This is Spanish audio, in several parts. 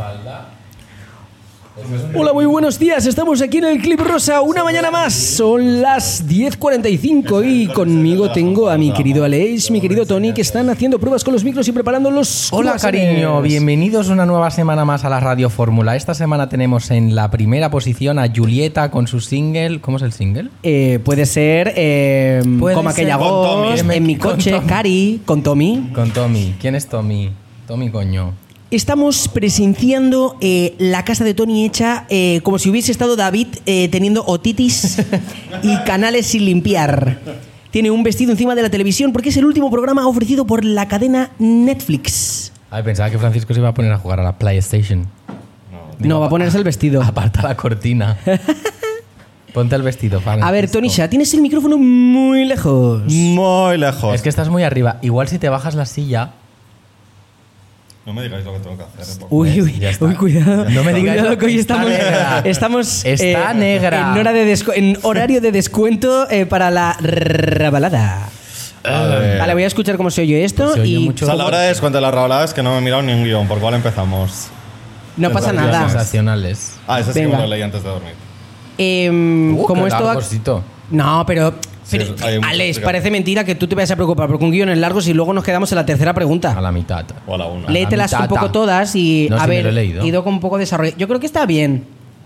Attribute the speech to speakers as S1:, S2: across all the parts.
S1: falda.
S2: Hola, muy buenos días. Estamos aquí en el Clip Rosa una mañana más. Son las 10.45 y conmigo tengo a mi querido Aleix, mi querido Tony, que están haciendo pruebas con los micros y preparándolos.
S3: Hola cariño, bienvenidos una nueva semana más a la Radio Fórmula. Esta semana tenemos en la primera posición a Julieta con su single. ¿Cómo es el single?
S2: Eh, puede ser eh,
S3: Puede
S2: como
S3: ser
S2: aquella
S3: con Tommy.
S2: voz, en mi
S3: Con
S2: coche,
S3: Tommy.
S2: Cari, con Tommy.
S3: Con Tommy. ¿Quién es Tommy? Tommy coño.
S2: Estamos presenciando eh, la casa de Tony hecha eh, como si hubiese estado David eh, teniendo otitis y canales sin limpiar. Tiene un vestido encima de la televisión porque es el último programa ofrecido por la cadena Netflix.
S3: Ay, pensaba que Francisco se iba a poner a jugar a la PlayStation.
S2: No, va a ponerse el vestido.
S3: Aparta la cortina. Ponte el vestido, Francisco.
S2: A ver, Tony, ya tienes el micrófono muy lejos.
S4: Muy lejos.
S3: Es que estás muy arriba. Igual si te bajas la silla.
S4: No me digáis lo que tengo que hacer. por favor.
S2: Uy, uy,
S3: Ya está.
S2: uy, cuidado.
S3: No me digas
S2: Cuidado
S3: lo
S2: que hoy
S3: que está
S2: estamos,
S3: negra.
S2: estamos eh,
S3: Está negra.
S2: En, hora de descu- en horario de descuento eh, para la rabalada. Vale, voy a escuchar cómo se oye esto
S3: Eh, Se oye
S2: y
S3: mucho.
S4: O sea, la hora es cuando la rabalada es que no me he mirado ni un guión, por cuál empezamos.
S2: no pasa
S3: Las
S2: nada.
S3: Sensacionales.
S4: Ah, ese sí que
S2: Venga.
S4: me lo leí antes de dormir.
S2: Em,
S3: Uh,
S2: como
S3: qué
S2: esto ha-
S3: largosito.
S2: No, pero,
S4: Sí,
S2: pero,
S4: hay mucho
S2: Alex,
S4: que-
S2: parece mentira que tú te vayas a preocupar por un guión es largo si luego nos quedamos en la tercera
S3: A
S2: pregunta.
S3: la mitad.
S4: O a la una.
S2: Léetelas
S3: la
S2: un poco
S3: mitata.
S2: todas y
S3: No,
S2: a
S3: sí me
S2: ver,
S3: lo he leído.
S2: ido con un poco de desarrollo. Yo creo que está bien.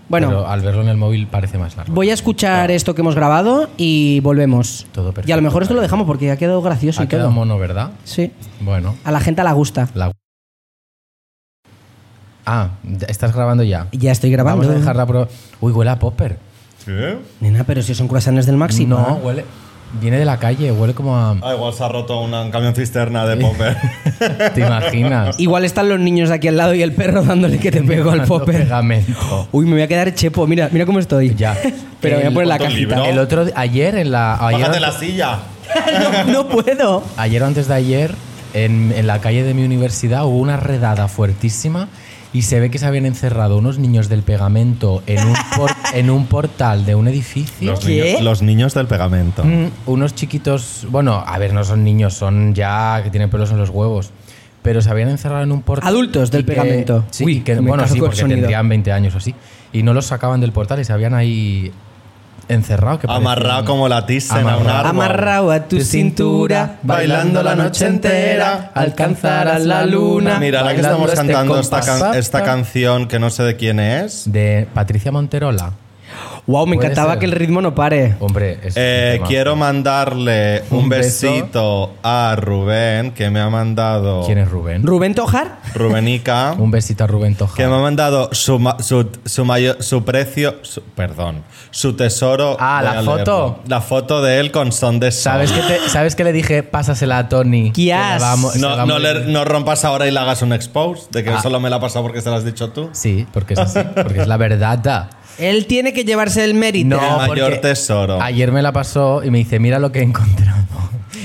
S2: Bueno,
S3: Pero al verlo en el móvil parece más largo.
S2: Voy a escuchar esto que hemos grabado y volvemos.
S3: Todo perfecto,
S2: y a lo mejor esto lo dejamos porque ha quedado gracioso
S3: Ha
S2: y todo.
S3: quedado mono, ¿verdad?
S2: Sí.
S3: Bueno.
S2: A la gente la gusta.
S3: La... Ah, ya- estás grabando ya.
S2: Ya estoy grabando.
S3: Vamos a dejar la prueba. Uy, huele a popper.
S4: ¿Sí?
S2: Nena, pero si son croissants del Maxi.
S3: no, huele. Viene de la calle, huele como a.
S4: Ah, igual se ha roto una- un camión cisterna de popper.
S3: ¿Te imaginas?
S2: Igual están los niños de aquí al lado y el perro dándole que te pego al
S3: Dando
S2: popper.
S3: pegamento.
S2: Uy, me voy a quedar chepo. Mira, mira cómo estoy.
S3: Ya.
S2: Pero voy a
S3: El-
S2: poner la
S4: otro
S2: cajita.
S4: libro.
S3: El otro di- ayer en la ayer,
S4: Bájate la silla.
S2: no, no puedo.
S3: ayer o antes de ayer en, en la calle de mi universidad hubo una redada fuertísima y se ve que se habían encerrado unos niños del pegamento en un, por- en un portal de un edificio.
S4: Los,
S2: ¿Qué?
S4: Niños, los niños del pegamento.
S3: Mm, unos chiquitos, bueno, a ver, no son niños, son ya que tienen pelos en los huevos. Pero se habían encerrado en un portal.
S2: Adultos del
S3: y que-
S2: pegamento.
S3: sí,
S2: Uy,
S3: y que,
S2: me
S3: bueno,
S2: cago
S3: sí,
S2: con el
S3: porque
S2: sonido.
S3: tendrían 20 años o así. Y no los sacaban del portal y se habían ahí encerrado. Que parecían-
S4: Amarrado como la tisena a un
S3: Amarrado.
S4: árbol.
S2: Amarrado a tu cintura,
S4: bailando la noche entera,
S3: alcanzarás la luna.
S4: Mira, ahora que
S3: Bailando
S4: estamos
S3: este
S4: cantando esta,
S3: compás.
S4: can- esta canción que no sé de quién es,
S3: De Patricia Monterola.
S2: Wow, me
S3: Puede
S2: encantaba
S3: ser. Oh.
S2: que el ritmo no pare.
S3: Hombre, es. un
S4: Eh,
S3: tema.
S4: quiero mandarle un,
S3: Un beso.
S4: besito a Rubén, que me ha mandado.
S3: ¿Quién es Rubén?
S2: Rubén Tojar.
S4: Rubenica.
S3: Un besito a Rubén Toja.
S4: que me ha mandado su, ma- su, su, mayo- su precio. su- perdón. Su tesoro.
S3: Ah,
S4: Voy
S3: ¿la
S4: a leerlo.
S3: foto?
S4: La foto de él con son de sol.
S3: ¿Sabes que, te- ¿Sabes que le dije, pásasela a Tony? que
S2: Quías.
S3: la vamos- se
S4: No,
S3: la
S4: no,
S3: vamos-
S4: le- no rompas ahora y le hagas un expose de que solo me la ha pasado porque se la has dicho tú.
S3: Ah. Sí, porque es así, porque es la verdad.
S2: Él tiene que llevarse el mérito.
S3: No,
S4: el mayor
S3: porque
S4: tesoro.
S3: Ayer me la pasó y me dice, mira lo que he encontrado.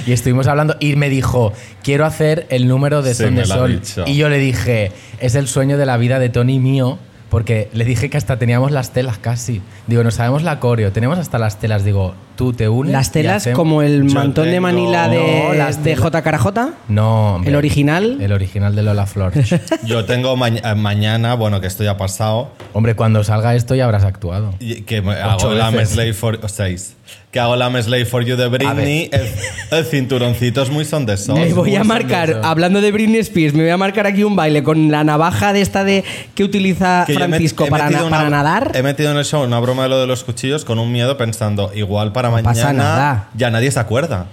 S3: Y estuvimos hablando y me dijo, quiero hacer el número de
S4: Sí,
S3: Son
S4: me
S3: de
S4: lo ha
S3: Sol.
S4: dicho.
S3: Y yo le dije, es el sueño de la vida de Tony y mío, porque le dije que hasta teníamos las telas casi. Digo, no sabemos la coreo, tenemos hasta las telas. Digo, tú te unes.
S2: Las
S3: y
S2: telas
S3: hacemos-
S2: como el
S4: Yo
S2: mantón de
S4: tengo-
S2: Manila de,
S3: No, las
S2: de
S3: telas-
S2: J. Carajota.
S3: No, hombre.
S2: ¿El original?
S3: El original de Lola Flor.
S4: Yo tengo ma- eh, mañana, bueno, que esto ya ha pasado,
S3: hombre, cuando salga esto ya habrás actuado.
S4: y- que me- hago la
S3: veces.
S4: Meslay for o seis, que hago la Meslay for You de Britney. El, el cinturoncito es muy son Eh, de sol.
S2: Me voy a
S3: muy
S2: marcar,
S3: sabroso.
S2: hablando de Britney Spears, me voy a marcar aquí un baile con la navaja de esta de que utiliza
S4: Que yo he met-
S2: Francisco
S4: he
S2: para,
S4: metido
S2: na-
S4: una-
S2: para nadar.
S4: He metido en el show una broma de lo de los cuchillos con un miedo pensando, igual para mañana
S2: pasa nada.
S4: ya nadie se acuerda.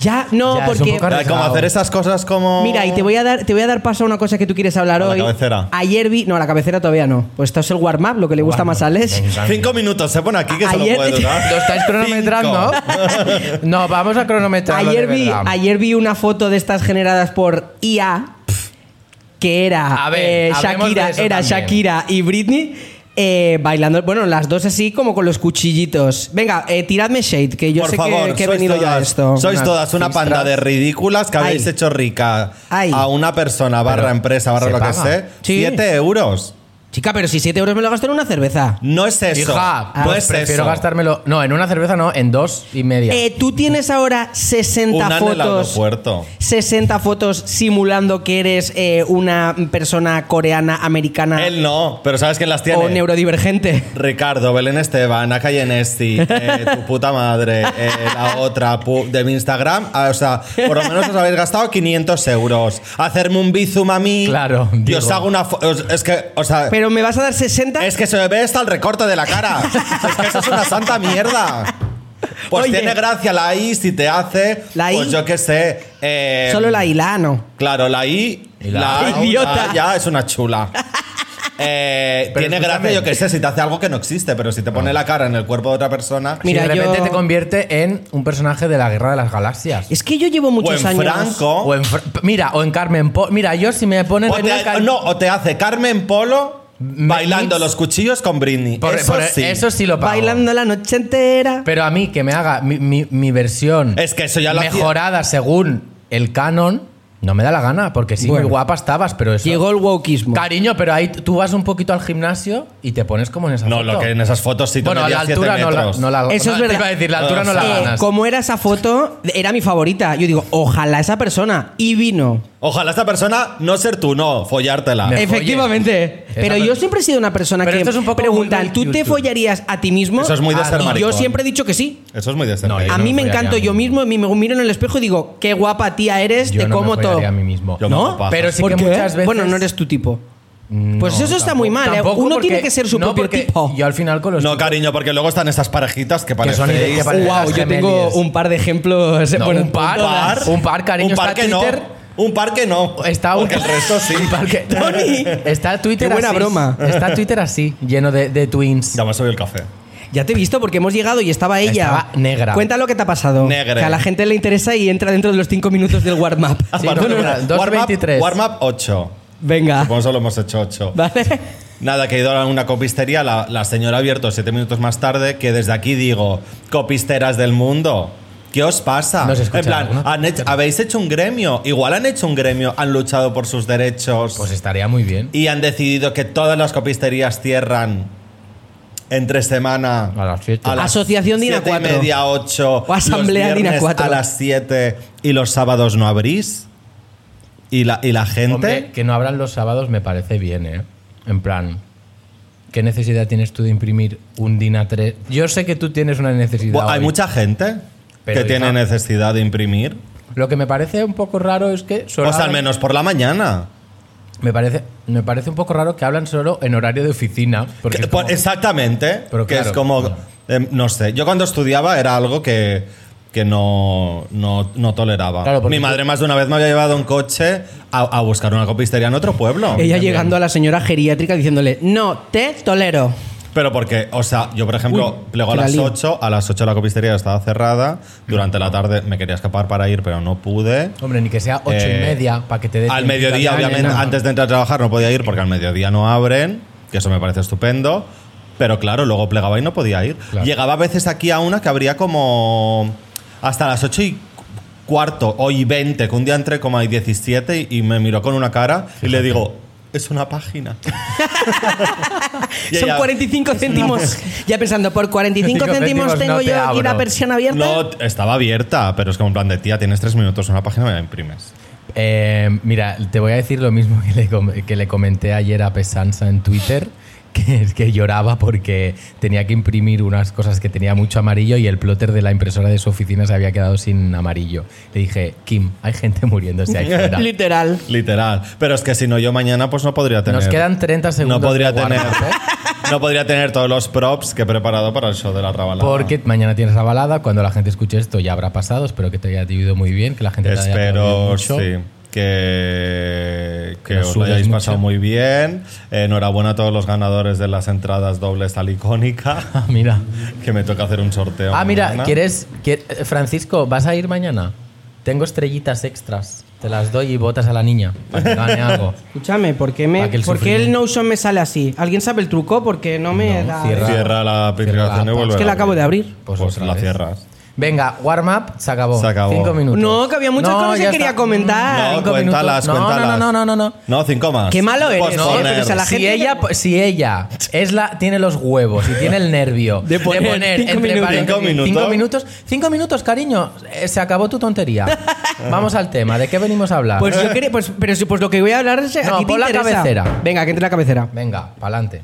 S2: Ya, no,
S3: Ya, es un
S2: porque.
S3: poco
S4: Era Como
S3: Arriesgado.
S4: hacer esas cosas como...
S2: Mira, y te voy a dar, te voy a dar paso a una cosa que tú quieres hablar
S4: A la
S2: hoy.
S4: cabecera.
S2: Ayer vi. No, la cabecera todavía no. Pues esto es el warm-up, lo que le gusta más a Alex.
S4: Cinco minutos, se pone aquí que se
S2: Ayer-
S4: lo puede durar.
S3: ¿Lo estáis cronometrando? no, vamos a cronometrarlo
S2: Ayer
S3: de
S2: vi,
S3: verdad.
S2: ayer vi una foto de estas generadas por IA que era
S3: A ver,
S2: eh,
S3: hablemos de
S2: Shakira,
S3: eso
S2: era
S3: también.
S2: Shakira y Britney eh, bailando, bueno, las dos así como con los cuchillitos. Venga, eh, tiradme shade, que yo
S4: Por
S2: sé que-
S4: favor,
S2: que, he
S4: sois,
S2: venido
S4: todas,
S2: ya a esto.
S4: sois
S3: Una
S4: todas una
S3: cifra.
S4: panda de ridículas que
S2: Ay.
S4: habéis hecho rica
S2: Ay.
S4: a una persona barra
S3: Pero,
S4: empresa barra
S3: ¿se
S4: lo que
S3: paga?
S4: sé.
S2: Sí.
S4: Siete euros.
S2: Chica, pero si 7 euros me lo gasto en una cerveza.
S4: No es eso.
S3: Hija,
S4: no
S3: pues
S4: es
S3: prefiero
S4: eso.
S3: gastármelo. No, en una cerveza no, en dos y media.
S2: Eh, Tú tienes ahora 60
S4: Una en el
S2: fotos.
S4: aeropuerto.
S2: 60 fotos simulando que eres eh, una persona coreana, americana
S4: Él no, pero ¿sabes quién las tiene?
S2: o neurodivergente.
S4: Ricardo, Belén Esteban, Aka Yenesti, eh, tu puta madre, eh, la otra pu- de mi Instagram. Ah, o sea, por lo menos os habéis gastado 500 euros. Hacerme un bizum a mí.
S3: Claro,
S4: Y
S3: digo.
S4: os hago una. fo- os- Es que, o sea.
S2: Pero me vas a dar 60.
S4: es que se me ve hasta el recorte de la cara. es que eso es una santa mierda. Pues
S2: Oye.
S4: tiene gracia la I si te hace.
S2: La I.
S4: Pues yo qué sé. eh,
S2: Solo la hilano.
S4: Claro, la I.
S3: Y la A.
S4: A,
S2: Idiota.
S4: la ya es una chula. Eh,
S3: Pero
S4: tiene
S3: escúchame. Ah.
S4: gracia, yo que sé, si te hace algo que no existe, pero si te pone la cara en el cuerpo de otra persona.
S2: Mi- mira,
S3: si de repente
S2: yo-
S3: te convierte en un personaje de la Guerra de las Galaxias.
S2: Es que yo llevo
S4: o
S2: muchos
S4: en
S2: años.
S4: Franco.
S3: O en Fra- mira, o en Carmen Po- Mira, yo si me ponen
S4: o
S3: en
S4: te-
S3: una ca-
S4: no, o te hace Carmen Polo
S3: Me-
S4: bailando los cuchillos con Britney.
S3: Por- por-
S4: eso, sí.
S3: lo pago.
S2: Bailando la noche entera.
S3: Pero a mí que me haga mi, mi- mi versión
S4: Es que eso ya lo hacía.
S3: mejorada según el canon, no me da la gana, porque sí,
S2: Bueno.
S3: muy guapa estabas, pero eso.
S2: Llegó el wokismo.
S3: Cariño, pero ahí tú vas un poquito al gimnasio y te pones como en esa
S4: No,
S3: foto.
S4: lo que en esas fotos sí te
S3: Bueno, a la
S4: medías siete
S3: altura no la,
S4: metros.
S3: no la
S2: Eso
S3: no,
S2: es
S3: te
S2: verdad.
S3: iba a decir, la altura no la
S4: Eh,
S3: ganas.
S2: como era esa foto, era mi favorita. Yo digo, ojalá esa persona. Y vino.
S4: Ojalá esta persona no ser tú, no, follártela.
S3: Me-
S2: Efectivamente.
S3: Esa
S2: Pero
S3: per-
S2: yo siempre he sido una persona
S3: Pero
S2: que
S3: esto es un poco muy
S2: preguntan,
S3: de
S2: ¿tú te
S3: YouTube.
S2: follarías a ti mismo?
S4: Eso es muy de
S2: Ah,
S4: ser
S2: no. Yo
S4: maricón.
S2: siempre he dicho que sí.
S4: Eso es muy decente.
S3: No, yo
S2: A mí me
S3: follaría
S2: encanto
S3: a mí
S2: yo
S3: mismo.
S2: mismo, me miro en el espejo y digo, qué guapa tía eres,
S3: yo
S2: te
S3: no me
S2: como todo.
S3: follaría a mí mismo.
S4: Yo
S2: ¿No?
S4: me copa.
S3: Pero sí
S2: este ¿Por
S3: que
S2: qué?
S3: muchas veces.
S2: Bueno, no eres tu tipo. Pues
S3: No,
S2: eso está
S3: tampoco-
S2: muy mal. ¿eh?
S3: tampoco
S2: Uno
S3: porque-
S2: tiene que ser su
S3: no,
S2: propio
S3: porque
S2: tipo.
S3: Yo al final con los
S4: No, cariño, porque luego están esas parejitas que parecen.
S3: son ide- que parecen- Vale,
S2: wow,
S3: las
S2: yo tengo
S3: gemelis.
S2: un par de ejemplos.
S3: No,
S2: bueno,
S3: un par,
S2: todas.
S3: un par, cariño,
S4: un par
S3: está
S4: que
S3: Twitter.
S4: no. Un par que no.
S3: Está un
S4: Porque el resto sí.
S3: un parque-
S2: Tony.
S3: Está Twitter
S2: Qué buena
S3: así.
S2: broma.
S3: Está Twitter así, lleno de, de twins.
S4: Ya me soy el café.
S2: Ya te he visto porque hemos llegado y estaba ella.
S3: Estaba negra.
S2: Cuenta lo que te ha pasado.
S4: Negra.
S2: Que a la gente le interesa y entra dentro de los cinco minutos del warm-up.
S3: Sí, bueno, mira,
S4: Ah, Warm up-
S3: 2.23.
S4: Warm up 8.
S2: Venga.
S4: Como solo hemos hecho 8.
S2: ¿Vale?
S4: Nada, que he ido a una copistería, la, la señora ha abierto siete minutos más tarde, que desde aquí digo, copisteras del mundo, ¿qué os pasa?
S3: No se escucha
S4: en plan,
S3: alguna.
S4: han hecho- habéis hecho un gremio, igual han hecho un gremio, han luchado por sus derechos
S3: Pues estaría muy bien.
S4: y han decidido que todas las copisterías cierran entre semana
S3: A las siete.
S2: Asociación de Ina
S4: siete y
S2: cuatro.
S4: media, ocho,
S2: O Asamblea
S4: los
S2: de Ina
S4: viernes
S2: cuatro.
S4: a las 7 y los sábados no abrís. Y la, y la gente...
S3: Hombre, que no abran los sábados me parece bien, ¿eh? En plan, ¿qué necesidad tienes tú de imprimir un DIN A3? Yo sé que tú tienes una necesidad.
S4: Bueno, hay
S3: hoy.
S4: mucha gente
S3: Pero,
S4: que tiene
S3: hija.
S4: necesidad de imprimir.
S3: Lo que me parece un poco raro es que. solo
S4: O sea, Pues al
S3: abran-
S4: menos por la mañana.
S3: Me parece, me parece un poco raro que hablan solo en horario de oficina. Porque es
S4: Que- pues,
S3: como-
S4: por- exactamente.
S3: Pero
S4: que
S3: claro,
S4: es como.
S3: no.
S4: eh, no sé. Yo cuando estudiaba era algo que, que no, no, no toleraba.
S3: Claro, porque
S4: Mi
S3: tú-
S4: madre más de una vez me había llevado un coche a, a buscar una copistería en otro pueblo.
S2: Ella llegando a la señora geriátrica diciéndole, no te tolero.
S4: Pero porque, o sea, yo por ejemplo,
S2: Uy,
S4: plego a
S2: que la
S4: las
S2: lío.
S4: 8, a las 8 la copistería estaba cerrada. Durante la tarde me quería escapar para ir, pero no pude.
S3: Hombre, ni que sea ocho
S4: Eh,
S3: y media para que te dé
S4: Al
S3: tiempo de
S4: mediodía,
S3: hablar,
S4: obviamente,
S3: nena.
S4: antes de entrar a trabajar no podía ir porque al mediodía no abren, que eso me parece estupendo. Pero claro, luego plegaba y no podía ir.
S3: Claro.
S4: Llegaba a veces aquí a una que habría como hasta las 8 y cuarto, hoy 20, que un día entré como a 17 y, y me miró con una cara y le digo, es una página. Y
S2: Son
S4: ella,
S2: 45 céntimos. Ya pensando, por 45
S3: Cinco
S2: céntimos
S3: céntimos,
S2: tengo
S3: no te
S2: yo aquí
S3: abro.
S2: la persiana abierta.
S4: No, t- estaba abierta, pero es como en plan de tía, tienes tres minutos, una página me la imprimes.
S3: Eh, mira, te voy a decir lo mismo que le, com- que le comenté ayer a Pesanza en Twitter, que es que lloraba porque tenía que imprimir unas cosas que tenía mucho amarillo y el plotter de la impresora de su oficina se había quedado sin amarillo. Le dije, Kim, hay gente muriéndose ahí fuera.
S2: Literal.
S4: Literal. Pero es que si no, yo mañana pues no podría tener.
S3: Nos quedan 30 segundos.
S4: No podría
S3: de
S4: tener.
S3: warm-up, ¿eh?
S4: No podría tener todos los props que he preparado para el show de la rabalada.
S3: Porque mañana tienes la balada, cuando la gente escuche esto ya habrá pasado, espero que te haya ido muy bien, que la gente te haya aplaudido
S4: espero
S3: mucho.
S4: sí, que, que
S3: nos
S4: os lo
S3: sudes
S4: hayáis
S3: mucho.
S4: pasado muy bien. Enhorabuena a todos los ganadores de las entradas dobles a la icónica.
S3: Ah, mira.
S4: Que me toca hacer un sorteo.
S3: Ah, mira,
S4: mañana.
S3: ¿quieres, quier- eh, Francisco, ¿vas a ir mañana? Tengo estrellitas extras. Te las doy y botas a la niña para que gane algo.
S2: Escúchame, ¿por qué, me,
S3: Pa' que el
S2: ¿por qué el
S3: sufrimiento.
S2: notion me sale así? ¿Alguien sabe el truco? Porque no me
S3: No,
S2: da...
S3: cierra.
S4: Cierra la
S3: Cierra la
S4: aplicación y
S3: app.
S4: vuelve
S3: Es
S2: Es que
S4: a
S2: la acabo de abrir.
S4: Pues,
S3: otra
S4: la
S3: vez.
S4: cierras.
S3: Venga, warm up, se acabó.
S4: Se acabó.
S3: Cinco minutos.
S2: No, que había muchas cosas que
S3: ya
S2: quería
S3: está.
S2: comentar.
S4: No,
S3: Cinco
S4: cuéntalas,
S3: minutos. No,
S4: cuéntalas.
S3: No, no, no, no, no.
S4: No, cinco más. Pues
S2: Qué malo eres, ¿eh?
S4: Posponer.
S2: Porque se la-
S3: si
S2: gente-
S3: ella, si ella es la, tiene los huevos y tiene el nervio
S2: De poner cinco
S3: entre
S2: minutos.
S3: paréntesis,
S4: Cinco minutos.
S3: cinco minutos, cinco minutos, cariño, eh, se acabó tu tontería. Vamos al tema, ¿de qué venimos a hablar?
S2: Pues yo quería, pues, pero si- pues lo que voy a hablar es a
S3: Ah. No,
S2: ti te
S3: pon la
S2: interesa.
S3: cabecera.
S2: Venga, que entre la cabecera.
S3: Venga, pa'lante.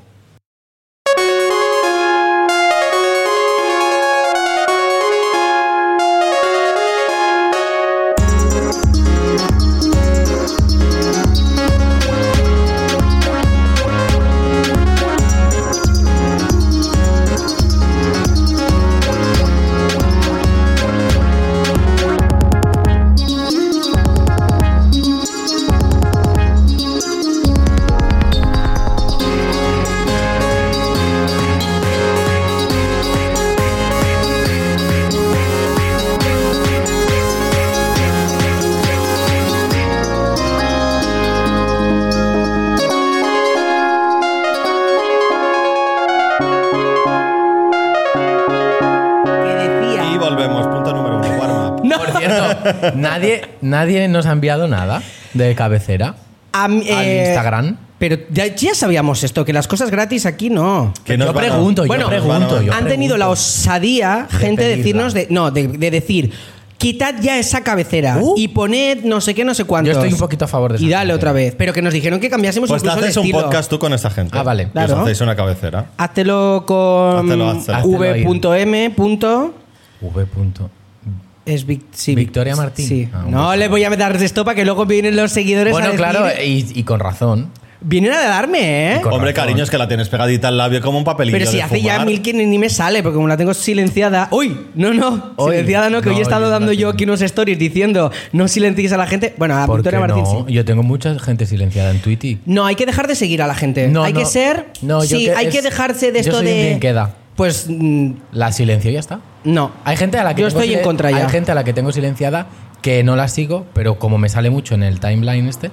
S2: Que decía.
S4: Y volvemos, punto número uno, warm up.
S2: No.
S3: Por cierto, nadie, nadie nos ha enviado nada de cabecera
S2: A mí,
S3: al
S2: eh,
S3: Instagram.
S2: Pero ya, ya sabíamos esto, que las cosas gratis aquí no.
S4: Que nos
S3: yo
S4: van a-
S3: pregunto,
S2: Bueno,
S3: yo pregunto. yo
S2: Han tenido
S3: pregunto.
S2: la osadía, gente,
S3: pedirla.
S2: decirnos de. No, de, de decir. Quitad ya esa cabecera
S3: Uh.
S2: y poned no sé qué, no sé cuánto.
S3: Yo estoy un poquito a favor de esa
S2: Y dale
S3: gente.
S2: otra vez. Pero que nos dijeron que cambiásemos
S4: Pues te
S2: incluso el
S4: haces un
S2: estilo.
S4: podcast tú con esta gente.
S3: Ah, vale.
S4: Y os
S2: Claro.
S4: hacéis una cabecera.
S2: Háztelo con
S4: Háztelo, háztelo.
S2: v.m. punto-
S3: V. punto.
S2: Es Vic- sí,
S3: Victoria
S2: Vic-
S3: Martín.
S2: sí.
S3: Ah, un
S2: no
S3: beso.
S2: le voy a dar de esto para que luego vienen los seguidores a
S3: Bueno,
S2: decir-
S3: claro, y, y con razón.
S2: Vienen a darme, ¿eh?
S3: Y con-
S4: Hombre,
S3: razón.
S4: cariño, es que la tienes pegadita al labio como un papelillo.
S2: Pero si
S4: de
S2: hace ya
S4: fumar.
S2: mil que ni ni me sale, porque como la tengo silenciada. ¡Uy! No, no.
S3: Hoy.
S2: silenciada no, que hoy he
S3: No,
S2: estado
S3: hoy
S2: dando
S3: no
S2: yo
S3: tengo.
S2: aquí unos stories diciendo no silenciéis a la gente. Bueno, a
S3: ¿Por
S2: Victoria
S3: qué
S2: Martín
S3: no?
S2: sí.
S3: Yo tengo mucha gente silenciada en Twitter. y-
S2: No, hay que dejar de seguir a la gente.
S3: No,
S2: hay
S3: no.
S2: que ser.
S3: No, yo
S2: sí,
S3: que
S2: hay
S3: es-
S2: que dejarse de
S3: yo
S2: esto
S3: soy un
S2: de.
S3: bien queda.
S2: Pues mm,
S3: La silencio y ya está.
S2: no.
S3: Hay gente a la que
S2: Yo
S3: tengo
S2: estoy en
S3: silen-
S2: contra ya.
S3: Hay gente a la que tengo silenciada que no la sigo, pero como me sale mucho en el timeline este,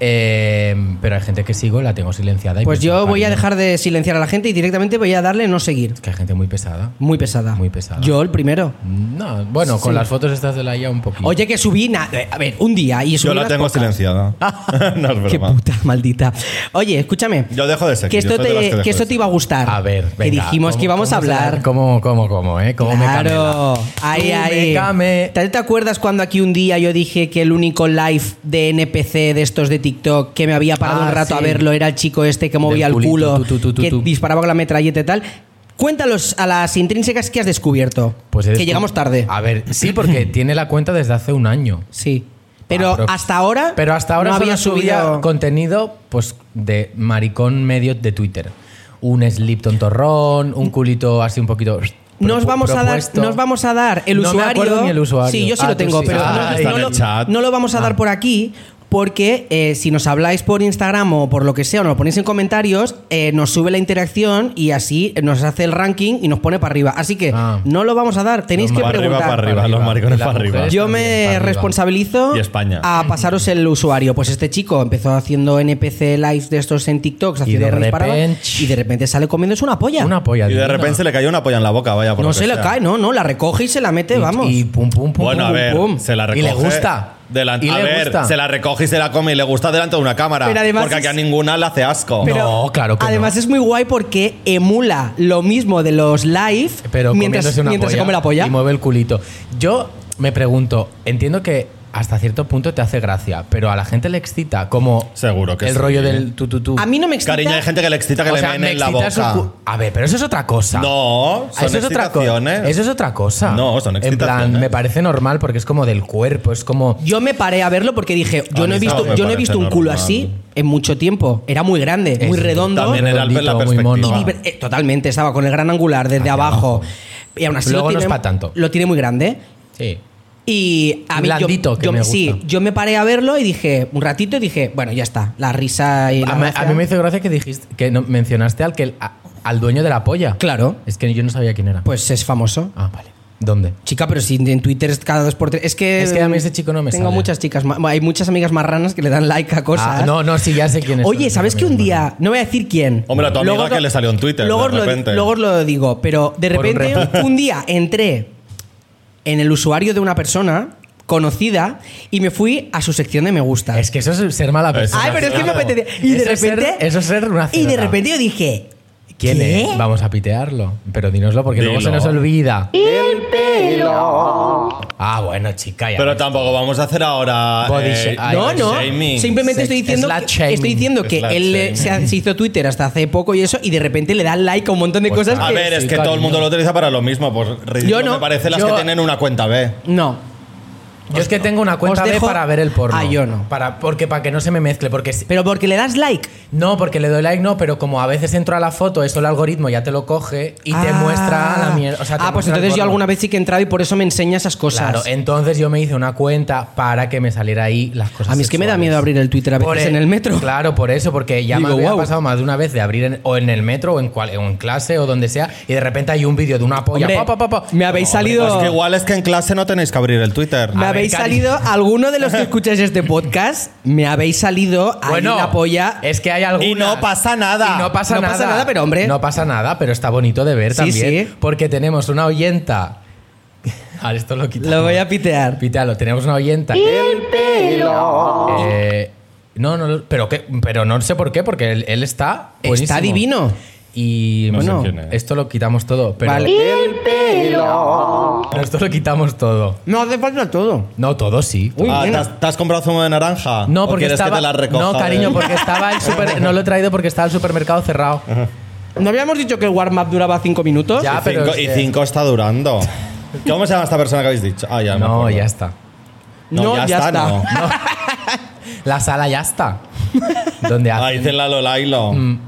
S3: eh, pero hay gente que sigo la tengo silenciada. y
S2: Pues
S3: pienso,
S2: yo voy a
S3: "Cariño,
S2: dejar de silenciar a la gente y directamente voy a darle no seguir.
S3: es que hay gente muy pesada.
S2: Muy pesada.
S3: Muy pesada.
S2: Yo el primero.
S3: No, bueno, con
S2: Sí.
S3: las fotos estas de la IA un poquito.
S2: Oye, que subí. na- eh, A ver, un día y subí.
S4: Yo la
S2: unas
S4: tengo
S2: pocas.
S4: silenciada. no es
S2: Ah, Qué
S4: broma.
S2: puta maldita. Oye, escúchame.
S4: Yo dejo de seguir.
S2: que esto
S4: yo soy de las
S2: te,
S4: dejo
S2: que
S4: de
S2: esto te
S4: seguir.
S2: iba a gustar.
S3: a ver,
S2: Que
S3: venga,
S2: dijimos que
S3: ¿cómo-
S2: íbamos a
S3: cómo se la-
S2: hablar.
S3: ¿Cómo, cómo, cómo, eh? ¿Cómo me
S2: claro.
S3: canela?
S2: Ahí,
S3: Tú me
S2: ahí.
S3: came.
S2: ¿Te te acuerdas cuando aquí un día yo dije que el único live de NPC de estos de TikTok que me había parado
S3: Ah,
S2: un rato a
S3: sí.
S2: verlo era el chico este que movía el
S3: culito,
S2: culo,
S3: tú, tú, tú, tú,
S2: que
S3: tú.
S2: disparaba con la metralleta y tal? Cuéntalos a las intrínsecas que has descubierto.
S3: Pues he
S2: que
S3: descub-
S2: llegamos tarde.
S3: A ver, sí, porque tiene la cuenta desde hace un año.
S2: Sí. Pero,
S3: Ah, pero-
S2: hasta ahora.
S3: Pero hasta ahora
S2: no
S3: solo
S2: había
S3: subía
S2: subido.
S3: contenido pues, de maricón medio de Twitter. Un Slipton torrón, un culito así un poquito.
S2: Nos
S3: propu-
S2: vamos, a dar,
S3: propuesto.
S2: nos vamos a dar el
S3: No me
S2: usuario.
S3: acuerdo ni el usuario.
S2: Sí, yo sí
S3: Ah,
S2: lo
S3: tú
S2: tengo,
S3: sí.
S2: pero
S4: Ah,
S2: no-
S4: está en
S2: no,
S4: el
S2: lo,
S4: chat.
S2: no lo vamos a
S3: Ah.
S2: dar por aquí. Porque eh, si nos habláis por Instagram o por lo que sea, o nos lo ponéis en comentarios, eh, nos sube la interacción y así nos hace el ranking y nos pone para arriba. Así que
S3: Ah.
S2: no lo vamos a dar, tenéis
S3: No,
S2: que
S4: para arriba,
S2: preguntar.
S4: para arriba, los maricones
S3: Y las
S4: para arriba.
S3: mujeres
S2: Yo
S3: también para
S2: me
S3: arriba.
S2: responsabilizo
S4: Y España.
S2: a pasaros el usuario. Pues este chico empezó haciendo NPC live de estos en TikTok, haciendo
S3: de
S2: disparaba,
S3: repente-
S2: y de repente sale comiéndose una polla.
S3: Una polla.
S4: Y de
S3: divina.
S4: repente se le cayó una polla en la boca, vaya. por
S2: No
S4: lo que
S2: se le
S4: sea.
S2: cae, no, no, la recoge y se la mete,
S3: Y-
S2: vamos.
S3: Y pum, pum, pum.
S4: Bueno, a
S3: pum,
S4: ver,
S3: pum.
S4: se la recoge.
S3: Y le gusta.
S4: delan-
S3: Y
S4: a
S3: le
S4: ver,
S3: gusta.
S4: se la recoge y se la come y le gusta delante de una cámara.
S2: Pero además
S4: porque
S2: es-
S4: aquí a ninguna le hace asco.
S3: Pero- No, claro que
S2: Además
S3: no.
S2: es muy guay porque emula lo mismo de los live
S3: Pero
S2: mientras,
S3: comiéndose una
S2: mientras se
S3: polla
S2: come la polla.
S3: Y mueve el culito. Yo me pregunto, entiendo que hasta cierto punto te hace gracia, pero a la gente le excita como
S4: Seguro que
S3: el
S4: sí.
S3: rollo del tu tu tu.
S2: A mí no me excita.
S4: Cariño, hay gente que le excita que
S3: O
S4: le
S3: sea,
S4: menen
S3: me
S4: en la
S3: excita su
S4: boca.
S3: cu- A ver, pero eso es otra cosa.
S4: No, son
S3: eso es, otra co-
S4: excitaciones.
S3: eso es otra cosa.
S4: No, son
S3: En plan,
S4: excitaciones.
S3: me parece normal porque es como del cuerpo, es como.
S2: Yo me paré a verlo porque dije, yo
S4: A
S2: no he
S4: mí también
S2: visto,
S4: me
S2: yo no he
S4: parece
S2: visto un culo
S4: normal.
S2: así en mucho tiempo. Era muy grande, muy
S3: Es-
S2: redondo.
S4: También era el
S3: redondito,
S4: la
S3: muy
S4: perspectiva.
S3: mono.
S2: y libre- eh, totalmente, estaba con el gran angular desde abajo. Y aún así
S3: Ah, Luego
S2: lo
S3: no es
S2: tiene,
S3: pa' tanto.
S2: Lo tiene muy grande.
S3: Sí.
S2: Y a mí yo-
S3: Blandito,
S2: yo,
S3: que me gusta.
S2: sí, yo me paré a verlo y dije, un ratito y dije, bueno, ya está, la risa y la
S3: A, me- a
S2: gracia.
S3: mí me hizo gracia que dijiste que no- mencionaste al que a- al dueño de la polla.
S2: Claro.
S3: Es que yo no sabía quién era.
S2: Pues es famoso.
S3: Ah, vale. ¿Dónde?
S2: Chica, pero si en Twitter es cada dos por tres. Es que. mm,
S3: Es que a mí ese chico no me
S2: Tengo
S3: sale.
S2: muchas chicas. ma- Hay muchas amigas marranas que le dan like a cosas.
S3: Ah, no, no, sí, ya sé quién es.
S2: Oye, ¿sabes que un día, no voy a decir quién?
S4: Hombre, a tu amiga
S2: Luego lo-
S4: que le salió en Twitter,
S2: Luego,
S4: de
S2: os lo-
S4: repente.
S2: luego os lo digo, pero de
S3: Por un
S2: repente,
S3: reto.
S2: un día entré en el usuario de una persona conocida y me fui a su sección de me gusta.
S3: Es que Ah. eso es ser mala persona.
S2: Ay, pero es que me apetecía. Y de
S3: Eso es ser-
S2: repente.
S3: eso es ser una
S2: Y de
S3: cerda.
S2: repente yo dije.
S3: ¿Quién
S2: ¿qué?
S3: es? Vamos a pitearlo. Pero dínoslo porque luego se
S4: Dilo.
S3: nos olvida. El pelo. Ah, bueno, chica. Ya
S4: Pero
S3: ves.
S4: tampoco vamos a hacer ahora.
S3: Body
S4: eh,
S3: sha- Ay,
S2: No,
S3: el
S2: no.
S4: shaming.
S2: Simplemente
S3: Sex-
S2: estoy diciendo,
S3: slut
S2: que, estoy
S3: shaming.
S2: diciendo que
S4: Slut
S2: él eh, se, ha- se hizo Twitter hasta hace poco y eso, y de repente le da like a un montón de
S3: Pues
S2: cosas
S4: A
S2: que.
S4: ver, es
S3: Sí,
S4: que todo el
S3: cariño.
S4: mundo lo utiliza para lo mismo. Pues ridículo
S2: no.
S4: me parece las
S3: Yo-
S4: que tienen una cuenta B.
S2: No.
S3: Yo es que tengo una cuenta
S2: os
S3: B
S2: dejo-
S3: para ver el porno.
S2: Ah, yo no.
S3: Para, porque para que no se me mezcle. Porque si-
S2: Pero porque le das like.
S3: no, porque le doy like, no, pero como a veces entro a la foto, eso el algoritmo ya te lo coge y te
S2: Ah.
S3: muestra la mierda. o sea, te
S2: ah, pues
S3: muestra el
S2: entonces yo
S3: porno.
S2: alguna vez sí que he entrado y por eso me enseña esas cosas.
S3: Claro, entonces yo me hice una cuenta para que me saliera ahí las cosas.
S2: a mí es que me da
S3: sexuales.
S2: miedo abrir el Twitter a
S3: Por e-
S2: veces en el metro.
S3: Claro, por eso, porque ya
S2: Digo,
S3: me había
S2: "Guau".
S3: pasado más de una vez de abrir en- o en el metro o en, cual- o en clase o donde sea y de repente hay un vídeo de una polla.
S2: Hombre,
S3: pa, pa, pa, pa.
S2: me habéis
S3: Como, hombre, pues
S2: salido-
S4: Es que igual es que en clase no tenéis que abrir el Twitter.
S2: Me
S3: A ver,
S2: habéis
S3: cariño.
S2: salido, alguno de los que escucháis este podcast, me habéis salido ahí
S3: Bueno,
S2: la polla.
S3: es que hay algunas.
S4: Y no pasa nada.
S3: Y no pasa
S2: No
S3: nada.
S2: pasa nada, pero, hombre.
S3: No pasa nada, pero está bonito de ver
S2: Sí,
S3: también.
S2: sí.
S3: Porque tenemos una oyenta. Ahora esto lo quitamos.
S2: Lo voy a pitear.
S3: Pitealo, tenemos una oyenta. ¡El pelo! no, no, pero, que, pero no sé por qué, porque él, él está. buenísimo.
S2: Está divino.
S3: Y
S4: No sé
S3: bueno,
S4: quién es.
S3: esto lo quitamos todo. Pero,
S2: Vale.
S3: pero esto lo quitamos todo.
S2: No hace falta todo.
S3: No, todo sí.
S2: Uy,
S4: Ah, ¿te
S2: nena.
S4: has, te has comprado zumo de naranja?
S3: No,
S4: ¿O
S3: porque
S4: quieres
S3: estaba.
S4: que te la recoja?
S3: no, cariño, porque estaba el super. No lo he traído porque estaba el supermercado cerrado.
S2: ¿No habíamos dicho que el warm-up duraba cinco minutos?
S3: Ya. Ah,
S4: Y
S3: pero
S4: cinco-
S3: es
S4: y
S3: que-
S4: 5 está durando. ¿Cómo se llama esta persona que habéis dicho? Ah, ya me
S3: No,
S4: acuerdo.
S3: ya está.
S4: No, ya, está. no.
S3: La sala ya está. Donde
S4: Ah,
S3: hacen
S4: dicen la Lolailo.
S3: Mm.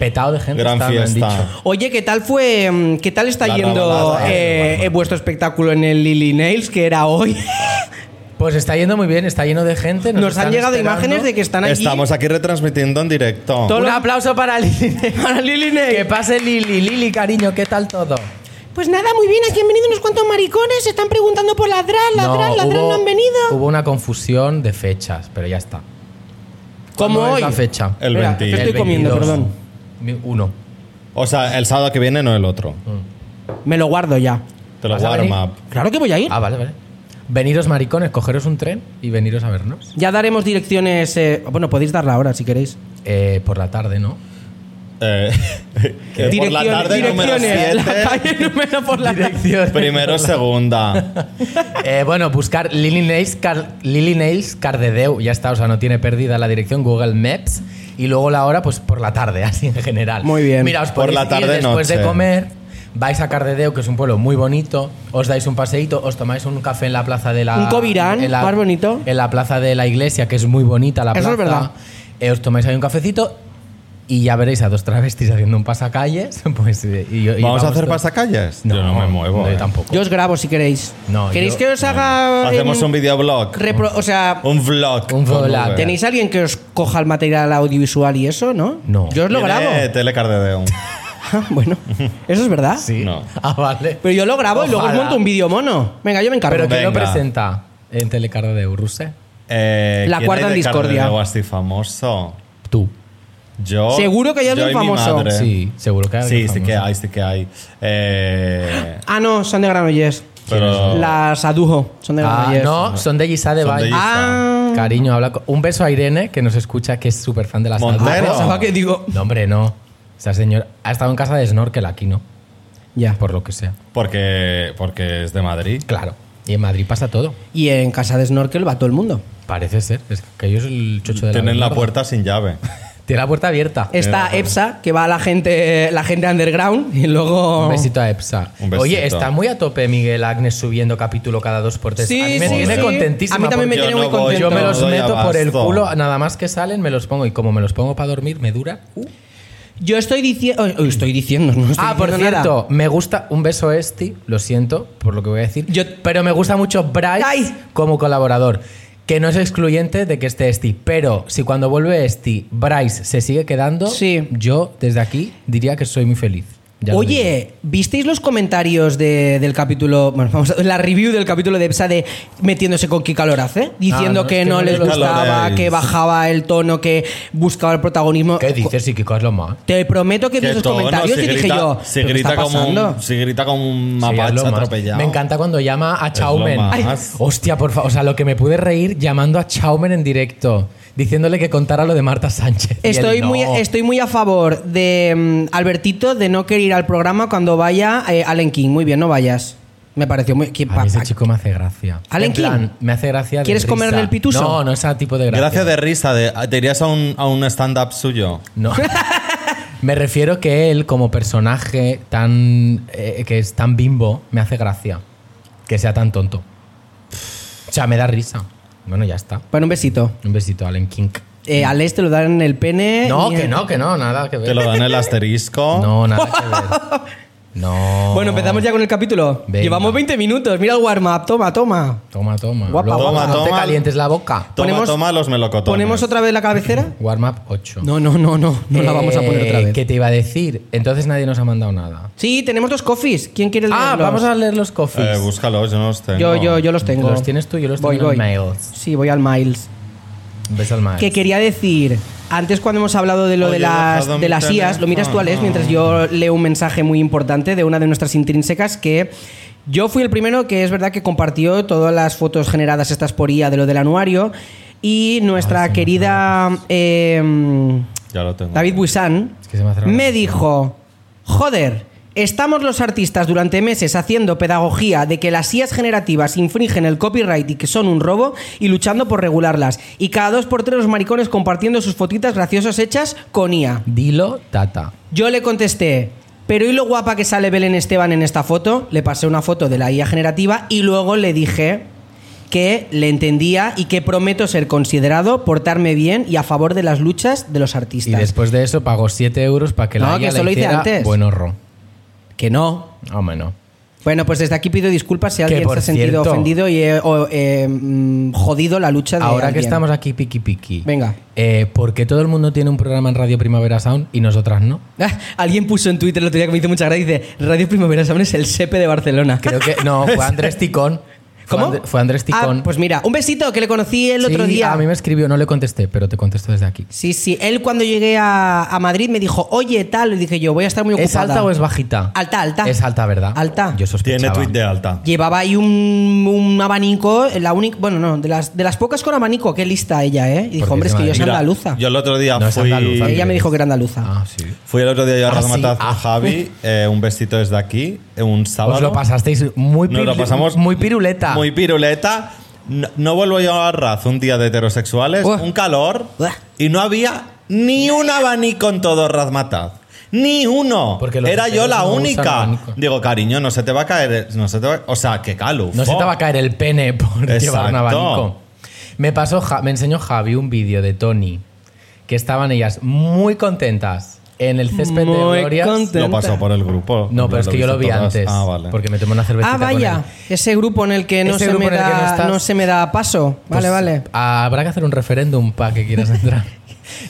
S3: petado de gente.
S4: Gran
S3: está, me han
S4: fiesta.
S3: dicho.
S2: Oye, ¿qué tal fue? mm, ¿Qué tal está
S4: La
S2: yendo
S4: rabalada.
S2: eh, eh, vuestro espectáculo en el Lily Nails, que era hoy?
S3: Pues está yendo muy bien, está lleno de gente.
S2: Nos, han
S3: están
S2: llegado
S3: esperando.
S2: imágenes de que están allí.
S4: Estamos aquí retransmitiendo en directo.
S2: Todo
S3: Un
S2: lo-
S3: aplauso para Lili.
S2: Para Lily
S3: que
S2: Nails.
S3: pase Lili. Lili, cariño, ¿qué tal todo?
S2: Pues nada, muy bien, aquí han venido unos cuantos maricones, se están preguntando por las dras, las dras, las dras no han venido.
S3: Hubo una confusión de fechas, pero ya está.
S2: Como
S3: ¿Cuándo
S2: hoy.
S3: es la fecha?
S4: El
S2: Espera,
S4: 20.
S2: que estoy
S3: El
S2: comiendo,
S3: 22.
S2: perdón.
S3: Mi- Uno.
S4: O sea, el sábado que viene, no el otro.
S2: Me lo guardo ya.
S4: Te lo
S3: ¿Vas a venir?
S4: warm up.
S2: Claro que voy a ir.
S3: Ah, vale, vale. Veniros maricones, cogeros un tren y veniros a vernos.
S2: Ya daremos direcciones. eh, bueno, podéis darla ahora si queréis.
S3: Eh, por la tarde, ¿no?
S4: Eh, que por la
S2: Direcciones,
S4: tarde número
S2: direcciones, La
S4: 7.
S2: calle número por la tarde.
S3: Dirección.
S4: Primero, segunda.
S3: Eh, bueno, buscar Lily Nails, Car- Lily Nails Cardedeu, ya está, o sea, no tiene pérdida la dirección Google Maps y luego la hora, pues por la tarde, así en general.
S2: Muy bien.
S3: Mira, os
S4: Por
S3: podéis
S4: la
S3: ir
S4: tarde,
S3: después
S4: noche.
S3: de comer, vais a Cardedeu, que es un pueblo muy bonito, os dais un paseíto, os tomáis un café en la plaza de la...
S2: Un cobirán,
S3: en la-
S2: más bonito.
S3: En la plaza de la iglesia, que es muy bonita la
S2: Eso es
S3: plaza.
S2: verdad.
S3: Eh, os tomáis ahí un cafecito y ya veréis a dos travestis haciendo un pasacalles. Pues, eh, y- y
S4: ¿Vamos a hacer
S3: todos-
S4: pasacalles?
S3: No,
S4: Yo no me muevo.
S3: no, yo
S4: eh.
S3: tampoco.
S2: Yo os grabo si queréis.
S3: No,
S2: ¿Queréis
S3: yo-
S2: que os haga.
S4: Hacemos
S2: en-
S4: un videoblog.
S2: repro- o sea,
S4: Un vlog.
S3: Un vlog.
S4: Con V.
S2: ¿tenéis alguien que os coja el material audiovisual y eso, no?
S3: No.
S2: Yo os lo
S4: Tiene
S2: grabo.
S4: Telecardedeum.
S2: Ah, bueno, eso es verdad.
S3: Sí.
S4: No.
S3: Ah, vale.
S2: Pero yo lo grabo y luego os
S3: Ojalá.
S2: monto un vídeo mono. Venga, yo me encargo.
S3: Ah, Pero
S4: que-
S3: ¿quién lo
S4: Venga.
S3: presenta en Telecardo de Uruse?
S4: Eh,
S2: La
S4: ¿quién
S2: cuarta
S4: hay
S2: en
S4: de
S2: discordia.
S4: Cardedeu así famoso?
S3: Tú.
S4: Yo.
S2: Seguro que hay
S4: yo
S2: algún
S4: y mi
S2: famoso.
S4: madre.
S3: Sí, seguro que hay
S4: Sí,
S3: algún
S4: sí que
S3: famoso.
S4: hay, sí que hay. Eh,
S2: Ah, no, son de Granollers.
S4: pero.
S2: Las adujo, son de
S3: Ah,
S2: Granollers.
S3: no, son de Gisá de
S4: Son de
S3: Valle.
S4: Gisá.
S2: Ah.
S3: Cariño, habla con- un beso a Irene, que nos escucha, que es súper fan de Ah, las
S4: Montero.
S3: Adultas.
S2: Pensaba que digo.
S3: No, hombre, no. Esa señora ha estado en casa de Snorkel aquí, ¿no?
S2: Ya.
S3: Por lo que sea.
S4: Porque, porque es de Madrid.
S3: Claro. Y en Madrid pasa todo.
S2: Y en casa de Snorkel va todo el mundo.
S3: Parece ser. Es que yo soy el chocho de la
S4: Tienen la
S3: gorda.
S4: puerta sin llave.
S3: Tiene la puerta abierta.
S2: Está EPSA, que va a la gente, la gente underground, y luego.
S3: Un besito a Epsa.
S4: Un besito.
S3: Oye, está muy a tope Miguel Agnes subiendo capítulo cada dos por tres.
S2: Sí,
S3: a mí me
S2: sí,
S3: tiene
S2: sí.
S3: contentísima
S2: A mí también me
S3: porque-
S2: tiene
S4: Yo
S2: muy
S4: no voy,
S2: contento.
S3: Yo me los
S4: doy
S3: meto por el
S4: abasto.
S3: culo, nada más que salen me los pongo y como me los pongo para dormir me dura.
S2: Yo Uh, estoy diciendo. Estoy diciendo, no estoy
S3: ah, por
S2: diciendo nada.
S3: cierto, me gusta un beso Esti, lo siento por lo que voy a decir,
S2: Yo-
S3: pero me gusta mucho Bryce
S2: Ay.
S3: como colaborador, que no es excluyente de que esté Esti, pero si cuando vuelve Esti, Bryce se sigue quedando,
S2: Sí.
S3: yo desde aquí diría que soy muy feliz. Ya lo digo.
S2: Oye, ¿visteis los comentarios de- del capítulo, bueno, vamos a- la review del capítulo de EPSA de metiéndose con Kika Lorace? Diciendo
S3: Ah, no,
S2: que
S3: es que
S2: no
S3: no
S2: les
S3: lo-
S2: gustaba,
S4: Lorenz.
S2: que bajaba el tono, que buscaba el protagonismo.
S3: ¿Qué dices? Si Kiko es lo más.
S2: Te prometo que vi
S4: Que
S2: esos
S4: todo, ¿no?
S2: comentarios
S4: Se
S2: y dije
S4: grita-
S2: yo,
S4: se
S2: ¿pero qué
S4: grita,
S2: está
S4: como
S2: pasando?
S4: un, se grita como un
S3: Sí, es
S4: mapache
S3: lo más.
S4: atropellado.
S3: Me encanta cuando llama a
S4: lo
S3: Chaumen.
S4: más.
S3: Ay, hostia, por favor. O sea, lo que me pude reír llamando a Chaumen en directo, diciéndole que contara lo de Marta Sánchez. Y él,
S2: Estoy,
S3: "No".
S2: muy, estoy muy a favor de mm, Albertito de no querer ir al programa cuando vaya eh, Allen King. Muy bien, no vayas. Me pareció muy... ¿qué
S3: A
S2: pa-
S3: mí ese chico me hace gracia.
S2: Alan
S3: En plan,
S2: King.
S3: me hace gracia. de
S2: ¿Quieres
S3: risa.
S2: comerle el pituso?
S3: No, no ese tipo de gracia.
S4: Gracias de risa, de, te irías a un, a un stand-up suyo.
S3: No. me refiero que él, como personaje tan. eh, que es tan bimbo, me hace gracia. Que sea tan tonto. O sea, me da risa. Bueno, ya está.
S2: Bueno, un besito.
S3: Un besito, Allen King.
S2: Eh, al este lo dan en el pene.
S3: Mm. No,
S2: y-
S3: que no, que no, nada que ver.
S4: Te lo dan el asterisco.
S3: No, nada que ver. No.
S2: Bueno, empezamos ya con el capítulo.
S3: Venga.
S2: Llevamos 20 minutos. Mira el warm-up. Toma, toma.
S3: Toma, toma.
S2: Guapa,
S3: Luego,
S4: guapa.
S3: No te
S4: Toma.
S3: calientes la boca.
S4: Toma,
S2: ponemos-
S4: toma los melocotones.
S2: ¿Ponemos otra vez la cabecera?
S3: Warm up 8.
S2: No, no, no, no. No la vamos a poner otra vez.
S3: ¿Qué te iba a decir? Entonces nadie nos ha mandado nada.
S2: Sí, tenemos dos coffees. ¿Quién quiere leerlos?
S3: Ah, vamos a leer los coffees.
S4: Eh, búscalos, yo no los tengo.
S2: Yo, yo, yo los tengo.
S3: Los tienes tú, yo los
S2: voy,
S3: tengo en
S2: voy.
S3: mails.
S2: Sí, voy al Miles.
S3: Ves al mar.
S2: Que quería decir, antes cuando hemos hablado de lo
S4: Oye,
S2: de
S4: he
S2: las,
S4: dejado
S2: de
S4: mi
S2: las IAS, lo miras tú, Alex,
S4: teléfono.
S2: mientras yo leo un mensaje muy importante de una de nuestras intrínsecas que yo fui el primero que es verdad que compartió todas las fotos generadas estas por IA de lo del anuario y nuestra
S3: Ah, sí,
S2: querida eh,
S4: Ya lo tengo.
S2: David Buisan
S3: Es que se me hace raro.
S2: me dijo, joder. Estamos los artistas durante meses haciendo pedagogía de que las IAS generativas infringen el copyright y que son un robo y luchando por regularlas. Y cada dos por tres los maricones compartiendo sus fotitas graciosas hechas con IA.
S3: Dilo, tata.
S2: Yo le contesté, pero ¿y lo guapa que sale Belén Esteban en esta foto? Le pasé una foto de la IA generativa y luego le dije que le entendía y que prometo ser considerado, portarme bien y a favor de las luchas de los
S3: Y
S2: artistas.
S3: después de eso pagó 7 euros para que
S2: No,
S3: la
S2: que
S3: haya
S2: eso lo hice antes.
S3: Buen Ah, horror.
S2: Que no.
S3: Hombre, no.
S2: Bueno, pues desde aquí pido disculpas si alguien
S3: por
S2: se ha sentido
S3: cierto-
S2: ofendido y he o, eh, mm, jodido la lucha de
S3: Ahora que
S2: alguien.
S3: estamos aquí piqui piqui.
S2: Venga.
S3: Eh, ¿Por qué todo el mundo tiene un programa en Radio Primavera Sound y nosotras no?
S2: Ah, alguien puso en Twitter el otro día que me hizo mucha gracia dice Radio Primavera Sound es el SEPE de Barcelona.
S3: Creo que. No, fue Andrés Ticón. Fue
S2: ¿Cómo?
S3: Andr- fue Andrés Ticón.
S2: Ah, pues mira, un besito que le conocí el
S3: Sí,
S2: otro día.
S3: A mí me escribió, no le contesté, pero te contesto desde aquí.
S2: Sí, sí. Él cuando llegué a, a Madrid me dijo, oye, tal. Le dije yo, voy a estar muy ocupada.
S3: ¿Es alta o es bajita?
S2: Alta, alta.
S3: Es alta, ¿verdad?
S2: Alta.
S3: Yo sospechaba.
S4: Tiene tweet de alta.
S2: Llevaba ahí un, un abanico, la única, bueno, no, de las, de las pocas con abanico, qué lista ella, ¿eh? Y dijo,
S3: Porque
S2: hombre, es
S3: es
S2: que yo soy
S3: Madrid.
S4: Mira,
S2: andaluza.
S4: Yo el otro día
S3: No es
S4: fui.
S3: andaluza,
S2: ella me
S3: eres.
S2: dijo que era andaluza.
S3: Ah, sí.
S4: Fui el otro día
S3: Ah,
S4: a
S3: sí,
S4: Ramataz con
S3: ah.
S4: Javi. eh, un besito desde aquí. eh, Un sábado.
S3: Os lo pasasteis muy,
S4: Nos lo
S3: pirule-
S4: pasamos
S3: muy piruleta.
S4: Muy piruleta. No, no vuelvo yo a Raz un día de heterosexuales,
S2: Buah.
S4: un calor,
S2: Buah.
S4: y no había ni un abanico en todo Razmataz. Ni uno.
S3: Porque los
S4: Era yo
S3: heteros
S4: la
S3: no usan
S4: única.
S3: abanico.
S4: Digo, cariño, no se te va a caer. No se te va- o sea, que caluf.
S3: No se te va a caer el pene por llevar un
S4: Exacto.
S3: abanico. Me, pasó, Ja- me enseñó Javi un vídeo de Tony que estaban ellas muy contentas en el césped de
S2: Muy
S3: Glorias.
S2: contenta.
S4: Lo pasó por el grupo.
S3: No, pero es que yo lo vi
S4: todas.
S3: antes.
S4: Ah, vale.
S3: Porque me tomé una cervecita.
S2: Ah,
S3: con él.
S2: vaya, ese grupo en el que no
S3: Ese
S2: se,
S3: grupo
S2: me
S3: en el que no
S2: da,
S3: estás.
S2: no se me da paso. Vale,
S3: Pues,
S2: vale.
S3: Habrá que hacer un referéndum para que quieras entrar.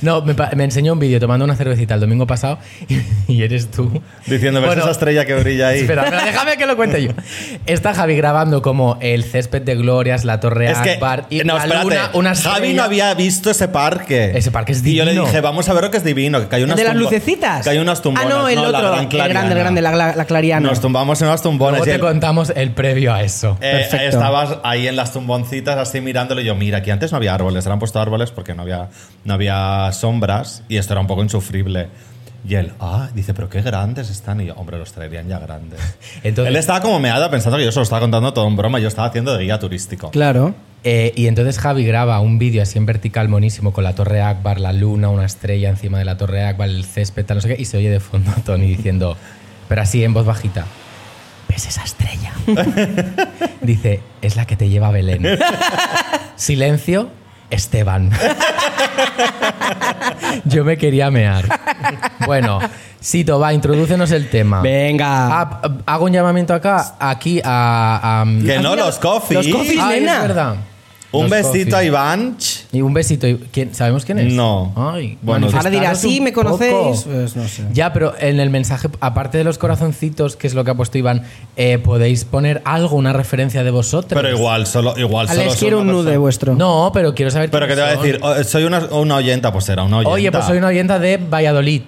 S3: No, me, pa- me enseñó un vídeo tomando una cervecita el domingo pasado y, y eres tú.
S4: Diciendo, ¿ves
S3: Bueno,
S4: esa estrella que brilla ahí?
S3: Espera, pero déjame que lo cuente yo. Está Javi grabando como el césped de glorias, la torre
S4: Es que,
S3: Akbar y
S4: no,
S3: la
S4: espérate.
S3: luna, una
S4: Javi
S3: estrella.
S4: no había visto ese parque.
S3: Ese parque es
S4: Y yo
S3: divino.
S4: le dije, vamos a ver lo que es divino. Que hay unas
S2: ¿De las
S4: tumbo-
S2: lucecitas?
S4: Que hay unas tumbonas.
S2: Ah, no, el
S4: la
S2: otro, el
S4: gran
S2: grande, el
S4: clariana.
S2: grande, la, la- la clariana.
S4: Nos tumbamos en unas tumbonas.
S3: Luego
S4: y
S3: te
S4: él-
S3: contamos el previo a eso.
S4: eh,
S2: Perfecto.
S4: estabas ahí en las tumboncitas así mirándolo y yo, mira, aquí antes no había árboles, se han puesto árboles porque no había, no había sombras y esto era un poco insufrible. Y él, ah, dice, pero qué grandes están. Y yo, hombre, los traerían ya grandes.
S3: Entonces-
S4: él estaba como meada pensando que yo se lo estaba contando todo en broma, yo estaba haciendo de guía turístico.
S2: Claro.
S3: Eh, y entonces Javi graba un vídeo así en vertical monísimo con la torre Akbar, la luna, una estrella encima de la torre Akbar, el césped, tal, no sé qué, y se oye de fondo a Tony diciendo, pero así en voz bajita, ¿ves esa estrella? Dice, es la que te lleva a Belén. Silencio, Esteban. Yo me quería mear. Bueno, Sito, va, introdúcenos el tema.
S2: Venga.
S3: Ah, p- hago un llamamiento acá, aquí a... a-
S4: Que no
S2: mira,
S4: los coffee. Ah,
S2: los coffee.
S3: Ay,
S2: nena.
S3: es verdad. Los
S4: Un besito a
S3: coffee.
S4: Iván. Ch.
S3: Y un besito. ¿y quién- ¿Sabemos quién es?
S4: No.
S3: Ay,
S4: Bueno,
S2: Ahora dirá,
S3: manifestaros
S2: sí,
S3: un
S2: me
S3: poco".
S2: conocéis. Pues no sé.
S3: Ya, pero en el mensaje, aparte de los corazoncitos, que es lo que ha puesto Iván, eh, podéis poner algo, una referencia de vosotros.
S4: Pero igual, solo. Igual, solo
S2: Alex,
S4: soy
S2: quiero
S4: una
S2: un nude
S4: persona.
S2: vuestro.
S3: No, pero quiero saber.
S4: Pero que te
S3: quiénes
S4: voy a
S3: son.
S4: decir, o- soy una, una oyenta, pues era una oyenta.
S3: Oye, pues soy una oyenta de Valladolid.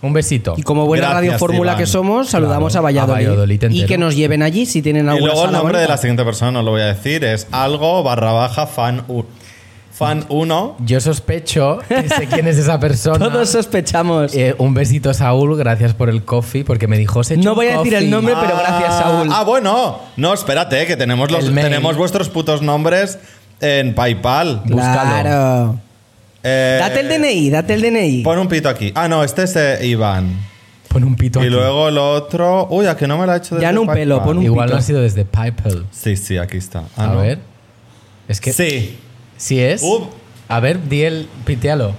S3: Un besito.
S2: Y como buena
S4: Gracias,
S2: radio fórmula
S4: Iván.
S2: que somos,
S3: Claro,
S2: saludaamos
S3: a
S2: a Valladolid.
S3: Valladolid
S2: y
S3: entero.
S2: que nos lleven allí si tienen
S4: Y
S2: alguna
S4: luego el
S2: sala
S4: nombre de
S2: bonita.
S4: la siguiente persona no lo voy a decir, es algo barra baja fan u- fan 1.
S3: Yo sospecho que sé quién es esa persona.
S2: Todos sospechamos.
S3: Eh, un besito, Saúl. Gracias por el coffee, porque me dijo. "Os he hecho
S2: No
S3: un
S2: voy a decir el
S3: coffee".
S2: nombre, pero gracias, Saúl.
S4: Ah, bueno. No, espérate, que tenemos, los,
S3: El mail.
S4: tenemos vuestros putos nombres en PayPal.
S2: claro.
S4: Eh,
S2: Date el DNI, date el DNI.
S4: Pon un pito aquí. Ah, no, este es eh, Iván.
S3: Pon un pito
S4: Y
S3: aquí.
S4: luego el otro. Uy, a que no me lo ha hecho
S2: Ya
S4: desde
S2: no un
S4: PayPal.
S2: pelo, pon un-
S3: Igual
S2: pito.
S3: no ha sido desde Piper.
S4: Sí, sí, aquí está. Ah,
S3: a
S4: no.
S3: ver. Es que.
S4: Sí.
S3: Si es.
S4: Uh.
S3: A ver, di el. Pitealo.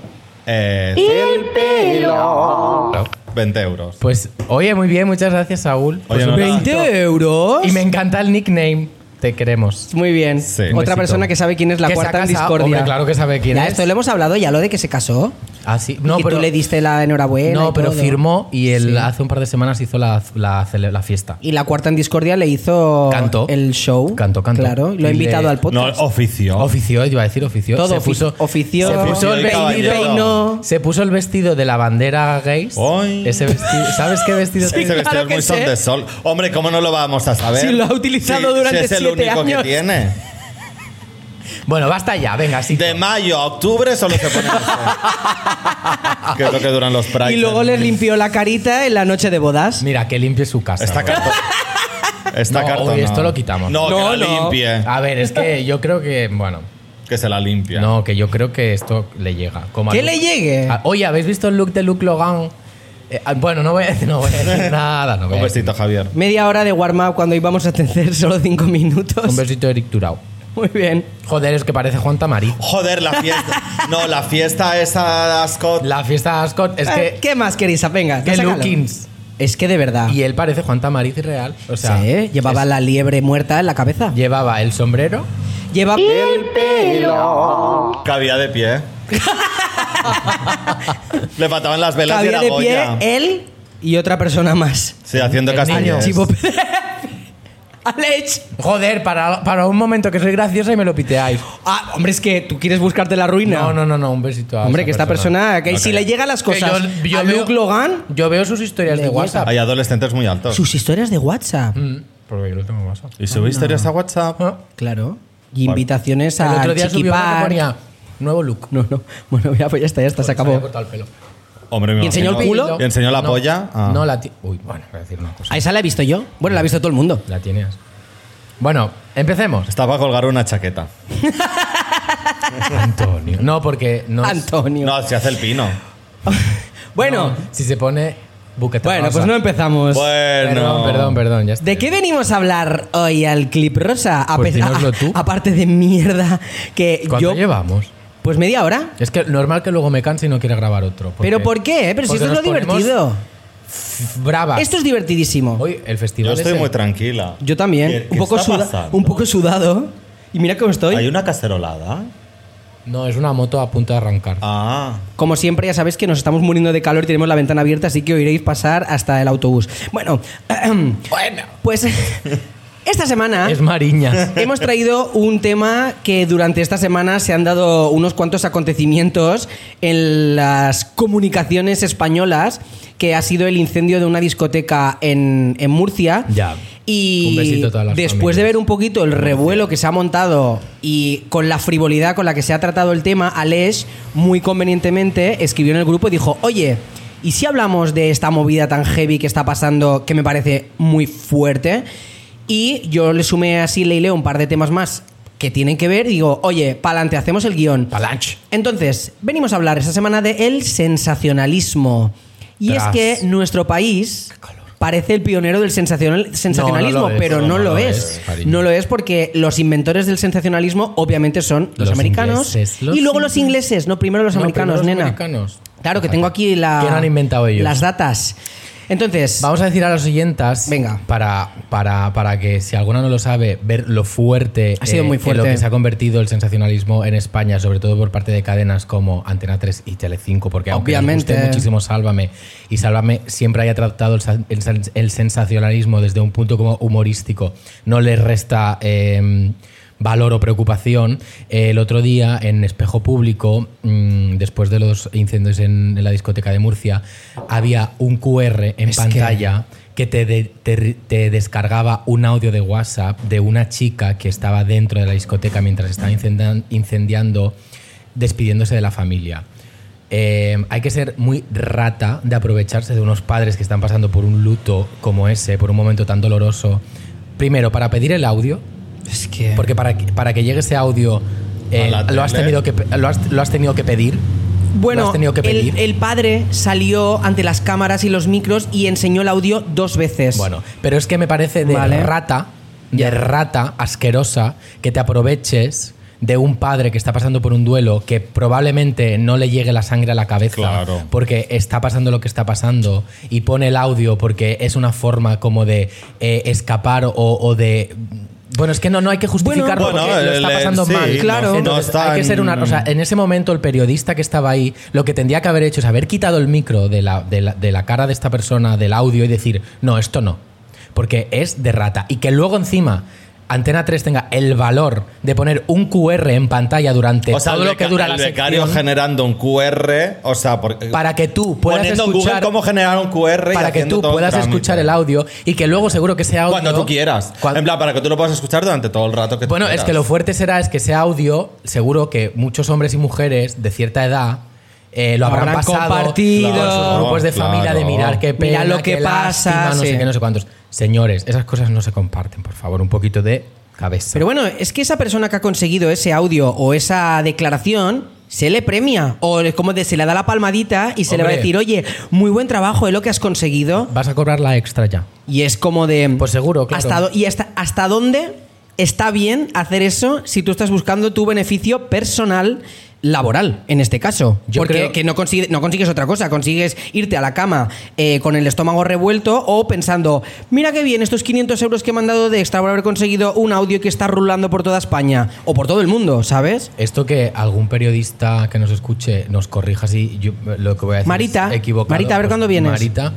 S4: Eh, 20 euros.
S3: Pues, oye, muy bien, muchas gracias, Saúl. por
S4: Oye,
S3: su
S4: no,
S3: besito.
S4: nada.
S2: ¿20 euros?
S3: Y me encanta el nickname. Te queremos.
S2: Muy bien.
S4: Sí. Un
S2: Otra
S3: besito.
S2: persona que sabe quién es la
S3: Que se
S2: cuarta
S3: ha
S2: en
S3: casado.
S2: discordia.
S3: Hombre, claro que sabe quién
S2: ya,
S3: es.
S2: esto lo hemos hablado ya, lo de que se casó.
S3: Ah, sí. No,
S2: y
S3: pero,
S2: tú le diste la enhorabuena.
S3: no,
S2: y
S3: pero
S2: todo.
S3: firmó y él hace un par de semanas hizo la, la, cele- la fiesta.
S2: Y la cuarta en discordia le hizo
S3: Cantó.
S2: el show.
S3: Cantó, cantó.
S2: Claro, y lo ha
S3: Y le-
S2: invitado al
S4: No,
S2: podcast.
S4: oficio.
S3: Ofició, iba a decir ofició.
S2: Todo
S3: se
S2: ofi-
S3: puso,
S2: ofició.
S3: se puso
S4: Ofició
S3: el
S4: y
S3: vestido.
S4: caballero.
S2: Peinó.
S3: Se puso el vestido de la bandera gays.
S4: Ay.
S3: Ese vestido, ¿Sabes qué vestido
S4: Ese
S3: tiene?
S4: vestido
S2: claro
S4: es muy
S2: que
S4: son
S2: sé.
S4: de sol. Hombre, ¿cómo no lo vamos a saber?
S2: Si lo ha utilizado durante
S4: si es el
S2: siete
S4: único
S2: años.
S4: que tiene.
S3: Bueno, basta ya, venga, sí.
S4: De mayo a octubre solo se pone eso. que es lo que duran los Pride.
S2: y luego les limpió la carita en la noche de bodas.
S3: Mira, que limpie su casa.
S4: Esta carta. Esta
S3: No,
S4: carta.
S3: uy,
S4: no.
S3: esto lo quitamos.
S4: No,
S2: No,
S4: que la
S2: no. Ah.
S4: limpie.
S3: A ver, es que yo creo que, bueno,
S4: Que se la limpie.
S3: no, que yo creo que esto le llega. Como a
S2: ¿Que
S3: Luke-
S2: le llegue?
S3: a- oye, ¿habéis visto el look de Luke Logan? Eh, ah, bueno, no voy a decir, no voy a decir nada. No voy
S4: Un
S3: a
S4: besito, Javier.
S2: Media hora de warm-up cuando íbamos a atender solo cinco
S3: decir. Un
S2: minutos.
S3: besito de Eric Turao.
S2: Muy bien.
S3: Joder, es que parece Juan Tamari.
S4: Joder, la fiesta. No, la fiesta esa Ascot.
S3: La fiesta de Ascot es
S2: Eh,
S3: que...
S2: ¿Qué más queréis? Venga,
S3: que
S2: sácalo.
S3: lookings.
S2: Es que de verdad.
S3: Y él parece Juan Tamariz real. O sea,
S2: Sí, llevaba la liebre muerta en la cabeza.
S3: llevaba el sombrero.
S2: Lleva
S4: Cabía de pie. Le faltaban las velas
S2: cabía
S4: y era
S2: de pie
S4: Goya.
S2: él y otra persona más.
S4: Sí, haciendo
S3: El
S4: castañas.
S2: Archivo PDF. Alex.
S3: Joder, para, para un momento que soy graciosa y me lo piteáis.
S2: Ah, hombre, es que tú quieres buscarte la ruina.
S3: No, no, no, no, un besito a
S2: Hombre,
S3: esa
S2: que esta persona, que
S4: No,
S2: si
S4: que-
S2: le llegan las
S3: Que
S2: cosas
S3: yo- yo
S2: a
S3: veo-
S2: Luke Logan,
S3: Yo veo sus historias
S2: Le
S3: de
S2: llega.
S3: WhatsApp.
S4: Hay adolescentes muy altos.
S2: sus historias de WhatsApp.
S3: Mm, Porque yo no tengo WhatsApp.
S4: Y sube historias a WhatsApp.
S3: Ah.
S2: Claro. Y invitaciones
S3: El
S2: a
S3: otro día
S2: Chiqui
S3: subió una que
S2: Park.
S3: ponía nuevo look.
S2: No, no. Bueno, ya, pues ya está, ya está, se
S3: había
S2: acabó.
S3: cortado el pelo.
S4: Hombre, me
S2: ¿Y enseñó el
S4: imagino-
S2: culo?
S4: ¿Y enseñó la
S3: No.
S4: polla? Ah.
S3: No, la tiene. Uy, bueno, voy a decir una cosa.
S2: A esa la he visto yo. Bueno, la ha visto todo el mundo.
S3: La tienes. Bueno, empecemos.
S4: Estaba a colgar una chaqueta.
S3: Antonio. No, porque no. es-
S2: Antonio.
S4: No, se hace el pino.
S2: Bueno,
S3: Si se pone buqueta.
S2: bueno,
S3: rosa.
S2: pues no empezamos.
S4: Bueno.
S3: Perdón, perdón, perdón. Ya está.
S2: ¿De qué venimos a hablar hoy al clip rosa? A
S3: Pues
S2: pesar-
S3: dínoslo tú.
S2: Aparte de mierda que
S3: ¿Cuánto
S2: yo.
S3: llevamos?
S2: Pues media hora.
S3: Es que normal que luego me canse y no quiera grabar otro. porque-
S2: ¿Pero por qué? Pero si esto
S3: porque
S2: es lo
S3: nos ponemos
S2: divertido.
S3: Bravas.
S2: Esto es divertidísimo.
S3: Hoy el festival.
S4: Yo
S3: es
S4: estoy
S3: el-
S4: muy tranquila.
S2: Yo también.
S4: ¿Qué-
S2: un,
S4: qué
S2: poco
S4: está
S2: suda-
S4: pasando?
S2: un poco sudado. Y mira cómo estoy.
S4: ¿Hay una cacerolada?
S3: No, es una moto a punto de arrancar.
S4: Ah.
S2: Como siempre, ya sabéis que nos estamos muriendo de calor y tenemos la ventana abierta, así que oiréis pasar hasta el autobús. Bueno,
S3: Bueno.
S2: pues esta semana
S3: Es Mariñas.
S2: hemos traído un tema que durante esta semana se han dado unos cuantos acontecimientos en las comunicaciones españolas, que ha sido el incendio de una discoteca en, en Murcia.
S3: Ya.
S2: Y
S3: Un besito a todas las
S2: después de
S3: familias.
S2: ver un poquito el revuelo que se ha montado y con la frivolidad con la que se ha tratado el tema, Alex, muy convenientemente, escribió en el grupo y dijo, oye, ¿y si hablamos de esta movida tan heavy que está pasando, que me parece muy fuerte? Y yo le sumé así, le hilé un par de temas más que tienen que ver y digo, oye, pa'lante, hacemos el guión.
S3: Palanch.
S2: Entonces, venimos a hablar esta semana de el sensacionalismo. Y
S3: Tras.
S2: es que nuestro país
S3: calor.
S2: parece el pionero del sensacional- sensacionalismo,
S3: No, no lo es,
S2: pero no, lo es.
S3: cariño.
S2: no lo es porque los inventores del sensacionalismo obviamente son los,
S3: Los
S2: americanos
S3: ingleses, los
S2: y luego los ingleses, no primero los
S3: No,
S2: americanos,
S3: primero los
S2: nena.
S3: americanos.
S2: Claro que tengo aquí la
S3: ¿Quién han inventado ellos?
S2: las datas. Entonces,
S3: Vamos a decir a los oyentes,
S2: Venga.
S3: Para, para, para que si alguno no lo sabe, ver lo fuerte, eh,
S2: Ha sido muy
S3: en
S2: fuerte.
S3: lo que se ha convertido el sensacionalismo en España, sobre todo por parte de cadenas como Antena 3 y Telecinco, porque aunque
S2: Obviamente.
S3: nos guste muchísimo Sálvame, y Sálvame siempre haya tratado el, sa- el sa- el sensacionalismo desde un punto como humorístico, no le resta... eh, valor o preocupación. El otro día en Espejo Público, mm, después de los incendios en, en la discoteca de Murcia, había un QR en
S2: Es que-
S3: pantalla que, te, de- te- te descargaba un audio de WhatsApp de una chica que estaba dentro de la discoteca mientras estaba incendian- incendiando, despidiéndose de la familia. Eh, hay que ser muy rata de aprovecharse de unos padres que están pasando por un luto como ese, por un momento tan doloroso. Primero, para pedir el audio,
S2: es que.
S3: porque para que, para que llegue ese audio eh,
S4: A la
S3: lo, has
S4: tele.
S3: tenido que, pe- lo, has, lo has tenido que pedir. lo
S2: Bueno,
S3: has tenido que pedir.
S2: el, el padre salió ante las cámaras y los micros y enseñó el audio dos veces.
S3: Bueno, pero es que me parece de
S2: Vale.
S3: rata, de rata asquerosa, que te aproveches de un padre que está pasando por un duelo que probablemente no le llegue la sangre a la cabeza
S4: Claro.
S3: porque está pasando lo que está pasando y pone el audio porque es una forma como de eh, escapar o, o de... Bueno, es que no, no hay que justificarlo
S4: Bueno,
S3: porque lo está
S4: el-
S3: pasando
S4: sí,
S3: mal.
S2: Claro. no-
S3: Entonces,
S4: no está
S3: hay que ser una...
S4: en-
S3: o sea, Ah, en ese momento el periodista que estaba ahí lo que tendría que haber hecho es haber quitado el micro de la, de la- de la cara de esta persona, del audio y decir, no, esto no, porque es de rata. Y que luego encima Antena 3 tenga el valor de poner un QR en pantalla durante
S4: O sea,
S3: todo
S4: el
S3: lo que
S4: beca-
S3: dura
S4: el
S3: la
S4: becario
S3: sección
S4: generando un QR, o sea, por-
S3: para que tú puedas
S4: poniendo en Google
S3: escuchar...
S4: cómo generar un QR y
S3: para que
S4: haciendo
S3: tú
S4: todo el
S3: puedas
S4: trámite.
S3: escuchar el audio y que luego seguro que ese audio...
S4: Cuando tú quieras.
S3: Cuan-
S4: En plan, para que tú lo puedas escuchar durante todo el rato que tú
S3: Bueno, es
S4: quieras.
S3: que lo fuerte será es que ese audio, seguro que muchos hombres y mujeres de cierta edad eh, lo habrán,
S2: Habrán
S3: pasado
S2: compartido.
S3: con sus grupos Ah, pues de
S4: Claro.
S3: familia de mirar qué pena,
S2: Mira lo que
S3: qué
S2: pasa,
S3: lástima, no
S2: sí.
S3: sé qué, no sé cuántos. Señores, esas cosas no se comparten, por favor, un poquito de cabeza.
S2: Pero bueno, es que esa persona que ha conseguido ese audio o esa declaración se le premia o es como de, se le da la palmadita y se le va a
S3: Hombre.
S2: decir, oye, muy buen trabajo, es lo que has conseguido.
S3: Vas a cobrar la extra ya.
S2: Y es como de...
S3: Pues seguro, claro.
S2: Hasta, do- ¿Y hasta, hasta dónde está bien hacer eso si tú estás buscando tu beneficio personal laboral, en este caso?
S3: Yo
S2: Porque
S3: creo-
S2: que no, consigue- no consigues otra cosa, consigues irte a la cama eh, con el estómago revuelto o pensando, mira qué bien, estos 500 euros que me han dado de extra por haber conseguido un audio que está rulando por toda España o por todo el mundo, ¿sabes?
S3: Esto que algún periodista que nos escuche nos corrija si yo lo que voy a decir
S2: Marita,
S3: es equivocado.
S2: Marita, a ver cuándo vienes.
S3: Marita,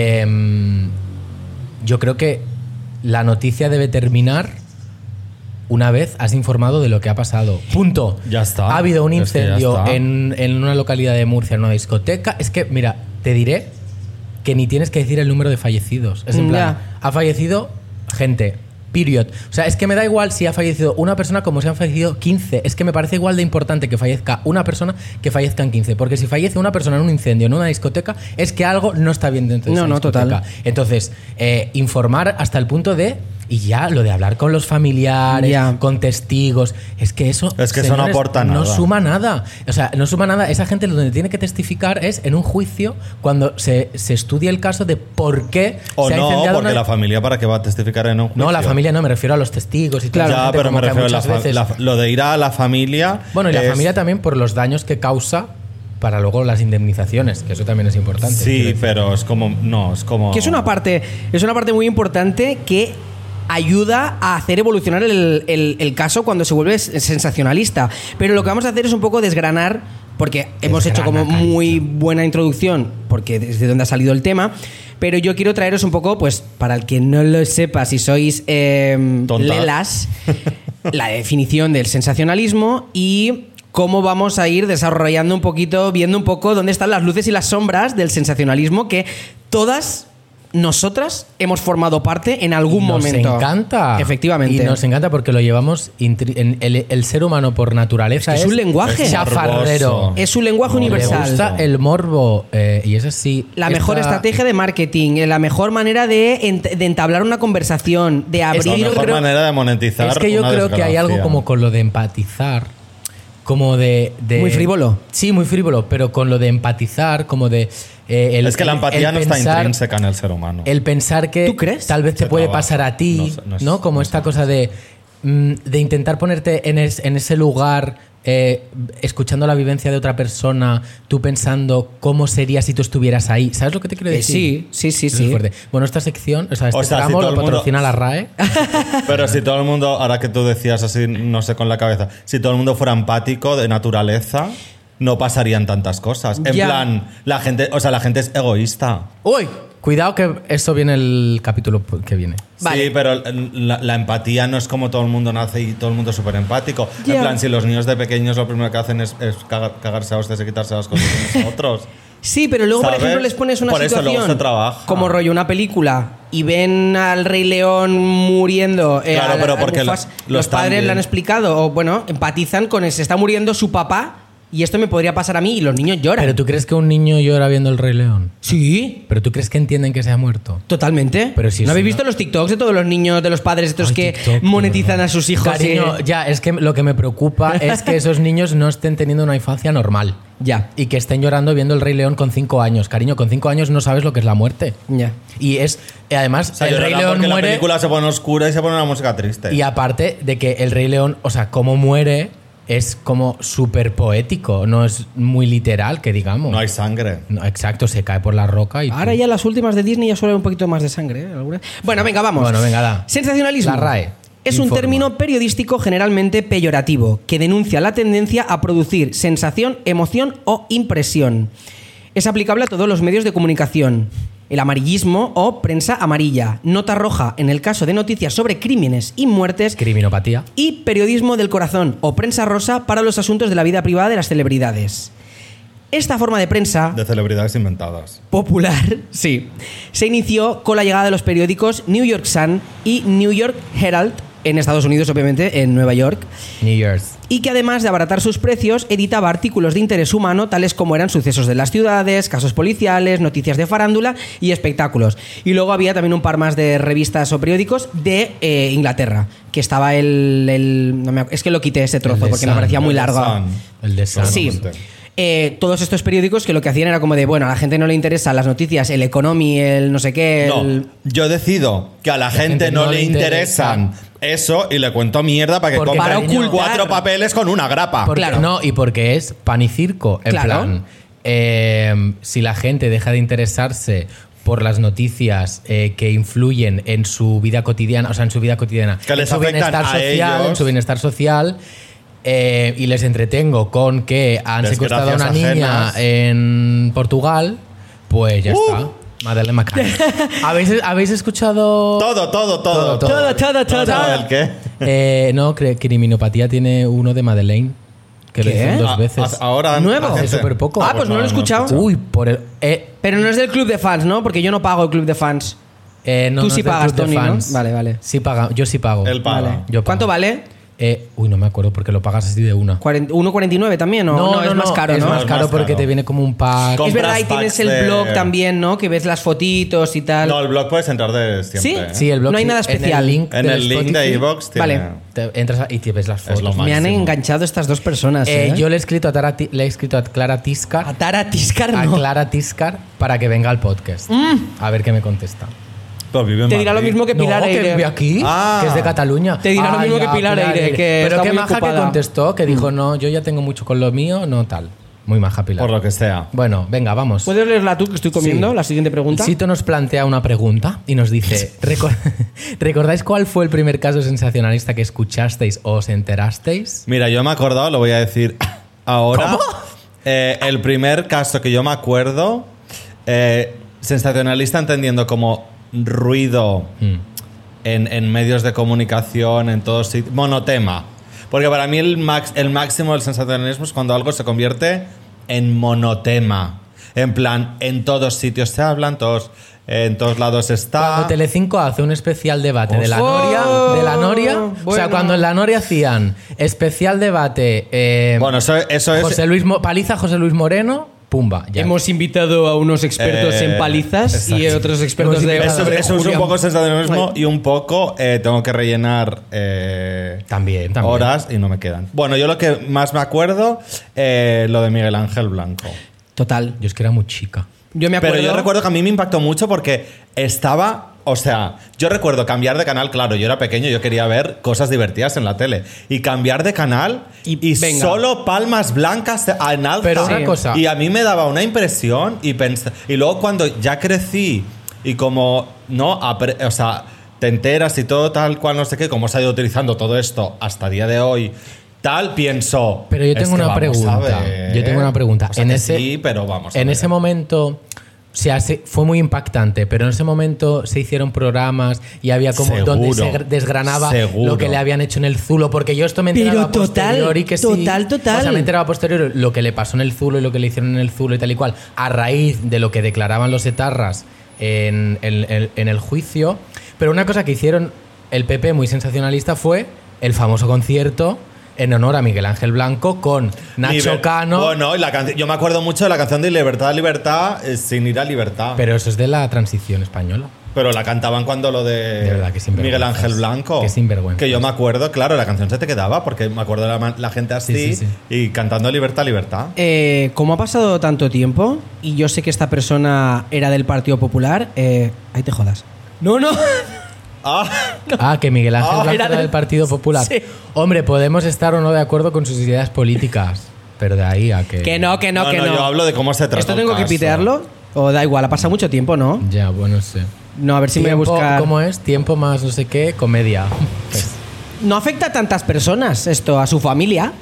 S3: em, yo creo que la noticia debe terminar una vez has informado de lo que ha pasado. Punto.
S4: Ya está.
S3: Ha habido un
S4: Es que ya
S3: incendio
S4: está.
S3: en, en una localidad de Murcia, en una discoteca. Es que, mira, te diré que ni tienes que decir el número de fallecidos. Es en plan,
S2: Ya.
S3: ha fallecido gente. Period. O sea, es que me da igual si ha fallecido una persona como si han fallecido 15. Es que me parece igual de importante que fallezca una persona que fallezcan 15. Porque si fallece una persona en un incendio, en una discoteca, es que algo no está bien dentro de
S2: No,
S3: esa
S2: no,
S3: discoteca.
S2: total.
S3: Entonces, eh, informar hasta el punto de. Y ya lo de hablar con los familiares,
S2: Ya.
S3: con testigos. Es que eso.
S4: Es que eso no aporta
S3: No
S4: nada.
S3: suma nada. O sea, no suma nada. Esa gente donde tiene que testificar es en un juicio cuando se, se estudia el caso de por qué
S4: O
S3: se ha
S4: no,
S3: incendiado
S4: porque
S3: una-
S4: la familia para qué va a testificar en un
S3: No, la
S4: juicio?
S3: familia no, me refiero a los testigos y
S2: Claro.
S3: tal.
S4: ya,
S3: gente
S4: pero
S3: como
S4: me
S3: que
S4: refiero a la
S3: muchas
S4: fa-
S3: veces-
S4: la- lo de ir a la familia.
S3: Bueno, y la
S4: es-
S3: familia también por los daños que causa para luego las indemnizaciones, que eso también es importante. Quiero
S4: Sí,
S3: decir,
S4: pero es como. No, es como.
S2: Que es una parte, es una parte muy importante que ayuda a hacer evolucionar el, el- el caso cuando se vuelve s- sensacionalista. Pero lo que vamos a hacer es un poco desgranar, porque hemos
S3: Desgrana,
S2: hecho como
S3: cariño.
S2: muy buena introducción, porque desde donde ha salido el tema. Pero yo quiero traeros un poco, pues, para el que no lo sepa, si sois eh,
S4: Tontas.
S2: lelas, la definición del sensacionalismo y cómo vamos a ir desarrollando un poquito, viendo un poco dónde están las luces y las sombras del sensacionalismo que todas nosotras hemos formado parte en algún
S3: nos
S2: momento.
S3: encanta.
S2: Efectivamente.
S3: Y nos encanta porque lo llevamos. intri- en- el, el ser humano por naturaleza
S2: Es que
S3: es,
S2: es un lenguaje.
S3: es chafarrero.
S4: Morboso.
S2: Es un lenguaje
S4: Le
S3: Le
S2: universal.
S3: gusta el morbo. eh, y es así.
S2: la mejor
S3: Esta-
S2: estrategia de marketing, eh, la mejor manera de, ent- de entablar una conversación, de abrir...
S4: La
S3: yo
S4: mejor
S3: creo-
S4: manera de monetizar.
S3: Es que yo
S4: una
S3: creo que hay
S4: desgracia.
S3: algo como con lo de empatizar, como de, de-
S2: Muy frívolo.
S3: Sí, muy frívolo, pero con lo de empatizar, como de eh, el-
S4: es que la
S3: el-
S4: empatía
S3: el
S4: no está
S3: pensar-
S4: intrínseca en el ser humano.
S3: El pensar que
S2: ¿Tú crees?
S3: tal vez te
S4: Se
S3: puede
S4: trabaja.
S3: pasar a ti,
S4: No sé, no
S3: ¿no?
S4: es-
S3: Como
S4: no
S3: esta
S4: sé.
S3: cosa de mm, de intentar ponerte en, es- en ese lugar, eh, escuchando la vivencia de otra persona, tú pensando cómo sería si tú estuvieras ahí. ¿Sabes lo que te quiero
S1: Eh, sí,
S3: decir?
S1: sí, sí,
S3: Eso es
S1: sí.
S3: fuerte. Bueno, esta sección, o sea, este
S4: O sea, si
S3: tramo
S4: todo
S3: lo
S4: el mundo-
S3: patrocina la RAE.
S4: Pero si todo el mundo, ahora que tú decías así, no sé, con la cabeza, si todo el mundo fuera empático de naturaleza, no pasarían tantas cosas. En
S1: Ya.
S4: plan, la gente, o sea, la gente es egoísta.
S1: ¡Uy!
S3: Cuidado que eso viene el capítulo que viene.
S1: Vale.
S4: Sí, pero la, la empatía no es como todo el mundo nace y todo el mundo es súper empático.
S2: Ya.
S4: En plan, si los niños de pequeños lo primero que hacen es, es cagar- cagarse a hostias y quitarse las cosas unos a otros.
S2: Sí, pero luego,
S4: ¿Sabes?
S2: por ejemplo, les pones una
S4: Por eso luego
S2: situación
S4: se trabaja.
S2: como rollo una película y ven al Rey León muriendo. eh,
S4: Claro,
S2: al-
S4: pero
S2: al
S4: porque lo-
S2: Mufasa,
S4: lo
S2: los
S4: están
S2: padres
S4: bien.
S2: le han explicado o bueno, empatizan con el se está muriendo su papá y esto me podría pasar a mí y los niños lloran.
S3: Pero tú crees que un niño llora viendo el Rey León.
S2: Sí,
S3: Pero tú crees que entienden que se ha muerto.
S2: totalmente.
S3: Pero si
S2: ¿No
S3: es
S2: habéis
S3: una-
S2: visto los TikToks de todos los niños de los padres estos
S3: Ay,
S2: que
S3: TikTok,
S2: monetizan
S3: perdón.
S2: a sus hijos?
S3: Cariño,
S2: eh?
S3: ya, es que lo que me preocupa es que esos niños no estén teniendo una infancia normal.
S2: ya,
S3: Y que estén llorando viendo el Rey León con 5 años. Cariño, con 5 años no sabes lo que es la muerte.
S2: ya.
S3: Y es, eh, además,
S4: O sea,
S3: el Rey
S4: llorarán
S3: León
S4: porque la
S3: muere.
S4: película se pone oscura y se pone una música triste.
S3: Y aparte de que el Rey León, o sea, cómo muere es como súper poético, no es muy literal, que digamos.
S4: No hay sangre.
S3: No, exacto, se cae por la roca y.
S2: Ahora ya las últimas de Disney ya suele haber un poquito más de sangre. ¿eh? Algunas. Bueno, venga, vamos.
S3: Bueno, venga, da.
S2: Sensacionalismo.
S3: La RAE.
S2: Es un
S3: Informa.
S2: término periodístico generalmente peyorativo que denuncia la tendencia a producir sensación, emoción o impresión. Es aplicable a todos los medios de comunicación. El amarillismo o prensa amarilla, nota roja en el caso de noticias sobre crímenes y muertes
S3: Criminopatía.
S2: y periodismo del corazón o prensa rosa para los asuntos de la vida privada de las celebridades. Esta forma de prensa
S4: De celebridades inventadas.
S2: popular, sí, se inició con la llegada de los periódicos New York Sun y New York Herald, en Estados Unidos obviamente, en Nueva York,
S3: New Year's.
S2: y que además de abaratar sus precios, editaba artículos de interés humano tales como eran sucesos de las ciudades, casos policiales, noticias de farándula y espectáculos. Y luego había también un par más de revistas o periódicos de eh, Inglaterra, que estaba el... el- no me acu- es que lo quité ese
S3: El
S2: trozo
S3: de
S2: porque me
S3: Sun,
S2: parecía
S3: el
S2: muy
S4: de
S2: largo.
S4: Sun.
S3: El de San.
S2: Sí. Eh, todos estos periódicos que lo que hacían era como de, bueno, a la gente no le interesan las noticias, el economy, el no sé qué, el...
S4: No, yo decido que a la, gente, no, le interesan eso y le cuento mierda para que
S3: Porque
S4: compre
S3: para
S2: ocultar.
S4: cuatro papeles con una grapa.
S3: Porque-
S2: Claro.
S3: No, y porque es pan y circo. En
S2: Claro.
S3: plan, eh, si la gente deja de interesarse por las noticias eh, que influyen en su vida cotidiana, o sea, en su vida cotidiana,
S4: Que les
S3: en su
S4: afectan
S3: bienestar
S4: a
S3: social,
S4: ellos.
S3: en su bienestar social, eh, y les entretengo con que han secuestrado a una
S4: Desgracias
S3: niña
S4: ajenas.
S3: en Portugal, pues
S4: Uh.
S3: ya está. Madeleine McCann. ¿Habéis, ¿Habéis escuchado...?
S4: todo, todo,
S3: Todo, todo.
S4: todo.
S2: Todo, todo, todo.
S4: ¿Todo el qué?
S3: Eh, no, cre- criminopatía tiene uno de Madeleine, que lo
S2: ¿Qué?
S3: dicen dos
S4: A-
S3: veces.
S4: a- Ah, ahora
S2: Nuevo.
S4: hace
S3: Hace súper poco.
S2: Ah, pues no lo he escuchado.
S3: Uy, por el. Eh,
S2: Pero no es del club de fans, ¿no? Porque yo no pago el club de fans.
S3: eh, no,
S2: Tú
S3: no
S2: sí
S3: es del
S2: pagas,
S3: club de
S2: Tony, ¿no?
S3: fans.
S2: Vale, vale.
S3: Sí paga, yo sí pago.
S4: Él paga.
S2: Vale.
S3: Yo pago.
S2: ¿Cuánto vale?
S3: Eh, uy, no me acuerdo porque lo pagas así de una.
S2: Cuaren- 1,49 también, ¿no? es más caro,
S3: Es
S2: ¿no?
S3: más
S4: Es
S3: caro
S4: más
S3: porque
S4: caro.
S3: te viene como un pack.
S4: Con-
S2: Es verdad, y tienes
S4: Compras packs
S2: el
S4: de-
S2: blog también, ¿no? Que ves las fotitos y tal.
S4: No, el blog puedes entrar de siempre. ¿eh?
S3: Sí, el blog.
S2: No hay
S3: sí.
S2: nada
S3: En
S2: especial.
S3: el link,
S4: En
S3: del
S4: el link de
S3: Spotify
S4: iVoox tiene.
S2: Vale.
S3: te entras a- y te ves las
S4: lo
S3: fotos.
S4: más.
S2: Me han
S4: máximo.
S2: enganchado estas dos personas,
S3: Eh,
S2: ¿eh?
S3: yo le he escrito a, Tara Ti- le he escrito a Clara Tiscar.
S2: A Tara Tiscar,
S3: A
S2: no.
S3: Clara Tiscar para que venga al podcast.
S2: Mm.
S3: A ver qué me contesta.
S4: Pero Pues vive en
S2: Te dirá lo
S4: Madrid.
S2: mismo que Pilar
S3: no, que
S2: Aire.
S3: vive aquí,
S4: Ah.
S3: que es de Cataluña.
S2: Te dirá lo mismo que
S3: ya,
S2: Pilar Aire, que
S3: Pero
S2: está
S3: qué
S2: muy
S3: maja
S2: ocupada. Mm.
S3: que contestó, que dijo, no, yo ya tengo mucho con lo mío, no tal. Muy maja Pilar.
S4: Por lo que sea.
S3: Bueno, venga, vamos.
S2: ¿Puedes leerla tú que estoy comiendo?
S3: Sí.
S2: La siguiente pregunta.
S3: Sito nos plantea una pregunta y nos dice, "Reco- ¿recordáis cuál fue el primer caso sensacionalista que escuchasteis o os enterasteis?
S4: Mira, yo me he acordado, lo voy a decir ahora. Eh, el primer caso que yo me acuerdo, eh, sensacionalista entendiendo como ruido
S3: Hmm.
S4: en, en medios de comunicación, en todos sitios, monotema. Porque para mí el, max- el máximo del sensacionalismo es cuando algo se convierte en monotema. En plan, en todos sitios se hablan, todos, en todos lados
S3: Cuando
S4: está.
S3: Telecinco hace un especial debate de la
S2: Oh,
S3: Noria, de la Noria, o sea,
S2: bueno.
S3: cuando en la Noria hacían especial debate, eh,
S4: Bueno, eso, eso es.
S3: José Luis Mo- paliza José Luis Moreno, pumba, ya.
S2: Hemos invitado a unos expertos
S4: Eh,
S2: en palizas y
S3: exacto.
S2: otros expertos
S3: Hemos
S2: de.
S3: invitado-
S4: Eso,
S2: de
S4: eso es un
S2: Julián.
S4: poco sensacionalismo y un poco eh, tengo que rellenar eh,
S3: También, también.
S4: horas y no me quedan. Bueno, yo lo que más me acuerdo, eh, lo de Miguel Ángel Blanco.
S2: Total.
S3: Yo es que era muy chica.
S2: Yo me acuerdo.
S4: Pero yo recuerdo que a mí me impactó mucho porque estaba o sea, yo recuerdo cambiar de canal, claro, yo era pequeño, yo quería ver cosas divertidas en la tele. Y cambiar de canal
S1: Y
S4: y,
S1: venga.
S4: solo palmas blancas en alta.
S3: Pero una Sí. cosa-
S4: Y a mí me daba una impresión y pens- Y luego cuando ya crecí y como, no, apre- o sea, te enteras y todo tal cual, no sé qué, cómo se ha ido utilizando todo esto hasta día de hoy. Tal pienso.
S3: Pero yo
S4: es
S3: tengo
S4: que
S3: una
S4: vamos a
S3: pregunta.
S4: ver.
S3: Yo tengo una pregunta.
S4: O sea
S3: en
S4: que
S3: ese,
S4: sí, pero vamos. a
S3: En
S4: ver.
S3: ese momento. O sea, se- fue muy impactante, pero en ese momento se hicieron programas y había como donde se
S4: Seguro.
S3: gr- desgranaba
S4: Seguro.
S3: lo que le habían hecho en el Zulo, porque yo esto me
S2: Pero
S3: enteraba
S2: total,
S3: posterior y que sí.
S2: total, total.
S3: O sea, me enteraba posterior lo que le pasó en el Zulo y lo que le hicieron en el Zulo y tal y cual, a raíz de lo que declaraban los etarras en, en- en- en el juicio. Pero una cosa que hicieron el PP muy sensacionalista fue el famoso concierto en honor a Miguel Ángel Blanco con Nacho
S4: Liber-
S3: Cano.
S4: Bueno, y la canci- yo me acuerdo mucho de la canción de Libertad, Libertad, eh, sin ir a
S1: Ah.
S4: libertad. Pero,
S3: Pero eso es de la transición española.
S4: la cantaban cuando lo de,
S3: De verdad, qué sinvergüenzas.
S4: Miguel Ángel Blanco.
S3: Qué sinvergüenzas.
S4: Que yo me acuerdo, claro, la canción se te quedaba porque me acuerdo la, ma- la gente así
S3: Sí, sí, sí.
S4: y cantando Libertad, Libertad.
S1: Eh, como ha pasado tanto tiempo y yo sé que esta persona era del Partido Popular, eh, ahí te jodas. No, no.
S4: Ah,
S3: Ah, que Miguel Ángel
S4: Ah,
S3: Blanco
S1: era
S3: era
S1: del-
S3: del Partido Popular.
S1: Sí.
S3: Hombre, podemos estar o no de acuerdo con sus ideas políticas, pero de ahí a que...
S1: Que no, que no,
S4: no,
S1: que
S4: no,
S1: no.
S4: yo hablo de cómo se trató
S1: ¿Esto
S4: el
S1: tengo que
S4: caso.
S1: pitearlo? O da igual, ha pasado mucho tiempo, ¿no?
S3: Ya, bueno, sé.
S1: No, a ver si me voy a
S3: Tiempo-
S1: buscar.
S3: ¿Cómo es? Tiempo más no sé qué, comedia. Pues,
S1: No afecta a tantas personas esto, a su familia.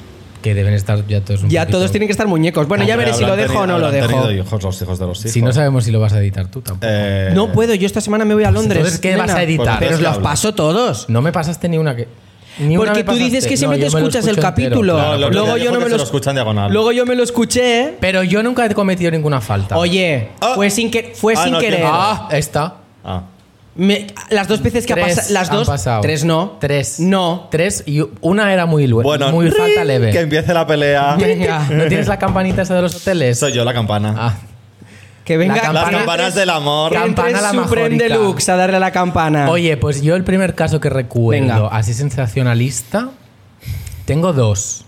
S3: que deben estar ya todos un
S1: Ya
S3: poquito-
S1: todos tienen que estar muñecos. Bueno, ya
S4: Hombre,
S1: veré si lo
S4: habrán
S1: dejo o no
S4: tenido-
S1: lo
S4: habrán
S1: dejo.
S4: tenido hijos, los hijos de los hijos.
S3: Si no sabemos si lo vas a editar tú tampoco.
S4: Eh,
S1: No puedo, yo esta semana me voy a Londres.
S3: entonces, ¿qué vas a editar?
S4: Pues entonces,
S1: Pero os
S4: ¿qué
S1: los
S4: hablas?
S1: paso todos.
S3: No me pasaste ni una que... ni una
S1: Porque
S3: me
S1: tú dices
S3: pasaste.
S1: que siempre
S3: No,
S1: te
S3: yo me lo
S1: escuchas el
S3: escucho entero,
S1: capítulo.
S3: claro.
S4: No, lo que
S1: Luego
S4: te
S1: yo
S4: dijo
S1: no
S4: que
S1: me
S4: se
S1: lo
S4: lo escucha en diagonal.
S1: Luego yo me lo escuché.
S3: Pero yo nunca he cometido ninguna falta.
S1: Oye,
S4: Ah.
S1: fue sin que fue
S4: Ah,
S1: sin
S4: no,
S1: querer.
S4: tiene-
S3: Ah, esta.
S4: Ah.
S1: Me- las dos veces que ha
S3: Tres
S1: pasado, las
S3: han
S1: dos,
S3: pasado.
S1: tres no,
S3: Tres.
S1: no.
S3: Tres y una era muy, lue-
S4: Bueno,
S3: muy falta
S4: ring,
S3: leve.
S4: Que empiece la pelea.
S3: Venga, ¿no tienes la campanita esa de los hoteles?
S4: Soy yo la campana.
S3: Ah.
S1: Que venga,
S3: La
S1: que
S4: Las
S3: campana-
S4: campanas
S1: entre-
S4: del amor.
S1: que entre
S3: Campana la
S1: Supreme
S3: majorica.
S1: Deluxe a darle a la
S4: Ah.
S1: campana.
S3: Oye, pues yo el primer caso que recuerdo
S1: Venga.
S3: así sensacionalista, tengo dos.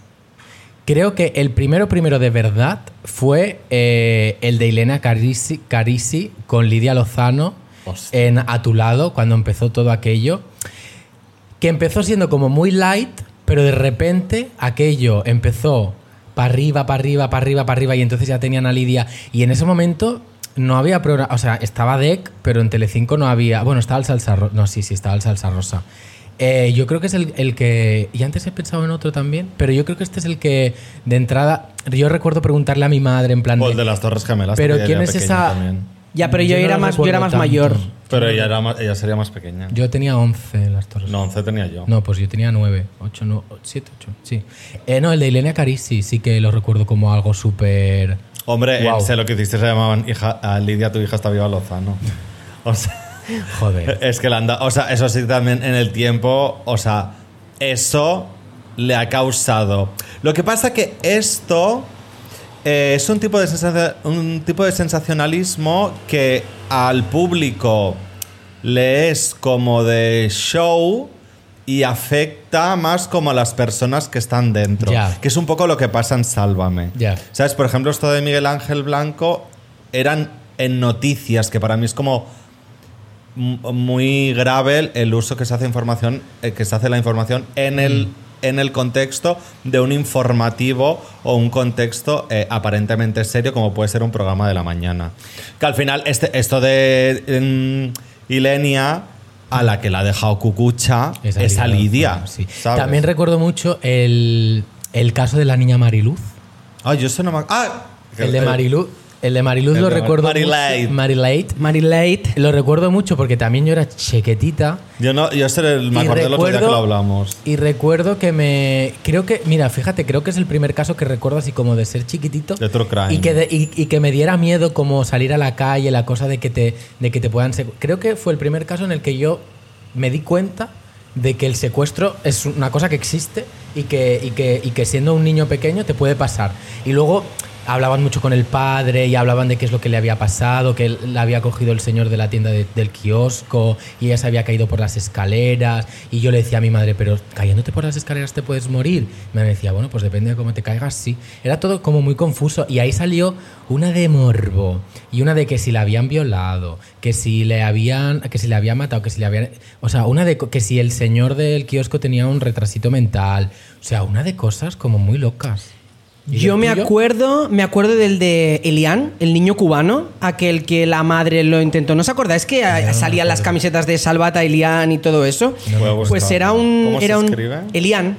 S3: Creo que el primero, primero de verdad fue eh, el de Elena Carisi, Carisi con Lidia Lozano
S4: Hostia.
S3: en A tu lado, cuando empezó todo aquello. que empezó siendo como muy light, pero de repente aquello empezó para arriba, para arriba, para arriba, para arriba, y entonces ya tenían a Lidia. Y en ese momento no había programa, o sea, estaba DEC, pero en Telecinco no había, bueno, estaba el Salsa Rosa, no, sí, sí, estaba el Salsa Rosa. Eh, yo creo que es el, el que, y antes he pensado en otro también, pero yo creo que este es el que de entrada, yo recuerdo preguntarle a mi madre en plan...
S4: O
S3: de,
S4: el Pues de las Torres Gemelas.
S3: pero
S4: que
S3: ¿quién
S4: era
S3: es
S4: pequeño
S3: esa...?
S4: también.
S1: Ya, pero yo
S3: no
S1: era
S3: lo
S1: más- yo era más
S3: recuerdo
S1: mayor.
S4: Pero ella, era más- ella sería más pequeña.
S3: Yo tenía 11 las torres.
S4: No, 11 tenía yo.
S3: No, pues yo tenía nueve, ocho, no, siete, ocho, sí. Eh, no, el de Elena Carisi sí que lo recuerdo como algo súper...
S4: Hombre,
S3: Guau.
S4: eh, sé lo que hiciste, se llamaban hija, a Lidia, tu hija está viva Lozano. O sea,
S3: Joder.
S4: es que la anda. O sea, eso sí también en el tiempo. O sea, eso le ha causado. Lo que pasa que esto eh, es un tipo, de sensacio- un tipo de sensacionalismo que al público le es como de show y afecta más como a las personas que están dentro.
S3: Ya.
S4: Que es un poco lo que pasa en Sálvame.
S3: Ya.
S4: ¿Sabes? Por ejemplo, esto de Miguel Ángel Blanco eran en noticias, que para mí es como m- muy grave el, el uso que se hace información eh, que se hace la información en el
S3: Mm.
S4: en el contexto de un informativo o un contexto eh, aparentemente serio como puede ser un programa de la mañana que al final este, esto de mm, Ilenia a la que la ha dejado cucucha es
S3: Esa
S4: a Lidia
S3: Sí.
S4: ¿sabes?
S3: También recuerdo mucho el, el caso de la niña Mariluz.
S4: ah yo eso no me ac- ah
S3: El de Mariluz, el de Mariluz
S4: El
S3: lo
S4: de Mar-
S3: recuerdo
S4: Marilate.
S3: mucho. Marilate.
S1: Marilate.
S3: Lo recuerdo mucho porque también yo era chequetita
S4: yo no yo ese el- me
S3: Y
S4: acordé el otro día que
S3: recuerdo-
S4: lo hablamos
S3: y recuerdo que me... Creo que... Mira, fíjate, creo que es el primer caso que recuerdo así como de ser chiquitito.
S4: De true crime.
S3: Y que, de- y, y que me diera miedo como salir a la calle, la cosa de que te, de que te puedan... secu- Creo que fue el primer caso en el que yo me di cuenta de que el secuestro es una cosa que existe y que, y que, y que siendo un niño pequeño te puede pasar. Y luego... hablaban mucho con el padre y hablaban de qué es lo que le había pasado, que él- la había cogido el señor de la tienda de- del kiosco y ella se había caído por las escaleras. Y yo le decía a mi madre, pero cayéndote por las escaleras te puedes morir. Me decía, bueno, pues depende de cómo te caigas, sí. Era todo como muy confuso y ahí salió una de morbo y una de que si la habían violado, que si le habían, que si le habían matado, que si le habían... O sea, una de co- que si el señor del kiosco tenía un retrasito mental. O sea, una de cosas como muy locas. ¿Y
S2: Yo
S3: el
S2: me
S3: tuyo?
S2: acuerdo, me acuerdo del de Elian, el niño cubano, aquel que la madre lo intentó. ¿No os acordáis que ah, salían las camisetas de Salvata, Elian y todo eso?
S4: No me acuerdo.
S2: pues era un.
S4: ¿Cómo se
S2: era un-
S4: escribe?
S2: Elian.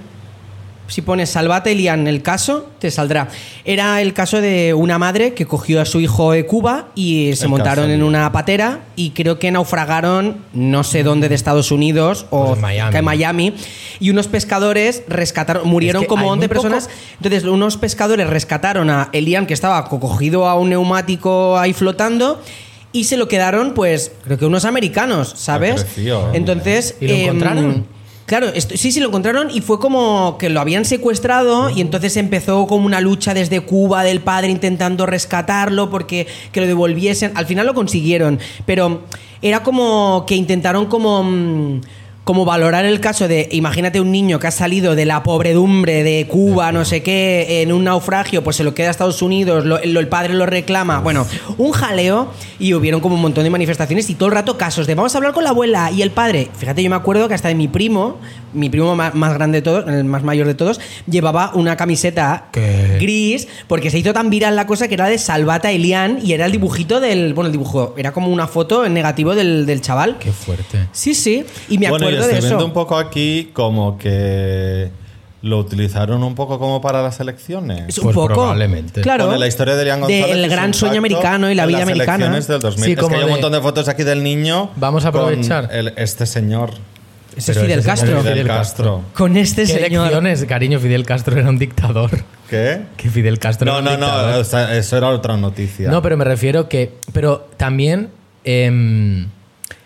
S2: Si pones Salvata Elian el caso, te saldrá. Era el caso de una madre que cogió a su hijo de Cuba y se
S4: El
S2: montaron
S4: caso.
S2: en una patera y creo que naufragaron no sé dónde de Estados Unidos o
S3: Pues en Miami.
S2: que en Miami. Y unos pescadores rescataron, murieron murieron
S3: Es que
S2: como
S3: hay
S2: 11
S3: muy poco-
S2: personas. Entonces, unos pescadores rescataron a Elian, que estaba co- cogido a un neumático ahí flotando, y se lo quedaron, pues, creo que unos americanos, ¿sabes?
S4: creció.
S2: Entonces. em,
S3: ¿Y lo encontraron?
S2: Claro, esto- sí, sí, lo encontraron y fue como que lo habían secuestrado y entonces empezó como una lucha desde Cuba del padre intentando rescatarlo porque que lo devolviesen. Al final lo consiguieron, pero era como que intentaron como... mm, como valorar el caso de, imagínate un niño que ha salido de la pobredumbre de Cuba, no sé qué, en un naufragio, pues se lo queda a Estados Unidos, lo- lo- el padre lo reclama. Bueno, un jaleo y hubieron como un montón de manifestaciones y todo el rato casos de vamos a hablar con la abuela y el padre. Fíjate, yo me acuerdo que hasta de mi primo, mi primo ma- más, grande de todos, el más mayor de todos, llevaba una camiseta
S3: ¿Qué?
S2: gris porque se hizo tan viral la cosa que era de Salvata Elian y era el dibujito del, bueno, el dibujo, era como una foto en negativo del, del chaval.
S3: Qué fuerte.
S2: Sí, sí, y me acuerdo
S4: bueno, y estoy
S2: de eso.
S4: viendo un poco aquí como que lo utilizaron un poco como para las elecciones.
S2: Es
S3: Pues probablemente.
S2: Claro.
S4: Bueno, la historia de Elian González.
S2: el
S4: y su
S2: gran
S4: impacto
S2: sueño americano y la
S4: en
S2: vida
S4: las
S2: americana.
S4: elecciones del 2000.
S3: Sí,
S4: Es que
S3: como
S4: hay un
S3: de-
S4: montón de fotos aquí del niño.
S3: Vamos a
S4: con
S3: aprovechar.
S4: el- este señor.
S2: Ese es
S3: Pero
S2: Fidel
S3: ese es
S2: Castro.
S3: Fidel
S4: Fidel
S3: Castro.
S4: Castro.
S2: Con este
S3: ¿Qué ¿eh?
S2: señor.
S3: elecciones? Cariño, Fidel Castro era un dictador.
S4: ¿Qué?
S3: Que Fidel Castro
S4: No,
S3: era
S4: no,
S3: un
S4: no.
S3: dictador.
S4: o sea, eso era otra noticia.
S3: No, pero me refiero que. Pero también. em,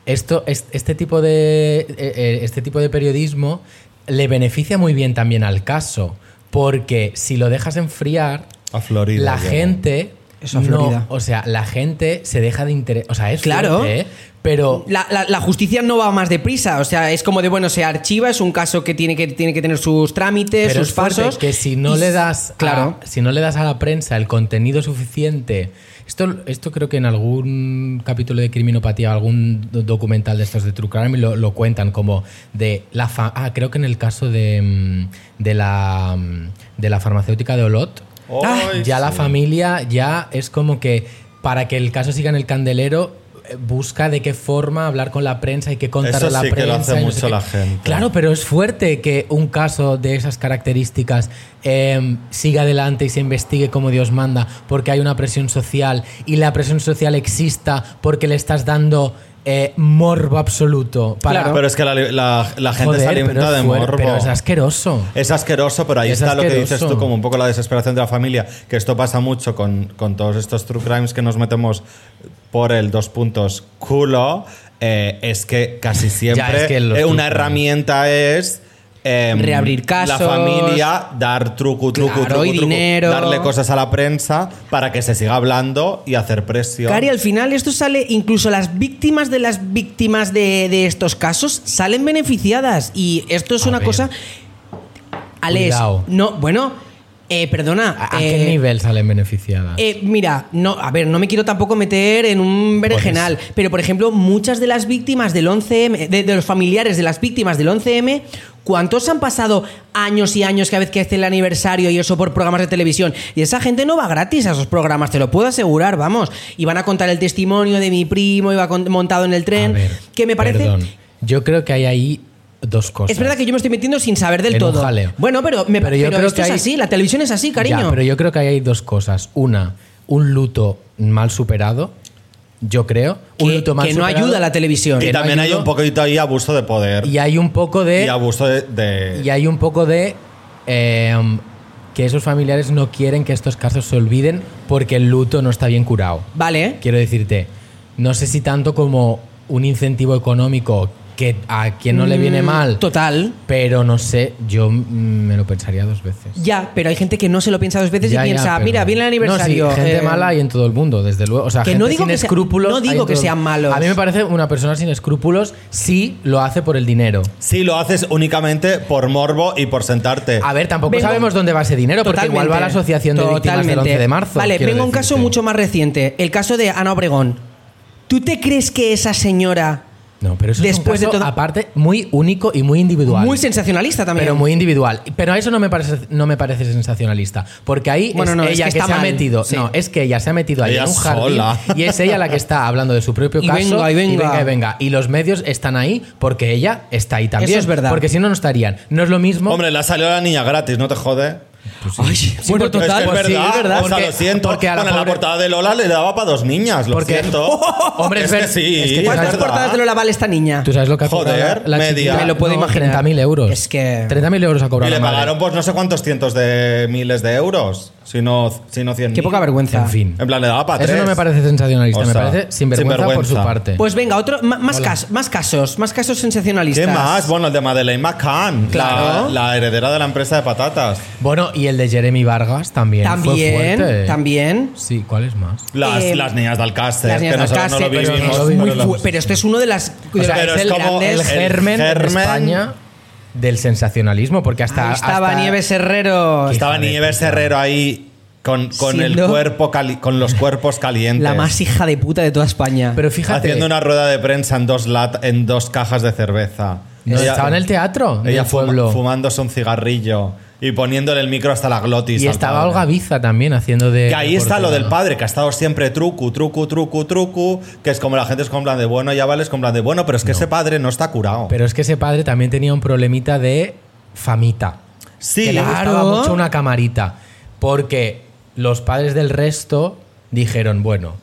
S3: esto, es- este, tipo de, eh, eh, este tipo de periodismo le beneficia muy bien también al caso. Porque si lo dejas enfriar,
S4: a Florida.
S3: la
S4: llegó.
S3: gente.
S2: Eso, a
S3: no-
S2: Florida.
S3: o sea, la gente se deja de interés. O sea, es
S2: Claro.
S3: fuerte, ¿eh? Pero
S2: La, la- la justicia no va más deprisa. O sea, es como de, bueno, se archiva, es un caso que tiene que, tiene que tener sus trámites,
S3: Pero
S2: sus
S3: es fuerte
S2: pasos.
S3: que si no
S2: Y-
S3: le das
S2: Claro.
S3: a, si no le das a la prensa el contenido suficiente esto, esto creo que en algún capítulo de Criminopatía algún do- documental de estos de True Crime lo, lo cuentan como de la fa- ah, creo que en el caso de, mm, de la mm, de la farmacéutica de Olot
S4: Ay,
S3: ya la
S4: sí.
S3: familia ya es como que para que el caso siga en el candelero eh, busca de qué forma hablar con la prensa y qué contar
S4: Eso
S3: a la
S4: sí que
S3: prensa
S4: lo hace
S3: y no sé
S4: mucho
S3: qué.
S4: la gente.
S3: claro pero es fuerte que un caso de esas características eh, siga adelante y se investigue como Dios manda, porque hay una presión social y la presión social exista porque le estás dando eh, morbo absoluto. Para...
S4: Pero es que la, la- la gente
S3: Joder,
S4: se
S3: pero
S4: alimenta
S3: es
S4: de
S3: fuer-
S4: morbo.
S3: Pero es asqueroso.
S4: Es asqueroso, pero ahí
S3: Es
S4: está lo que
S3: asqueroso.
S4: dices tú, como un poco la desesperación de la familia, que esto pasa mucho con, con todos estos true crimes que nos metemos por el dos puntos culo, eh, es que casi siempre
S3: es que los
S4: eh,
S3: true
S4: una
S3: crimes.
S4: herramienta es... em,
S2: Reabrir casos.
S4: La familia, dar truco, truco,
S2: Claro,
S4: truco,
S2: y
S4: truco,
S2: dinero.
S4: darle cosas a la prensa para que se siga hablando y hacer presión.
S2: Cari, al final esto sale, incluso las víctimas de las víctimas de, de estos casos salen beneficiadas. Y esto es
S3: A
S2: una
S3: ver.
S2: cosa. Alex,
S3: Cuidado.
S2: no, bueno, eh, perdona.
S3: ¿A, a
S2: eh,
S3: qué nivel salen beneficiadas?
S2: Eh, mira, no, a ver, no me quiero tampoco meter en un berenjenal,
S3: Pues
S2: pero por ejemplo, muchas de las víctimas del 11M, de, de los familiares de las víctimas del 11M, ¿cuántos han pasado años y años cada vez que hace el aniversario y eso por programas de televisión? Y esa gente no va gratis a esos programas, te lo puedo asegurar, vamos. Y van a contar el testimonio de mi primo, iba con- montado en el tren,
S3: A ver,
S2: que me parece...
S3: perdón. Yo creo que hay ahí dos cosas.
S2: Es verdad que yo me estoy metiendo sin saber del
S3: En un
S2: todo.
S3: jaleo.
S2: Bueno, pero, me,
S3: Pero yo
S2: pero
S3: creo
S2: esto
S3: que
S2: es
S3: hay-
S2: así, la televisión es así, cariño.
S3: Ya, pero yo creo que ahí hay dos cosas. Una, un luto mal superado, yo creo. un
S2: Que-
S3: luto mal
S2: que no
S3: superado.
S2: ayuda a la televisión.
S3: que
S4: y
S3: no
S4: también hay
S3: ayuda.
S4: un poquito ahí abuso de poder
S3: Y hay un poco
S4: y,
S3: de.
S4: abuso de... de-
S3: Y hay un poco de. eh, que esos familiares no quieren que estos casos se olviden porque el luto no está bien curado.
S2: Vale.
S3: Quiero decirte, no sé si tanto como un incentivo económico que a quien no le
S2: Mm.
S3: viene mal.
S2: Total.
S3: Pero no sé, yo mm, me lo pensaría dos veces.
S2: Ya, pero hay gente que no se lo piensa dos veces
S3: Ya,
S2: y
S3: ya,
S2: piensa, "Ah,
S3: pero-
S2: mira, viene el aniversario.
S3: No, sí, gente
S2: eh,
S3: mala hay en todo el mundo, desde luego. O sea,
S2: que
S3: gente
S2: no digo
S3: sin
S2: que sea-
S3: escrúpulos.
S2: no
S3: hay en
S2: digo que
S3: todo el-
S2: sean malos.
S3: A mí me parece una persona sin escrúpulos si lo hace por el dinero.
S4: Si lo haces únicamente por morbo y por sentarte.
S3: A ver, tampoco
S2: Vengo-
S3: sabemos dónde va ese dinero, porque igual va a la Asociación de Víctimas del
S2: Totalmente.
S3: 11 de marzo.
S2: Vale,
S3: quiero
S2: vengo a un
S3: decirte.
S2: caso mucho más reciente. El caso de Ana Obregón. ¿Tú te crees que esa señora.
S3: No, pero eso
S2: Después
S3: es un
S2: de
S3: caso,
S2: todo-
S3: aparte, muy único y muy individual.
S2: Muy sensacionalista también.
S3: Pero muy individual. Pero a eso no me parece, no me parece sensacionalista. Porque ahí
S2: Bueno,
S3: es
S2: no, es
S3: ella
S2: que
S3: que,
S2: está
S3: se ha
S2: mal,
S3: metido.
S2: sí.
S3: No, es que ella se ha metido ahí
S4: Ella
S3: en un jardín.
S4: sola.
S3: Y es ella la que está hablando de su propio
S2: Y
S3: caso.
S2: venga, y venga.
S3: y venga, y venga. Y los medios están ahí porque ella está ahí también.
S2: Eso es verdad.
S3: Porque si no, no estarían. No es lo mismo.
S4: Hombre, la salió la niña gratis, no te jode.
S2: Ay, bueno,
S3: porque-
S2: total.
S4: es que
S3: pues
S4: es
S3: sí,
S4: verdad,
S3: es verdad.
S4: o sea,
S3: Porque-
S4: lo siento.
S3: porque a la
S4: Bueno, en la
S3: pobre-
S4: portada de Lola le daba para dos niñas, lo
S3: Porque-
S4: siento.
S3: Hombre,
S4: es
S3: es
S4: que
S3: ver-
S4: sí.
S3: es que
S2: ¿Cuántas
S4: es
S2: portadas
S4: verdad.
S2: de Lola vale esta niña?
S3: ¿Tú sabes lo que ha
S4: Joder,
S3: cobrado la
S4: media.
S3: chiquita?
S4: Me
S2: lo puedo imaginar.
S3: 30.000 euros.
S2: Es que-
S3: 30.000 euros ha
S4: Y
S3: cobrado
S4: le
S3: la madre.
S4: pagaron pues no sé cuántos cientos de miles de euros, si no, si no cien
S2: Qué
S4: mil.
S2: poca vergüenza.
S3: En fin.
S4: En plan, le daba para
S3: Eso no me parece sensacionalista,
S4: O
S3: me
S4: sea,
S3: parece sinvergüenza, por
S4: sinvergüenza.
S3: su parte.
S2: Pues venga, otro, ma- más, cas- más casos, más casos sensacionalistas.
S4: ¿Qué más? Bueno, el de Madeleine McCann, la-
S2: Claro.
S4: la, heredera de la empresa de patatas.
S3: bueno, y el de Jeremy Vargas también. fue
S2: También,
S3: fuerte.
S2: también.
S3: Sí, ¿cuál es más?
S4: Las,
S2: Eh,
S4: las niñas de Alcácer,
S2: Las niñas
S4: Este, que
S2: de
S4: nosotros no lo
S2: Alcácer, pero
S4: vivimos.
S2: es
S3: no lo
S2: muy
S3: vivimos.
S2: fu- pero esto es uno de las.
S3: O sea,
S2: de
S4: pero
S2: los
S3: es,
S4: es
S3: el,
S4: como
S3: el
S4: el
S3: germen, en
S4: germen.
S3: España del sensacionalismo, porque hasta.
S2: Ahí estaba
S3: hasta-
S2: Nieves Herrero.
S4: Estaba
S3: Hija de
S4: Nieves Herrero ahí con, con el
S2: Siendo-
S4: cuerpo cali- con los cuerpos calientes.
S2: La más hija de puta de toda España.
S3: Pero fíjate.
S4: Haciendo una rueda de prensa en dos, lat- en dos cajas de cerveza.
S3: no,
S4: Ella-
S3: estaba en el teatro
S4: Ella
S3: del
S4: fuma-
S3: pueblo.
S4: fumándose un cigarrillo y poniéndole el micro hasta la glotis.
S3: y
S4: al
S3: estaba
S4: padre.
S3: Olga Biza también haciendo de.
S4: Que ahí está lo
S3: reportera.
S4: del padre, que ha estado siempre truco, truco, truco, truco, que es como la gente es con plan de bueno, ya vales con plan de bueno, pero es que ese padre no está curado.
S3: Pero es que ese padre también tenía un problemita de famita.
S4: sí,
S3: que le
S2: Claro.
S3: gustaba mucho una camarita. Porque los padres del resto dijeron, bueno,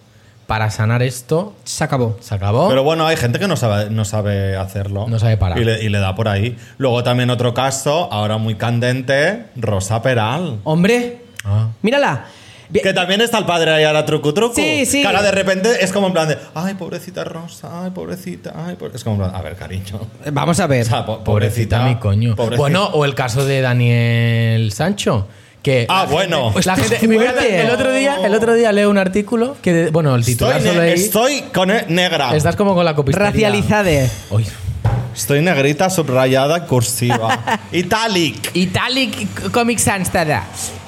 S3: para sanar esto,
S2: se acabó.
S3: se acabó.
S4: Pero bueno, hay gente que no sabe, no sabe hacerlo.
S3: Oh. No sabe parar.
S4: Y le, y le da por ahí. Luego también otro caso, ahora muy candente, Rosa Peral.
S2: Hombre,
S3: Ah.
S2: mírala. Ve-
S4: Que también está el padre ahí ahora truco truco.
S2: Sí, sí.
S4: Que ahora de repente es como en plan de, ay, pobrecita Rosa, ay, pobrecita, ay, pobre-". Es como en plan, a ver, cariño.
S2: Vamos a ver.
S4: O sea, po-
S3: Pobrecita,
S4: pobrecita,
S3: mi coño.
S4: pobrecita.
S3: Bueno, o el caso de Daniel Sancho. Que
S4: Ah,
S3: la
S4: bueno.
S3: gente- la
S2: Esto es
S3: gente- me encanta,
S2: fuerte.
S3: el, otro día, el otro día leo un artículo que, de- bueno, el
S4: Estoy,
S3: titular
S4: ne-
S3: solo leí.
S4: estoy con e- negra.
S3: Estás como con la copistería.
S2: Racializade.
S3: Uy.
S4: Estoy negrita, subrayada, cursiva. Italic.
S3: Italic Comic Sans, tada.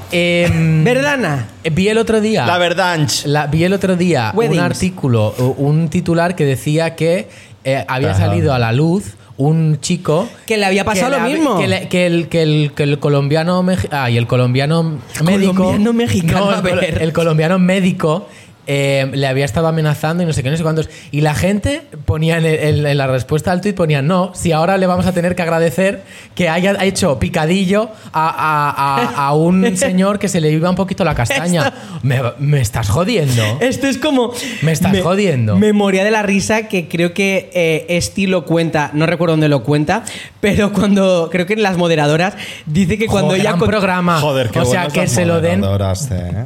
S3: Em,
S2: Verdana.
S3: Vi el otro día.
S4: La verdad.
S3: La- vi el otro día
S2: Weddings.
S3: un artículo, u- un titular que decía que eh, había
S4: Ajá.
S3: salido a la luz un chico
S2: Que le había pasado
S3: que
S2: lo
S3: le hab-
S2: mismo.
S3: que, le- que el, que el- que el colombiano meji- ah, y el colombiano médico
S2: Colombiano mexicano,
S3: No, el
S2: a ver.
S3: col- el colombiano médico eh, le había estado amenazando y no sé qué no sé cuántos y la gente ponía en, en- en la respuesta al tuit ponía no si ahora le vamos a tener que agradecer que haya hecho picadillo a, a- a- a un señor que se le iba un poquito la castaña me, me estás jodiendo
S2: Esto es como.
S3: Me estás jodiendo.
S2: Me moría de la risa que creo que eh, Esti lo cuenta, no recuerdo dónde lo cuenta, pero cuando. Creo que en las moderadoras dice que cuando
S3: Joder,
S2: ella.
S3: gran
S2: con-
S3: programa
S4: Joder, qué
S3: o sea
S4: buenas
S3: que
S4: las
S3: se lo den
S4: moderadoras, eh.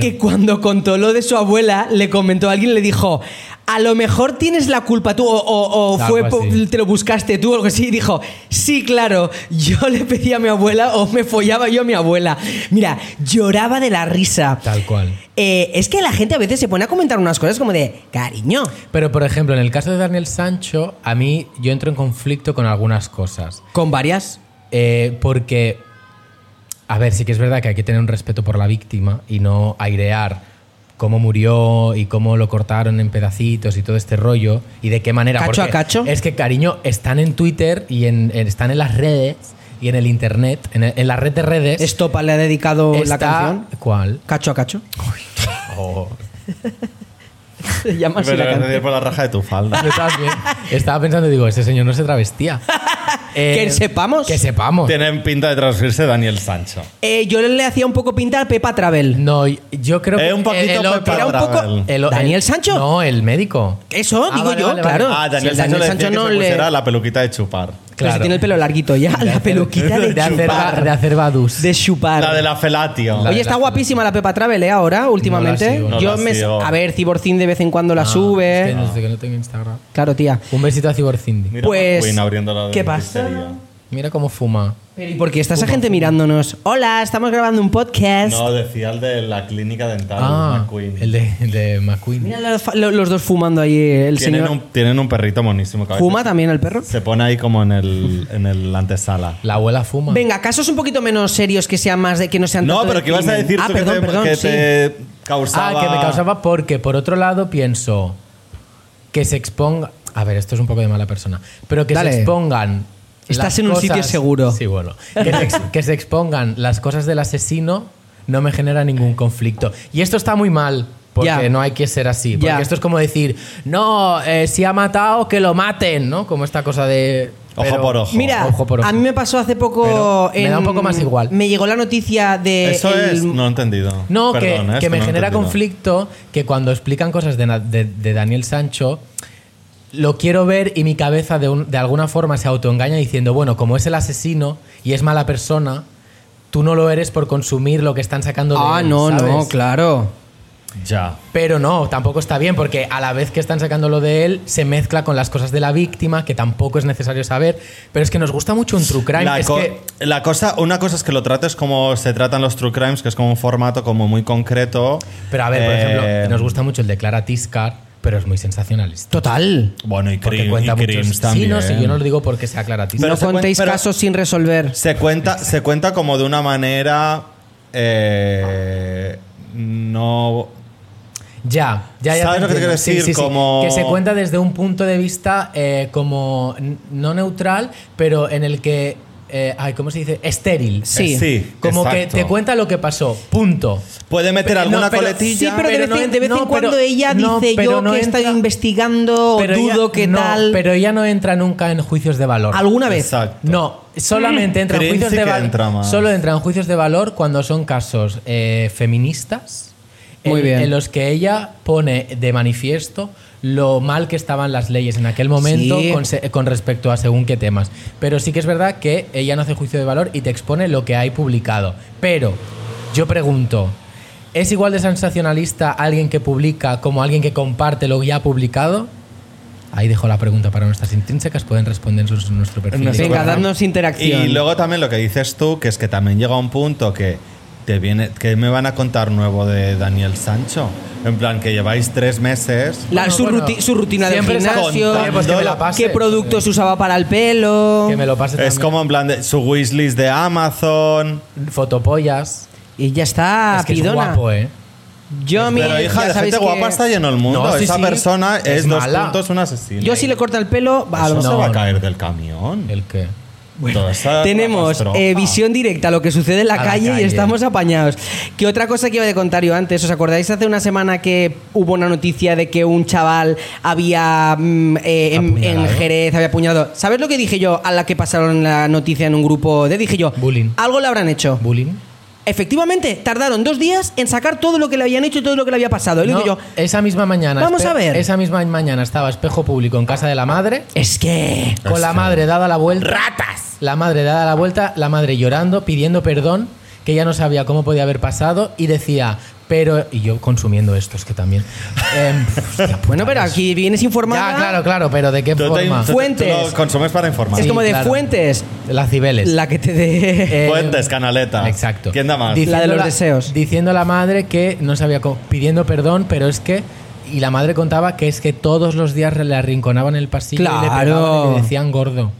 S2: que cuando contó lo de su abuela, le comentó a alguien, le dijo, a lo mejor tienes la culpa tú, o, o- o
S3: Algo
S2: fue, po-
S3: así.
S2: te lo buscaste tú, o algo así, y dijo, sí, claro, yo le pedí a mi abuela o me follaba yo a mi abuela. Mira, lloraba de la risa.
S3: Tal cual.
S2: Eh, es que la gente a veces se pone a comentar unas cosas como de, cariño,
S3: Pero, por ejemplo, en el caso de Daniel Sancho, a mí yo entro en conflicto con algunas cosas.
S2: con varias.
S3: Eh, porque, a ver, sí que es verdad que hay que tener un respeto por la víctima y no airear cómo murió y cómo lo cortaron en pedacitos y todo este rollo y de qué manera.
S2: Cacho a
S3: porque
S2: cacho.
S3: Es que, cariño, están en Twitter y en, en- están en las redes y en el Internet, en, el- en la red de redes.
S2: Estopa le ha dedicado la
S3: está-
S2: canción.
S3: ¿Cuál?
S2: Cacho a cacho.
S3: Oh.
S2: Se llama así Pues la
S4: Pero
S2: canción.
S4: es por la raja de tu falda.
S3: Yo también Estaba pensando, digo, ese señor no se travestía. Eh,
S2: Que sepamos.
S3: Que sepamos.
S4: Tienen pinta de transferirse Daniel Sancho.
S2: Eh, yo le hacía un poco pintar Pepa Travel.
S3: No, yo creo que.
S4: Eh, un poquito
S3: el otro-
S4: Pepa
S2: era un poco-
S4: Travel.
S3: el- el-
S2: ¿Daniel Sancho?
S3: No, el médico.
S2: Eso,
S3: Ah,
S2: digo
S3: vale,
S2: yo,
S3: vale, vale.
S2: claro.
S4: Ah,
S2: Si
S4: Daniel
S2: el
S4: Sancho le decía que se pusiera la peluquita de chupar.
S2: Pero si tiene el pelo larguito ya, la peluquita de,
S3: de hacer,
S2: chupar.
S3: ba- de hacer badus.
S2: de chupar.
S4: La de la felatio.
S2: Oye, está guapísima la Pepa Travel, ¿eh? Ahora, últimamente.
S3: sigo. No
S2: Yo
S4: la
S2: me.
S4: sigo.
S2: A ver, Ciborcín de vez en cuando la
S3: Ah, Es
S2: sube.
S3: que no, sé, que no tengo Instagram.
S2: Claro, tía.
S3: Un besito a Cibor Cindy.
S4: Mira
S2: pues,
S4: McQueen abriendo la
S2: ¿qué pasa?
S4: dentistería.
S3: Mira cómo fuma.
S2: Pero ¿y por qué está esa gente mirándonos? Hola, estamos grabando un podcast.
S4: No, decía el de la clínica dental
S3: Ah,
S4: McQueen.
S3: el de, el de McQueen.
S2: Mira los, fa- lo- los dos fumando ahí. eh, El
S4: tienen,
S2: señor.
S4: un, tienen un perrito monísimo. que a veces
S2: ¿Fuma también el perro?
S4: Se pone ahí como en el, en el antesala.
S3: La abuela fuma.
S2: Venga, casos un poquito menos serios que sean más de que no sean
S4: No,
S2: tanto de
S4: pero ¿qué ibas a
S2: crimen.
S4: decir
S2: Ah,
S4: tú
S2: perdón,
S4: que te,
S2: perdón,
S4: que
S2: sí.
S4: te
S3: Ah,
S4: causaba...
S3: que me causaba porque, por otro lado, pienso que se exponga. A ver, esto es un poco de mala persona. Pero que
S2: Dale.
S3: se expongan.
S2: Estás
S3: las
S2: en un sitio seguro.
S3: Sí, bueno. Que se, ex- que se expongan las cosas del asesino no me genera ningún conflicto. Y esto está muy mal. Porque
S2: Ya.
S3: no hay que ser así. Porque
S2: Ya.
S3: esto es como decir, no, eh, si ha matado, que lo maten, ¿no? Como esta cosa de.
S4: Ojo por ojo.
S2: Mira,
S3: Ojo por ojo.
S2: a mí me pasó hace poco.
S3: Pero me
S2: en-
S3: da un poco más igual.
S2: Me llegó la noticia de.
S4: Eso
S2: eh, el-
S4: es... No he entendido.
S3: No, que-
S4: Perdón, eh,
S3: que,
S4: es
S3: me
S4: no he
S3: genera
S4: entendido.
S3: conflicto que cuando explican cosas de, na- de- de Daniel Sancho, lo quiero ver y mi cabeza de, un- de alguna forma se autoengaña diciendo, bueno, como es el asesino y es mala persona, tú no lo eres por consumir lo que están sacando de
S2: Ah,
S3: él,
S2: no, no,
S3: ¿sabes?
S2: claro.
S4: Ya.
S3: Pero no, tampoco está bien, porque a la vez que están sacando lo de él, se mezcla con las cosas de la víctima, que tampoco es necesario saber. Pero es que nos gusta mucho un true crime.
S4: La,
S3: es
S4: co-
S3: que-
S4: la cosa, una cosa es que lo trates como se tratan los true crimes, que es como un formato como muy concreto.
S3: pero a ver, por
S4: Eh,
S3: ejemplo, nos gusta mucho el de Clara Tiscar, pero es muy sensacionalista.
S2: Total.
S4: Bueno, y,
S3: Porque
S4: crim-
S3: cuenta
S4: y
S3: muchos.
S4: crimes también. ¿eh?
S3: Sí, no, sí, yo no lo digo porque sea claratista.
S4: Pero
S2: no
S4: se cuen-
S2: contéis
S4: pero-
S2: casos sin resolver.
S4: Se cuenta, se cuenta como de una manera. eh, no. eh,
S3: ya, ya, ya.
S4: ¿Sabes
S3: te
S4: lo que te quiero
S3: entiendo. Sí,
S4: decir?
S3: sí, sí.
S4: Como-
S3: Que se cuenta desde un punto de vista eh, como n- no neutral, pero en el que. eh, ay, ¿cómo se dice? Estéril.
S2: Sí.
S4: Eh, sí,
S3: Como
S4: exacto.
S3: que te cuenta lo que pasó. Punto.
S4: Puede meter
S3: Pero- no,
S4: alguna
S3: pero-
S4: coletilla.
S2: Sí, pero, de
S3: Pero
S2: vez, en-
S3: no
S2: de vez
S3: en-
S2: en
S3: no,
S2: cuando
S3: pero-
S2: ella
S3: no,
S2: dice
S3: pero
S2: yo
S3: no
S2: que he estado
S3: entra-
S4: Oh,
S2: investigando,
S3: pero ella-
S2: dudo que
S3: no,
S2: tal.
S3: Pero ella no entra nunca en juicios de valor.
S2: ¿Alguna vez?
S4: Exacto.
S3: No, solamente entra en
S4: Creen
S3: juicios
S4: sí
S3: de
S4: que
S3: valor.
S4: entra más.
S3: solo entra en juicios de valor cuando son casos eh, feministas.
S2: Muy
S3: en,
S2: bien.
S3: en los que ella pone de manifiesto lo mal que estaban las leyes en aquel momento
S2: Sí.
S3: con, se- con respecto a según qué temas. Pero sí que es verdad que ella no hace juicio de valor y te expone lo que hay publicado. Pero yo pregunto, ¿es igual de sensacionalista alguien que publica como alguien que comparte lo ya publicado? Ahí dejo la pregunta para nuestras intrínsecas, pueden responder en su- nuestro perfil.
S4: En nuestro
S2: Venga,
S4: Instagram.
S2: dadnos interacción.
S4: Y luego también lo que dices tú, que es que también llega un punto que te viene, que me van a contar nuevo de Daniel Sancho. En plan, que lleváis tres meses.
S2: La-
S3: Bueno,
S2: su,
S3: bueno.
S2: ruti- su rutina de
S3: Siempre está
S2: gimnasio,
S4: contando. Oye, pues que me la
S3: pase.
S2: qué productos usaba para el pelo.
S3: Que me lo pase
S4: Es
S3: también.
S4: como en plan de su wishlist de Amazon.
S3: Fotopollas.
S2: Y ya está,
S3: es que es
S2: Ah, pidona.
S3: guapo, ¿eh?
S2: Yo a mí,
S4: Pero hija,
S2: ya sabéis
S4: de gente
S2: que
S4: guapa está lleno el mundo.
S3: No, sí,
S4: Esa
S3: sí.
S4: persona es,
S3: Es
S4: dos
S3: mala.
S4: puntos un asesino.
S2: Yo si le corta el pelo, a lo
S4: Eso no,
S2: mejor-
S4: se va a caer del camión.
S3: ¿El qué?
S4: Toda esa
S2: Tenemos
S4: catástrofe.
S2: eh, visión directa a lo que sucede en la,
S3: A la
S2: calle, y
S3: calle.
S2: estamos apañados. Que otra cosa que iba a contar yo antes, ¿os acordáis hace una semana que hubo una noticia de que un chaval había mm, eh, en,
S3: Apuñalado.
S2: en Jerez, había apuñado? ¿Sabes lo que dije yo a la que pasaron la noticia en un grupo de? Dije yo,
S3: Bullying.
S2: algo le habrán hecho.
S3: ¿Bullying?
S2: Efectivamente, tardaron dos días en sacar todo lo que le habían hecho y todo lo que le había pasado. Y le
S3: No,
S2: digo yo,
S3: esa misma mañana.
S2: Vamos
S3: espe-
S2: a ver.
S3: Esa misma mañana estaba espejo público en casa de la madre.
S2: es que...
S3: Con la madre dada la vuelta. ¡Ratas! La madre dada la vuelta, la madre llorando, pidiendo perdón, que ya no sabía cómo podía haber pasado y decía, pero. Y yo consumiendo estos que también. Em, hostia, pues,
S2: Bueno, pero aquí vienes informada.
S3: ya, claro, claro, pero ¿de qué
S4: Tú te-
S3: forma?
S4: tú- tú
S2: Fuentes.
S4: lo consumes para informar.
S2: Es
S3: Sí,
S2: como de
S3: claro.
S2: fuentes,
S3: Las cibeles.
S2: la que te dé...
S3: Eh,
S4: Fuentes, canaleta.
S3: Exacto.
S4: ¿Quién da más?
S3: Diciendo
S2: La de los deseos.
S3: Diciendo a la madre que no sabía cómo, pidiendo perdón, pero es que. Y la madre contaba que es que todos los días le arrinconaban el pasillo y le,
S2: Claro.
S3: pegaban y le decían gordo.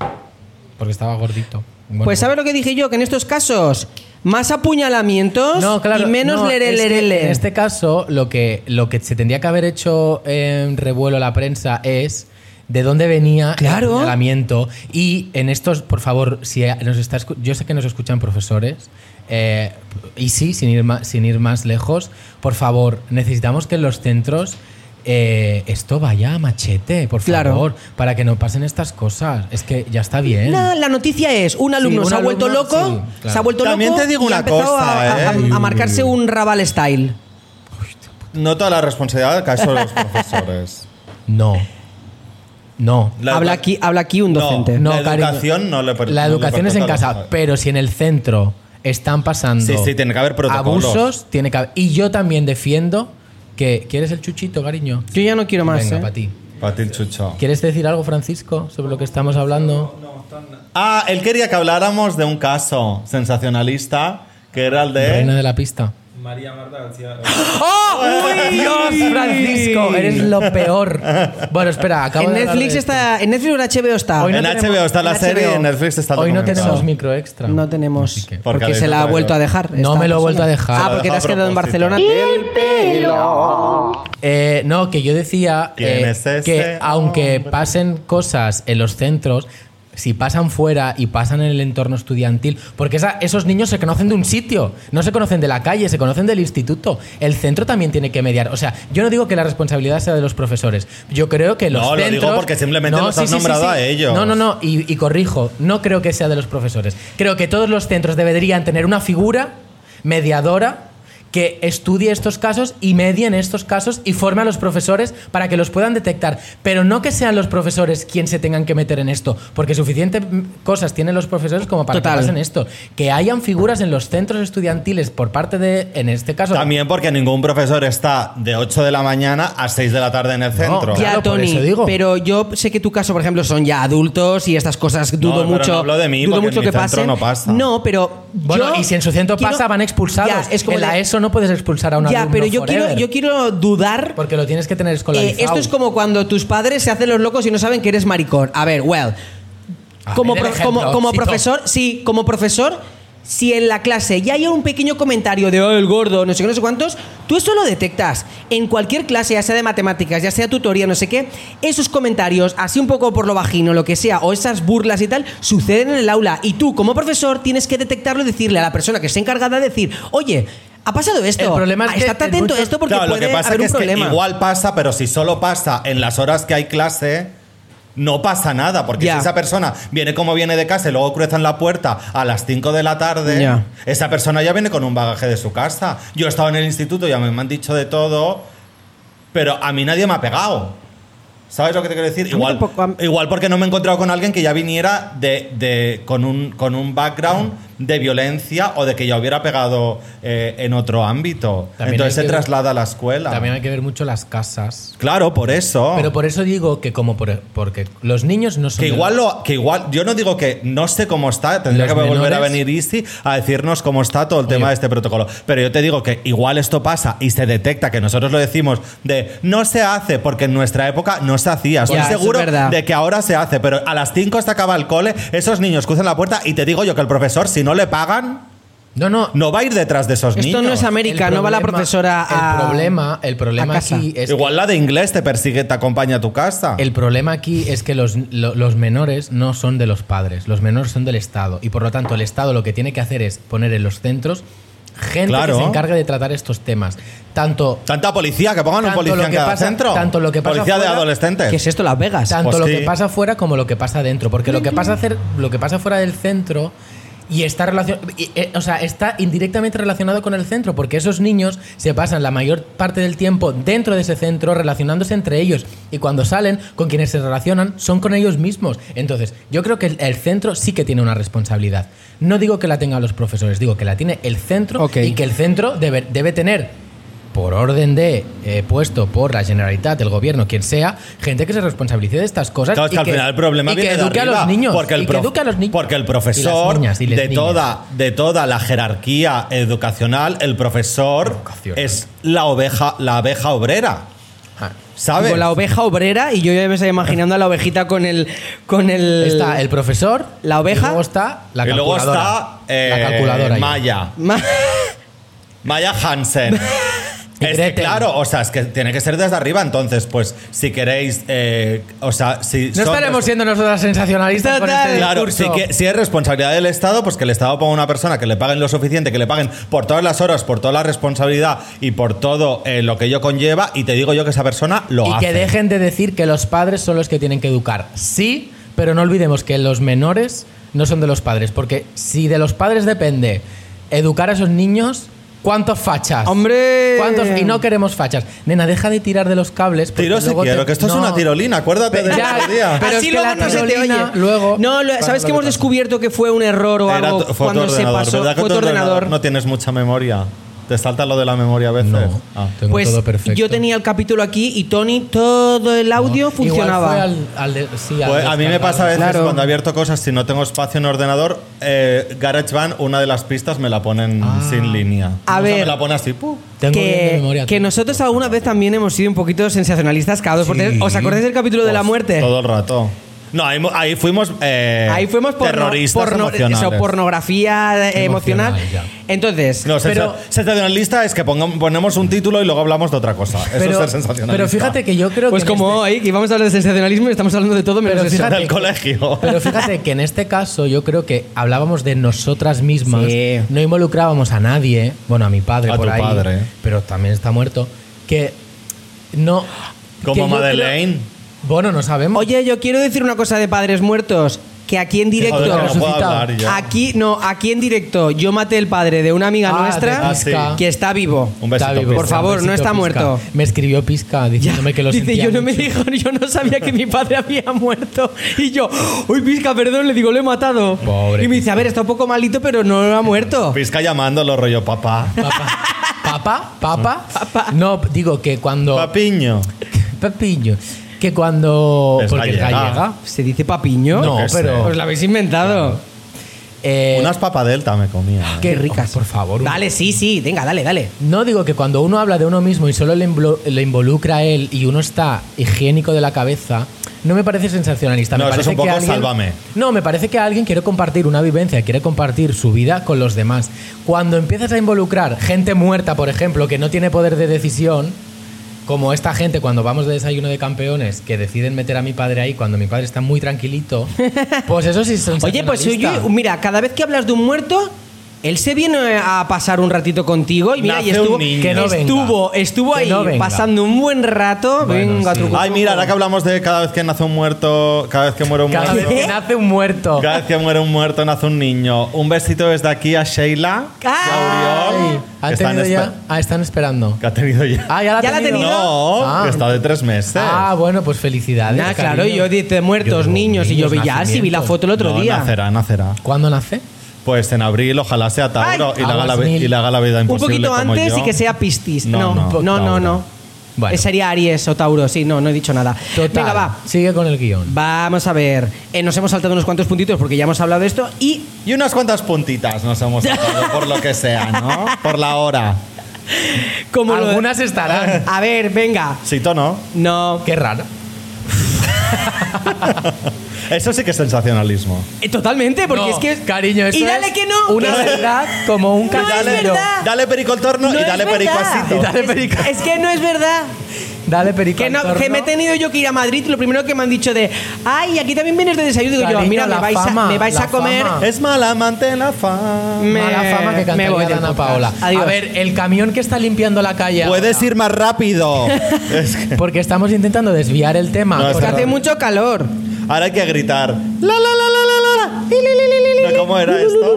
S3: Porque estaba gordito. Bueno,
S2: pues ¿sabes lo que dije yo? Que en estos casos, más apuñalamientos
S3: No, claro,
S2: y menos
S3: no,
S2: lerele
S3: es que En este caso, lo que, lo que se tendría que haber hecho en revuelo la prensa es de dónde venía
S2: Claro.
S3: el señalamiento. Y en estos, por favor, si nos está escu- yo sé que nos escuchan profesores. eh, y sí, sin ir, ma- sin ir más lejos, por favor, necesitamos que en los centros eh, esto vaya a machete, por
S2: Claro.
S3: favor, para que no pasen estas cosas. Es que ya está bien.
S2: No, la noticia es, un alumno
S3: un
S2: se ha
S3: alumno,
S2: vuelto loco,
S3: sí, claro.
S2: se ha vuelto
S4: También
S2: loco
S4: te digo
S2: y
S4: una
S2: ha empezado a-
S4: cosa,
S2: a,
S4: ¿eh?
S2: a- a marcarse un Raval style.
S4: No toda la responsabilidad del caso de los profesores.
S3: No. No.
S4: La
S2: habla,
S4: educa-
S2: aquí, habla aquí un
S4: No,
S2: docente.
S3: no,
S4: la
S3: cariño.
S4: educación no le per-
S3: La
S4: no le
S3: educación es en
S4: pertoca a los
S3: casa,
S4: padres.
S3: pero si en el centro están pasando
S4: Sí, sí, tiene que haber protocolos.
S3: abusos, tiene que haber- Y yo también defiendo que. ¿Quieres el chuchito, cariño?
S2: Yo ya no quiero más.
S3: Venga,
S2: ¿eh?
S3: para ti.
S4: Para ti el chucho.
S3: ¿Quieres decir algo, Francisco, sobre lo que estamos hablando?
S4: Ah, él quería que habláramos de un caso sensacionalista que era el de.
S3: Reina de la pista.
S5: María Marta García.
S2: ¡Oh!
S3: Dios, Francisco, eres lo peor. Bueno, espera, acabo
S2: En
S3: de hablar
S2: Netflix
S3: de esto.
S2: está. En Netflix o en HBO está.
S3: Hoy no
S4: en
S3: tenemos-
S4: HBO está la
S2: en
S4: serie
S2: HBO.
S4: y en Netflix está el
S3: Hoy no
S4: documental.
S3: tenemos micro extra.
S2: No tenemos.
S3: Así que-
S2: porque
S4: Porque
S2: se la ha
S4: habéis
S2: vuelto a dejar.
S3: No
S2: esta
S3: me lo he
S2: persona.
S3: vuelto a dejar.
S2: Ah, porque te has
S4: Se lo ha
S2: quedado en
S4: dejado a
S2: Barcelona.
S4: propósito.
S3: Eh, no, que yo decía
S4: ¿Quién
S3: eh,
S4: es ese
S3: que aunque
S4: hombre?
S3: pasen cosas en los centros, si pasan fuera y pasan en el entorno estudiantil, porque esa- esos niños se conocen de un sitio, no se conocen de la calle, se conocen del instituto. El centro también tiene que mediar. O sea, yo no digo que la responsabilidad sea de los profesores. Yo creo que los
S4: No, lo digo
S3: centros.
S4: porque simplemente los has nombrado a ellos.
S3: No, no, no. Y, y corrijo, no creo que sea de los profesores. Creo que todos los centros deberían tener una figura mediadora que estudie estos casos y medie en estos casos y forme a los profesores para que los puedan detectar. Pero no que sean los profesores quienes se tengan que meter en esto, porque suficientes cosas tienen los profesores como para
S2: Total.
S3: que pasen esto. Que hayan figuras en los centros estudiantiles por parte de, en este caso...
S4: También porque ningún profesor está de 8 de la mañana a 6 de la tarde en el centro.
S3: Claro,
S2: Ya,
S3: por
S2: Tony,
S3: eso digo.
S2: pero yo sé que tu caso, por ejemplo, son ya adultos y estas cosas dudo
S4: pero
S2: mucho.
S4: no hablo de mí,
S2: dudo
S4: porque
S2: mucho
S4: en mi
S2: que
S4: centro
S2: pasen.
S4: no pasa.
S2: No, pero.
S3: Bueno,
S2: yo
S3: y si en su centro
S2: quiero-
S3: pasa, van expulsados.
S2: Ya, es como
S3: en la
S2: de-
S3: ESO no puedes expulsar a un
S2: Ya,
S3: alumno
S2: pero yo quiero,
S3: forever.
S2: yo quiero dudar.
S3: Porque lo tienes que tener
S2: Eh,
S3: escolarizado.
S2: esto es como cuando tus padres se hacen los locos y no saben que eres maricón. A ver, well.
S3: A
S2: Como,
S3: ver, Ah, el
S2: pro-
S3: ejemplo,
S2: como, como
S3: Sito.
S2: profesor, sí, como profesor, si en la clase ya hay un pequeño comentario de oh, el gordo, no sé qué, no sé cuántos, tú eso lo detectas. En cualquier clase, ya sea de matemáticas, ya sea tutoría, no sé qué, esos comentarios, así un poco por lo bajino, lo que sea, o esas burlas y tal, suceden en el aula. Y tú, como profesor, tienes que detectarlo y decirle a la persona que esté encargada, decir, oye, ha pasado esto. Ah,
S3: El problema es que
S2: Estate
S3: en
S2: atento
S3: muchos-
S2: a esto porque
S4: Claro,
S2: puede
S4: lo que pasa
S2: haber
S4: que
S2: un
S4: es
S2: problema.
S4: que igual pasa, pero si solo pasa en las horas que hay clase, no pasa nada. Porque
S2: Ya.
S4: si esa persona viene como viene de casa y luego cruzan la puerta a las 5 de la tarde,
S2: Ya.
S4: esa persona ya viene con un bagaje de su casa. Yo he estado en el instituto y a mí me han dicho de todo, pero a mí nadie me ha pegado. ¿Sabes lo que te quiero decir?
S2: mí
S4: Igual,
S2: tampoco, a-
S4: igual porque no me he encontrado con alguien que ya viniera de, de- con, un, con un background de violencia o de que ya hubiera pegado eh, en otro ámbito.
S3: También
S4: Entonces
S3: hay
S4: se
S3: que-
S4: traslada a la escuela.
S3: También hay que ver mucho las casas.
S4: Claro, por
S2: Oh.
S4: eso.
S3: Pero por eso digo que como por- porque los niños no son...
S4: que
S3: de-
S4: igual lo, que igual, yo no digo que no sé cómo está, tendría que
S3: Los
S4: volver a
S3: menores-
S4: venir Isi a decirnos cómo está todo el tema
S3: Oye.
S4: de este protocolo. Pero yo te digo que igual esto pasa y se detecta que nosotros lo decimos de no se hace porque en nuestra época no se hacía. Estoy
S2: Ya, eso es
S4: seguro
S2: verdad.
S4: de que ahora se hace, pero a las 5 se acaba el cole, esos niños cruzan la puerta y te digo yo que el profesor, si no le pagan,
S3: No, no.
S4: no va a ir detrás de esos
S2: Esto
S4: niños.
S2: no es
S3: el
S2: América, no va la
S3: problema-
S2: profesora a.
S3: El problema, el problema
S2: a casa.
S3: aquí es...
S4: Igual la de inglés te persigue, te acompaña a tu casa.
S3: El problema aquí es que los, lo- los menores no son de los padres, los menores son del Estado. Y por lo tanto, el Estado lo que tiene que hacer es poner en los centros gente
S4: Claro.
S3: que se encargue de tratar estos temas. Tanto,
S4: Tanta policía, que pongan un
S3: Tanto lo
S4: policía en
S3: que
S4: cada
S3: pasa-
S4: centro.
S3: tanto lo que pasa
S4: Policía de
S3: fuera-
S4: adolescentes.
S2: ¿Qué es esto, Las Vegas?
S3: Tanto
S4: Pues
S3: lo
S4: sí.
S3: que pasa fuera como lo que pasa dentro. Porque lo que pasa, hacer, lo que pasa fuera del centro y está relacion, y, eh, o sea, está indirectamente relacionado con el centro, porque esos niños se pasan la mayor parte del tiempo dentro de ese centro relacionándose entre ellos. Y cuando salen, con quienes se relacionan son con ellos mismos. Entonces, yo creo que el, el centro sí que tiene una responsabilidad. No digo que la tengan los profesores, digo que la tiene el centro
S2: Ok.
S3: y que el centro debe, debe tener por orden de eh, puesto por la Generalitat, el gobierno, quien sea, gente que se responsabilice de estas cosas.
S4: Claro, es
S3: y
S4: que al final el problema
S3: y que
S4: viene de
S3: eduque
S4: arriba,
S3: a los niños.
S4: Porque el,
S3: y que
S4: prof-
S3: eduque a los niños.
S4: porque el
S3: Y
S4: profesor
S3: las niñas, y las
S4: de,
S3: niñas.
S4: toda, de toda la jerarquía educacional, el profesor
S3: Educacional.
S4: es la oveja, la abeja obrera.
S3: Ah.
S4: ¿Sabes?
S2: Con la oveja obrera y yo ya me estaba imaginando a la ovejita con el. con el.
S3: Está el profesor.
S2: La oveja.
S3: Y luego está la
S4: y luego
S3: calculadora.
S4: está eh,
S3: la calculadora. ya.
S4: Maya.
S2: Ma-
S4: Maya Hansen.
S3: Y
S4: Es que,
S3: Gretel.
S4: claro, o sea, es que tiene que ser desde arriba, entonces, pues, si queréis, eh, o sea, si...
S3: No
S4: son
S3: estaremos
S4: responsables-
S3: siendo nosotras sensacionalistas con este
S4: Claro,
S3: discurso.
S4: si, que- si es responsabilidad del Estado, pues que el Estado ponga una persona que le paguen lo suficiente, que le paguen por todas las horas, por toda la responsabilidad y por todo eh, lo que ello conlleva, y te digo yo que esa persona lo
S3: y
S4: hace.
S3: que dejen de decir que los padres son los que tienen que educar. Sí, pero no olvidemos que los menores no son de los padres, porque si de los padres depende educar a esos niños, ¿Cuántos fachas?
S2: ¡Hombre!
S3: ¿Cuántos? Y no queremos fachas. Nena, deja de tirar de los cables. porque
S4: Tiro si
S3: luego te-
S4: quiero, que esto es
S3: No.
S4: una tirolina, acuérdate de
S3: Ya,
S4: ese día.
S3: pero
S2: Así
S3: es que
S2: luego
S3: la
S2: no se te
S3: tirolina,
S2: oye.
S3: luego-
S2: No, lo-
S3: Para
S2: ¿sabes
S3: lo
S2: que hemos
S3: que pasa.
S2: descubierto que fue un error o
S4: Era
S2: algo
S4: tu- fue tu
S2: cuando se
S4: ordenador,
S2: pasó?
S4: ¿verdad que
S2: Fue
S4: tu
S2: tu ordenador.
S4: No tienes mucha memoria. Te salta lo de la memoria a veces.
S3: No,
S4: Ah.
S3: tengo
S2: Pues
S3: todo perfecto.
S2: yo tenía el capítulo aquí y Tony, todo el
S3: No,
S2: audio
S3: igual
S2: funcionaba.
S3: fue al- al de- sí, al
S4: Pues a mí me
S3: descargar.
S4: pasa a veces
S2: Claro.
S4: cuando abierto cosas, si no tengo espacio en ordenador, eh, GarageBand, una de las pistas me la ponen sin línea.
S2: Ah. A
S4: O sea,
S2: ver.
S4: me la pone así, ¡pum!
S3: Tengo bien de
S2: que,
S3: memoria
S2: que
S3: todo.
S2: nosotros alguna vez también hemos sido un poquito sensacionalistas cada dos por tres.
S3: Sí.
S2: ¿Os acordáis del capítulo de la
S4: Pues,
S2: muerte?
S4: Todo el rato. No, ahí, mo- ahí fuimos. eh,
S2: Ahí fuimos por
S4: terroristas emocionales.
S2: pornografía eh, emocional.
S3: Emocional,
S2: Entonces,
S4: No, sensa-
S3: Pero-
S4: sensacionalista es que ponga- ponemos un título y luego hablamos de otra cosa. Eso es ser sensacionalista.
S3: pero fíjate que yo creo
S2: pues
S3: que. en
S2: como
S3: este-
S2: hoy, que íbamos a hablar de sensacionalismo y estamos hablando de todo menos
S3: Pero
S2: eso.
S3: fíjate-
S4: Del colegio.
S3: pero fíjate que en este caso yo creo que hablábamos de nosotras mismas.
S2: Sí.
S3: No involucrábamos a nadie. Bueno, a mi padre
S4: A
S3: por
S4: tu
S3: ahí.
S4: padre.
S3: Pero también está muerto. Que no. que
S4: Como
S3: yo
S4: Madeleine.
S3: creo- bueno, no sabemos.
S2: Oye, yo quiero decir una cosa de padres muertos. Que aquí en
S4: Joder,
S2: directo.
S4: que no puedo
S3: resucitado.
S4: hablar yo.
S2: Aquí, no, aquí en directo yo maté el padre de una amiga
S3: Ah,
S2: nuestra
S3: de Pizca.
S4: Ah, sí.
S2: que está vivo.
S4: Un besito,
S3: Está vivo.
S4: Pizca.
S2: Por favor,
S3: Un besito,
S2: no está
S3: Pizca.
S2: muerto.
S3: Me escribió Pizca diciéndome que lo
S2: Dice,
S3: sentía
S2: yo no me
S3: mucho.
S2: dijo, yo no sabía que mi padre había muerto. Y yo, uy, pizca, perdón, le digo, lo he matado.
S3: Pobre
S2: y me dice, a ver, está un poco malito, pero no ha muerto.
S4: Pisca llamándolo rollo papá.
S3: ¿Papa? ¿Papa? No, digo que cuando...
S4: Papiño.
S3: Papiño. Que cuando...
S4: Es
S3: porque es
S4: gallega.
S3: gallega.
S2: ¿Se dice papiño?
S3: No,
S4: que sé.
S3: pero...
S2: Os lo Pues habéis inventado.
S3: eh,
S4: Unas papadelta me comía.
S2: Qué ricas.
S3: Por favor. un-
S2: Dale, sí, sí, venga, dale, dale.
S3: No digo que cuando uno habla de uno mismo y solo le, imblo- le involucra a él y uno está higiénico de la cabeza, no me parece sensacionalista.
S4: No,
S3: me
S4: eso es
S3: parece
S4: un poco
S3: que alguien-
S4: sálvame.
S3: No, me parece que alguien quiere compartir una vivencia, quiere compartir su vida con los demás. Cuando empiezas a involucrar gente muerta, por ejemplo, que no tiene poder de decisión, como esta gente cuando vamos de desayuno de campeones que deciden meter a mi padre ahí cuando mi padre está muy tranquilito, pues eso sí es
S2: Oye, pues
S3: sensacionalista.
S2: yo- mira, cada vez que hablas de un muerto, él se viene a pasar un ratito contigo y mira, y
S4: Nace un
S2: estuvo,
S4: niño.
S3: Que no venga.
S2: estuvo, estuvo
S3: Que
S2: ahí
S3: no venga.
S2: pasando un buen rato.
S3: Bueno,
S2: venga,
S3: sí.
S2: truco,
S4: Ay,
S2: truco.
S4: mira, ahora que hablamos de cada vez que nace un muerto, cada vez que muere un
S3: Cada vez
S4: muerto.
S3: que nace un muerto.
S4: Cada vez que muere un muerto nace un niño. Un besito desde aquí a Sheila. y a
S2: Ay,
S4: Oriol,
S3: ¿Han
S4: que están
S3: tenido ya?
S4: espe-
S3: Ah, están esperando.
S4: que ha tenido ya.
S3: Ah, ya la,
S2: ¿Ya
S3: ha
S2: la ha
S3: tenido?
S2: tenido?
S4: No,
S3: Ah.
S4: que está de tres meses.
S3: Ah, bueno, pues felicidades.
S2: Nah, claro,
S3: cariño.
S2: yo dice muertos,
S3: digo,
S2: niños, y yo vi ya, si vi la
S3: nacimientos.
S2: foto el otro
S4: No,
S2: día.
S4: Nacerá, nacerá.
S3: ¿Cuándo nace?
S4: Pues en abril, ojalá sea Tauro
S3: Ay.
S4: y le, haga la,
S3: Aguas
S4: vi-
S3: mil.
S4: y le haga la vida
S2: Un
S4: imposible.
S2: poquito
S4: como
S2: antes
S4: yo.
S2: y que sea Piscis.
S4: No,
S2: No,
S4: no,
S2: no, no, no.
S4: Tauro.
S3: Bueno.
S2: Eh, Sería Aries o Tauro, sí, no, no he dicho nada.
S3: Total.
S2: Venga, va.
S3: Sigue con el guión.
S2: Vamos a ver. Eh, nos hemos saltado unos cuantos puntitos porque ya hemos hablado de esto y
S4: Y unas cuantas puntitas nos hemos sacado, por lo que sea, ¿no? Por la hora.
S2: como lo-
S3: Algunas estarán.
S2: A ver, venga.
S4: Sí, tono.
S2: No.
S3: Qué raro.
S4: Eso sí que es sensacionalismo.
S2: Eh, Totalmente, porque
S3: No,
S2: es que.
S3: Cariño, eso
S2: y dale
S3: es
S2: que no.
S3: Una
S2: que-
S3: verdad como un
S2: No es
S3: castillo.
S2: verdad.
S4: Dale perico al torno
S2: No
S4: y
S2: es
S4: dale perico
S2: verdad.
S4: así.
S3: Y dale
S2: Es-
S3: perico.
S2: Es, que no es verdad.
S3: Dale perico
S2: Que,
S3: al
S2: no-
S3: torno.
S2: que me he tenido yo que ir a Madrid y lo primero que me han dicho de. Ay, aquí también vienes de desayuno. Digo
S3: Cariño,
S2: yo, mira,
S3: la
S2: me vais,
S3: fama,
S2: a, me vais
S3: la
S2: a comer.
S3: fama.
S4: Es mala amante la fama.
S2: Me-
S3: Mala fama que
S2: me voy
S3: cantaría
S2: del
S3: Dana
S2: podcast.
S3: Paola.
S2: Adiós.
S3: A ver, el camión que está limpiando la calle.
S4: Puedes ir más rápido. Es que-
S3: Porque estamos intentando desviar el tema.
S4: No,
S3: Por-
S2: Es que hace mucho calor.
S4: Ahora hay que gritar. La la la la la la, la. Li, li, li, li, li, li. ¿Cómo era esto?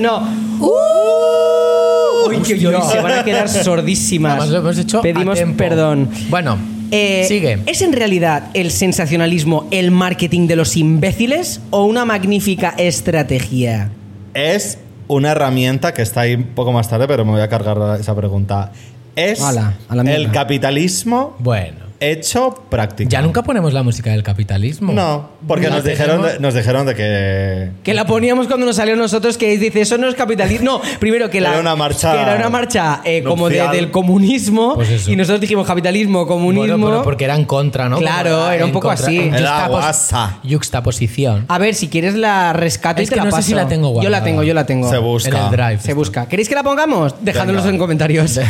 S2: No. Uy, que
S3: ¡Uh! Hostia.
S2: yo- se van a quedar sordísimas.
S3: Además, lo hemos hecho a
S2: Pedimos
S3: tiempo.
S2: perdón.
S3: Bueno,
S2: Eh,
S3: sigue.
S2: ¿Es en realidad el sensacionalismo el marketing de los imbéciles o una magnífica estrategia?
S4: Es una herramienta que está ahí un poco más tarde, pero me voy a cargar esa pregunta. Es
S2: Ala, a la mierda.
S4: el capitalismo
S3: Bueno.
S4: hecho práctico.
S3: Ya nunca ponemos la música del capitalismo.
S4: No, porque
S3: La
S4: nos dijeron,
S3: tenemos-
S4: de, nos dijeron de que.
S2: Que la poníamos cuando nos salió a nosotros que dice eso no es capitalismo. No, primero que la
S4: Era una marcha
S2: que era una marcha eh, como de-
S4: nupcial.
S2: del comunismo
S3: Pues eso.
S2: y nosotros dijimos capitalismo, comunismo.
S3: Bueno, pero porque era en contra, ¿no?
S2: Claro,
S3: Como
S2: era un
S3: en
S2: poco así.
S3: en yuxtapos-
S4: Era guasa.
S3: Yuxtaposición.
S2: A ver, si quieres la rescato
S3: Es
S2: y te
S3: que
S2: la
S3: no sé
S2: paso.
S3: si la tengo
S2: yo la
S3: guardada.
S2: tengo, yo la tengo.
S4: Se busca.
S3: En el drive.
S2: Se busca. ¿Queréis que la pongamos? Dejadnos
S4: Venga.
S2: en comentarios.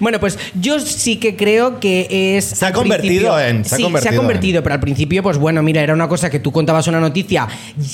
S2: bueno, pues yo sí que creo que es.
S4: Se ha
S2: al
S4: convertido
S2: principio-
S4: en- se ha
S2: sí,
S4: convertido
S2: se ha convertido, pero al principio, pues bueno, mira, era una cosa que tú contabas una noticia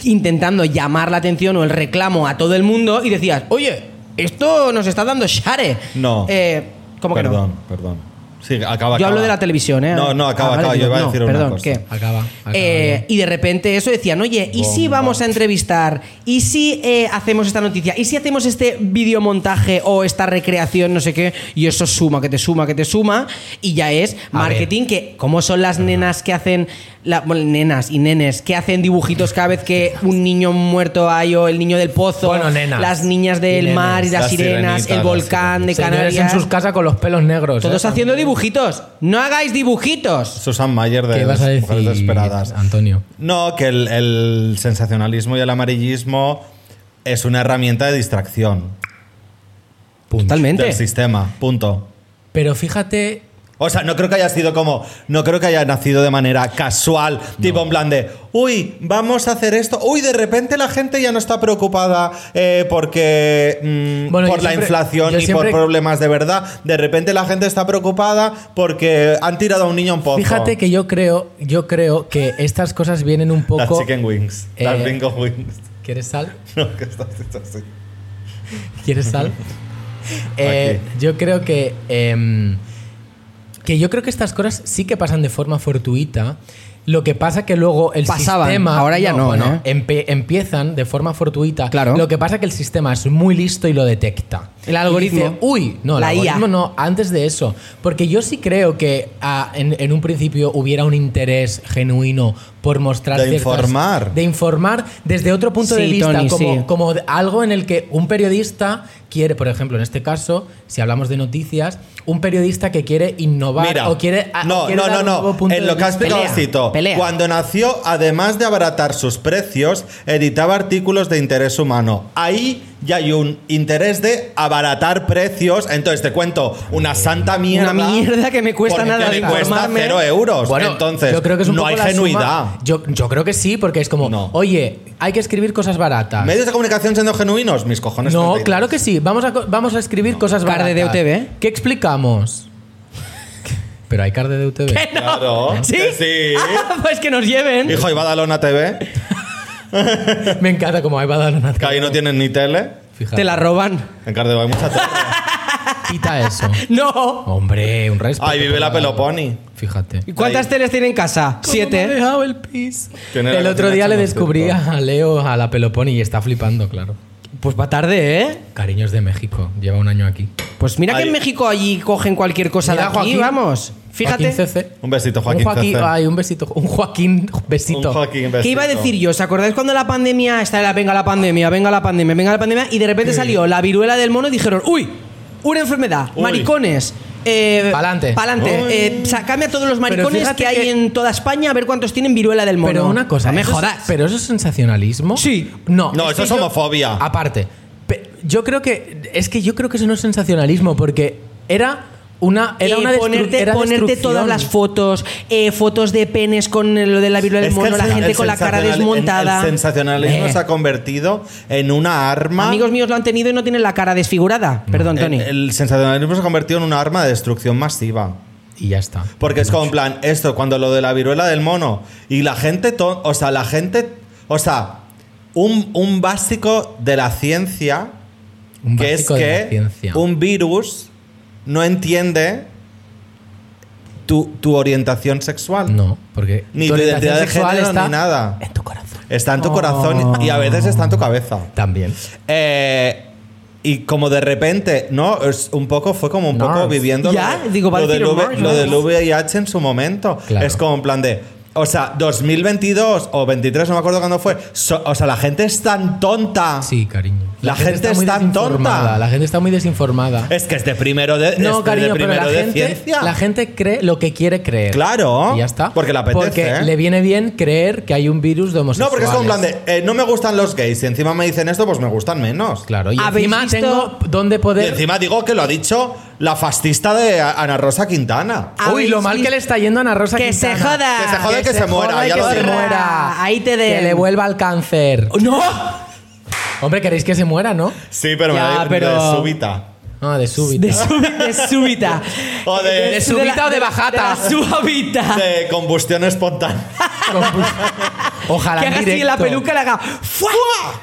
S2: intentando llamar la atención o el reclamo a todo el mundo y decías, oye, esto nos está dando share.
S4: No.
S2: Eh, ¿Cómo que no?
S4: perdón, perdón. Sí, acaba,
S2: Yo hablo
S4: acaba.
S2: de la televisión, ¿eh?
S4: No, no, acaba,
S2: Ah, vale,
S4: acaba. Yo
S2: digo,
S4: iba a
S2: no,
S4: decir
S2: perdón,
S4: una cosa.
S2: ¿qué?
S3: Acaba, acaba,
S2: Eh, y de repente eso decían, oye, ¿y si
S4: Bomba.
S2: vamos a entrevistar? ¿Y si eh, hacemos esta noticia? ¿Y si hacemos este videomontaje o esta recreación, no sé qué? Y eso suma, que te suma, que te suma. Y ya es marketing, que como son las nenas que hacen, la- bueno, nenas y nenes, que hacen dibujitos cada vez que un niño muerto hay o el niño del pozo,
S3: Bueno, nenas.
S2: las niñas
S3: Y
S2: del
S3: nenes.
S2: mar y las,
S4: Las
S2: sirenas,
S4: sirenitas,
S2: el
S4: las
S2: volcán de
S3: Señores
S2: Canarias.
S3: en sus casas con los pelos negros.
S2: Todos
S3: ¿eh?
S2: haciendo dibujitos. No hagáis dibujitos.
S4: Susan Mayer de
S3: ¿Qué vas
S4: las
S3: a
S4: Mujeres
S3: decir,
S4: Desesperadas.
S3: Antonio?
S4: No, que el, el sensacionalismo y el amarillismo es una herramienta de distracción
S3: Punch.
S2: Totalmente.
S4: del sistema. Punto.
S3: Pero fíjate,
S4: O sea, no creo que haya sido como. No creo que haya nacido de manera casual, tipo en plan de. Uy, vamos a hacer esto. Uy, de repente la gente ya no está preocupada eh, porque. mm,
S3: Bueno,
S4: por
S3: yo
S4: la
S3: siempre-
S4: inflación
S3: yo
S4: y
S3: siempre-
S4: por problemas de verdad. De repente la gente está preocupada porque han tirado a un niño en pozo.
S3: fíjate que yo creo, yo creo que estas cosas vienen un
S4: Las
S3: poco.
S4: chicken wings. Las
S3: Eh,
S4: bingo wings.
S3: ¿Quieres sal?
S4: No, que estás hecho así.
S3: ¿Quieres sal? Eh, yo creo que. em, que yo creo que estas cosas sí que pasan de forma fortuita. Lo que pasa que luego el
S6: Pasaban,
S3: sistema.
S6: ahora ya no, ¿eh?
S3: bueno, empe- empiezan de forma fortuita.
S6: Claro.
S3: Lo que pasa que el sistema es muy listo y lo detecta.
S6: El algoritmo.
S3: Y dice, Uy, no, el
S6: La IA.
S3: algoritmo no, antes de eso. Porque yo sí creo que ah, en, en un principio hubiera un interés genuino por mostrar.
S4: De
S3: ciertas-
S4: informar.
S3: De informar desde otro punto de
S2: Sí,
S3: vista,
S2: Tony,
S3: como,
S2: sí.
S3: como de- algo en el que un periodista quiere, por ejemplo, en este caso, si hablamos de noticias, un periodista que quiere innovar
S4: Mira,
S3: o quiere. a-
S4: no,
S3: quiere
S4: no,
S3: dar
S4: no,
S3: un nuevo
S4: no.
S3: punto
S4: En
S3: de
S4: lo que ha
S3: vista.
S4: explicado
S2: Pelea,
S4: Cito,
S2: pelea.
S4: cuando nació, además de abaratar sus precios, editaba artículos de interés humano. Ahí ya hay un interés de abaratar precios. Entonces te cuento una santa mierda.
S2: Una mierda que me cuesta
S4: porque
S2: nada
S4: Me cuesta
S2: informarme.
S4: cero euros.
S3: Bueno,
S4: Entonces,
S3: yo creo que es un
S4: no
S3: poco
S4: hay
S3: la suma-
S4: genuidad.
S3: Yo, yo creo que sí, porque es como,
S4: No.
S3: oye, hay que escribir cosas baratas.
S4: ¿Medios de comunicación siendo genuinos? Mis cojones.
S3: No,
S4: 32.
S3: claro que sí. Vamos a, co- vamos a escribir cosas baratas.
S2: Carde de UTV.
S3: ¿Qué explicamos? Pero hay carde de UTV.
S4: Claro.
S2: ¿Sí?
S4: que sí.
S2: Ah, pues que nos lleven.
S4: Hijo, y Badalona TV,
S3: Me encanta como ahí va a dar una
S4: que ahí no tienen ni tele.
S3: Fíjate.
S2: Te la roban.
S4: En Cardeva hay mucha tele.
S3: Quita eso.
S2: No.
S3: Hombre, un respeto.
S4: Ahí vive la
S3: para-
S4: Peloponi.
S3: Fíjate.
S2: ¿Y cuántas teles tiene en casa? Siete.
S3: el pis?
S4: ¿Quién era
S3: El
S4: la
S3: otro
S4: cocina
S3: día le
S4: chino,
S3: descubrí
S4: cierto?
S3: a Leo a la Peloponi y está flipando, claro.
S2: Pues va tarde, ¿eh?
S3: Cariños de México, lleva un año aquí.
S2: Pues mira que
S4: Ahí.
S2: en México allí cogen cualquier cosa
S3: Mira,
S2: de aquí,
S3: Joaquín.
S2: vamos. Fíjate.
S3: Joaquín CC.
S4: Un besito, Joaquín
S3: Un Joaquín,
S4: CC.
S3: ay, un besito. Un Joaquín besito.
S4: Un fucking
S2: ¿Qué iba a
S4: besito.
S2: decir yo? ¿Os acordáis cuando la pandemia está la venga la pandemia, venga la pandemia, venga la pandemia? Y de repente salió la viruela del mono y dijeron, ¡Uy! Una enfermedad,
S4: Uy.
S2: maricones. Eh,
S3: Pa'lante.
S2: Pa'lante.
S4: Uy.
S2: Eh, o sea, cambia todos los maricones
S3: fíjate
S2: que hay
S3: que-
S2: en toda España a ver cuántos tienen viruela del mono.
S3: Pero una cosa,
S2: No me
S3: eso es-
S2: jodas.
S3: pero eso es sensacionalismo.
S2: Sí.
S3: No.
S4: No,
S3: es
S4: eso
S3: que
S4: es
S3: yo-
S4: homofobia.
S3: Aparte, pe- yo creo que es que yo creo que eso no es sensacionalismo porque era una era
S2: Eh,
S3: una destru-
S2: ponerte,
S3: era
S2: ponerte
S3: destrucción.
S2: todas las fotos, eh, fotos de penes con eh, lo de la viruela del
S4: Es que
S2: mono,
S4: el
S2: la
S4: sen-
S2: gente
S4: el
S2: con la cara
S4: sensacional-
S2: desmontada.
S4: El sensacionalismo
S2: Eh.
S4: se ha convertido en una arma.
S2: Amigos míos lo han tenido y no tienen la cara desfigurada. Perdón, Tony.
S4: el, el sensacionalismo se ha convertido en una arma de destrucción masiva.
S3: y ya está.
S4: Porque es como en plan, esto, cuando lo de la viruela del mono. Y la gente, to- o sea, la gente, o sea, un, un básico de la ciencia,
S3: Un
S4: que es
S3: básico de la
S4: que
S3: ciencia.
S4: un virus no entiende tu, tu orientación sexual.
S3: No, porque
S4: Ni
S3: tu
S4: tu
S3: orientación
S4: identidad de
S3: sexual
S4: género
S3: está
S4: ni nada.
S3: En tu corazón.
S4: Está en tu corazón y a veces está en tu cabeza.
S3: También.
S4: Eh, y como de repente, ¿no? Es un poco, fue como un
S3: Nice.
S4: poco viviendo
S2: Ya,
S4: lo, de-
S2: digo, va a
S4: lo del
S2: decir
S4: V-
S2: nice.
S4: lo del VIH en su momento.
S3: Claro.
S4: Es como en plan de. O sea, 2022 o 23, no me acuerdo cuándo fue. so- o sea, la gente es tan tonta.
S3: Sí, cariño.
S4: La gente
S3: muy
S4: es tan
S3: desinformada,
S4: tonta.
S3: La gente está muy desinformada.
S4: Es que es de primero de. es
S3: no,
S4: este, de
S3: cariño, pero
S4: primero
S3: la
S4: de
S3: gente,
S4: ciencia.
S3: la gente cree lo que quiere creer.
S4: Claro,
S3: Y ya está.
S4: porque le apetece,
S3: Porque
S4: ¿eh?
S3: le viene bien creer que hay un virus de
S4: no,
S3: homosexuales.
S4: porque es como en plan de. eh, no me gustan los gays y encima me dicen esto, pues me gustan menos.
S3: Claro, y
S2: ¿Habéis
S3: encima
S2: visto-
S3: tengo donde
S4: Y
S3: poder.
S4: encima digo que lo ha dicho la fascista de Ana Rosa Quintana.
S3: Uy,
S2: ¿Habéis
S3: lo mal que
S2: visto-
S3: le está yendo a Ana Rosa
S2: Que se
S3: Quintana.
S2: joda.
S4: Que se joda y que se
S3: joda
S4: muera,
S3: y
S4: ya
S3: Ah, que
S4: lo
S3: se
S4: digo.
S3: muera.
S2: Ahí te den.
S3: Que le vuelva al cáncer.
S2: ¡No!
S3: Hombre, queréis que se muera, ¿no?
S4: Sí, pero
S2: Ya,
S4: me da
S2: pero-
S4: de súbita.
S3: No, de súbito.
S2: De, súbi- de súbita.
S4: O de-
S2: De
S4: De
S2: súbita
S3: súbita o de bajata.
S2: De la suavita.
S4: De combustión espontánea.
S3: Ojalá
S2: que
S3: en
S2: haga así
S3: directo.
S2: la peluca, le haga ¡fua!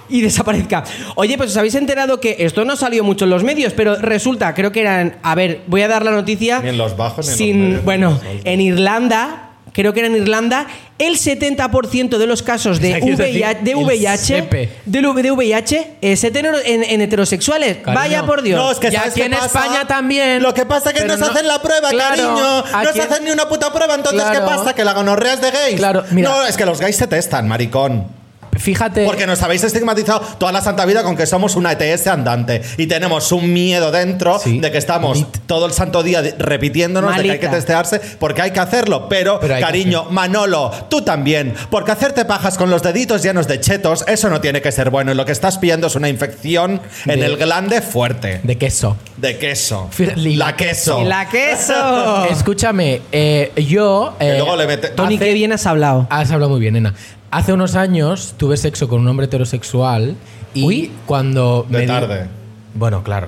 S2: y desaparezca.
S1: Oye, pues os habéis enterado que esto no salió mucho en los medios, pero resulta, creo que eran. A ver, voy a dar la noticia.
S4: Ni en los bajos, ni en los
S1: sin,
S4: medios, ni en
S1: Bueno,
S4: los altos.
S1: en Irlanda, creo que era en Irlanda, el 70% de los casos de
S3: Aquí es decir,
S1: VIH. De
S3: el
S1: VIH,
S3: sepe.
S1: del V- de VIH eh, se tener- en, en heterosexuales.
S3: Cariño.
S1: Vaya por Dios.
S4: No, es que
S3: Y
S4: ¿sabes
S3: aquí
S4: qué
S3: en
S4: pasa?
S3: España también.
S4: Lo que pasa es que
S3: Pero
S4: no se
S3: no-
S4: hacen la prueba,
S3: Claro,
S4: cariño. No
S3: aquí-
S4: se hacen ni una puta prueba. Entonces,
S3: Claro.
S4: ¿qué pasa? ¿Que la gonorrea es de gays?
S3: Claro, mira.
S4: No, es que los gays se testan, maricón.
S3: Fíjate.
S4: Porque nos habéis estigmatizado toda la santa vida con que somos una ETS andante. Y tenemos un miedo dentro
S3: Sí.
S4: de que estamos
S3: Lit.
S4: todo el santo día de- repitiéndonos de que hay que
S1: Malita.
S4: testearse porque hay que hacerlo. Pero,
S3: Pero hay que
S4: cariño, Manolo, tú también. Porque hacerte pajas con los deditos llenos de chetos, eso no tiene que ser bueno. Y lo que estás pillando es una infección en
S3: De-
S4: el glande fuerte.
S3: De queso.
S4: De queso.
S3: Fija- li-
S4: La queso.
S1: ¡La queso!
S3: Escúchame, eh, yo. eh,
S4: Ah. luego le mete-
S3: Tony,
S1: Tony, qué bien has hablado.
S3: Has hablado muy bien, nena. Hace unos años tuve sexo con un hombre heterosexual y cuando.
S4: De
S3: me di-
S4: tarde.
S3: Bueno, claro.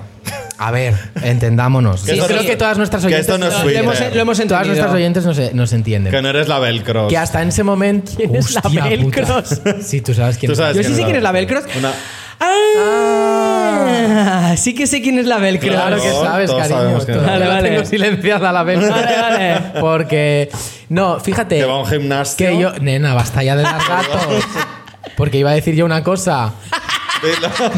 S3: A ver, entendámonos.
S4: Que
S3: Yo
S4: esto
S3: creo
S4: no-
S3: que todas nuestras
S4: que
S3: oyentes.
S4: esto no es
S3: nos-
S4: Twitter.
S3: lo hemos- lo hemos
S1: entendido.
S3: Todas nuestras oyentes nos, nos entienden.
S4: Que no eres la velcro.
S3: Que hasta en ese momento.
S2: ¿Quién es la
S3: Hostia
S2: Velcros?
S3: puta. Sí, tú sabes quién
S4: Tú
S3: es.
S4: sabes
S1: Yo sí
S4: quién
S1: sé quién es la Velcro.
S4: Una-
S1: Ah, sí que sé quién es la Velcro.
S3: Claro
S4: Claro,
S3: que sabes,
S4: todos
S3: cariño.
S4: sabemos quién es.
S3: Todos-
S1: Vale,
S3: la
S1: vale.
S3: Tengo silenciada la vez.
S1: Vale, vale.
S3: Porque. No, fíjate.
S4: Que va a un gimnasio.
S3: Que yo. Nena, basta ya de dar datos. Porque iba a decir yo una cosa.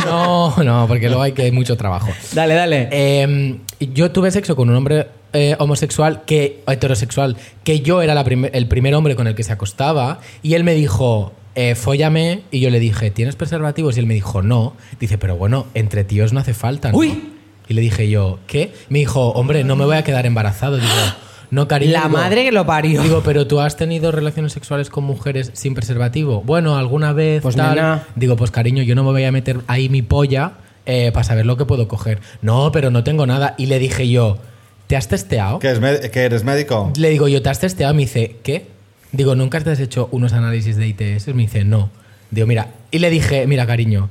S3: No, no, porque luego hay que hay mucho trabajo.
S1: Dale, dale.
S3: Eh, yo tuve sexo con un hombre eh, homosexual que heterosexual que yo era la prim- el primer hombre con el que se acostaba y él me dijo eh, fóllame y yo le dije tienes preservativos y él me dijo no dice pero bueno entre tíos no hace falta ¿no?".
S1: Uy.
S3: y le dije yo qué me dijo hombre no me voy a quedar embarazado digo no cariño
S1: La
S3: Digo,
S1: madre que lo parió.
S3: Digo, pero tú has tenido relaciones sexuales con mujeres sin preservativo. Bueno, alguna vez.
S1: Pues
S3: tal.
S1: nena.
S3: Digo, pues cariño, yo no me voy a meter ahí mi polla eh, para saber lo que puedo coger. No, pero no tengo nada. Y le dije yo, ¿te has testeado?
S4: ¿Que, es me- que eres médico.
S3: Le digo yo, ¿te has testeado? Me dice, ¿qué? Digo, ¿nunca te has hecho unos análisis de ITS? Me dice, no. Digo, mira. Y le dije, mira, cariño.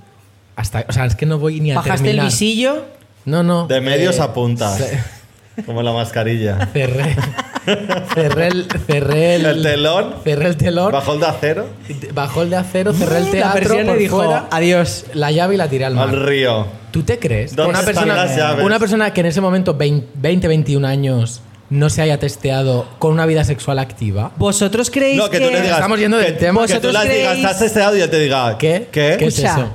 S3: Hasta, o sea, es que no voy ni a
S1: Bajaste el
S3: terminar.
S1: visillo.
S3: No, no.
S4: De medios
S3: Eh,
S4: a puntas. Como la mascarilla.
S3: Cerré. cerré el. Cerré el,
S4: El telón.
S3: Cerré el telón.
S4: Bajo el de acero
S3: Bajó el de acero, cerré el
S1: La
S3: teatro
S1: persiana
S3: por
S1: dijo,
S3: fuera,
S1: adiós.
S3: la llave y la tiré al mar.
S4: al río.
S3: ¿Tú te crees?
S4: ¿Dónde
S3: una,
S4: están las
S3: persona,
S4: llaves?
S3: una persona que en ese momento, 20, 20, 21 años, no se haya testeado con una vida sexual activa.
S1: ¿Vosotros creéis
S4: No, que tú le digas.
S3: Estamos yendo
S4: que-
S3: del tema.
S4: Que tú
S1: ¿Vosotros
S4: le digas,
S1: creéis-
S4: estás testeado y él te diga,
S3: ¿Qué?
S4: ¿Qué?
S3: ¿Qué es
S1: Escucha.
S3: eso?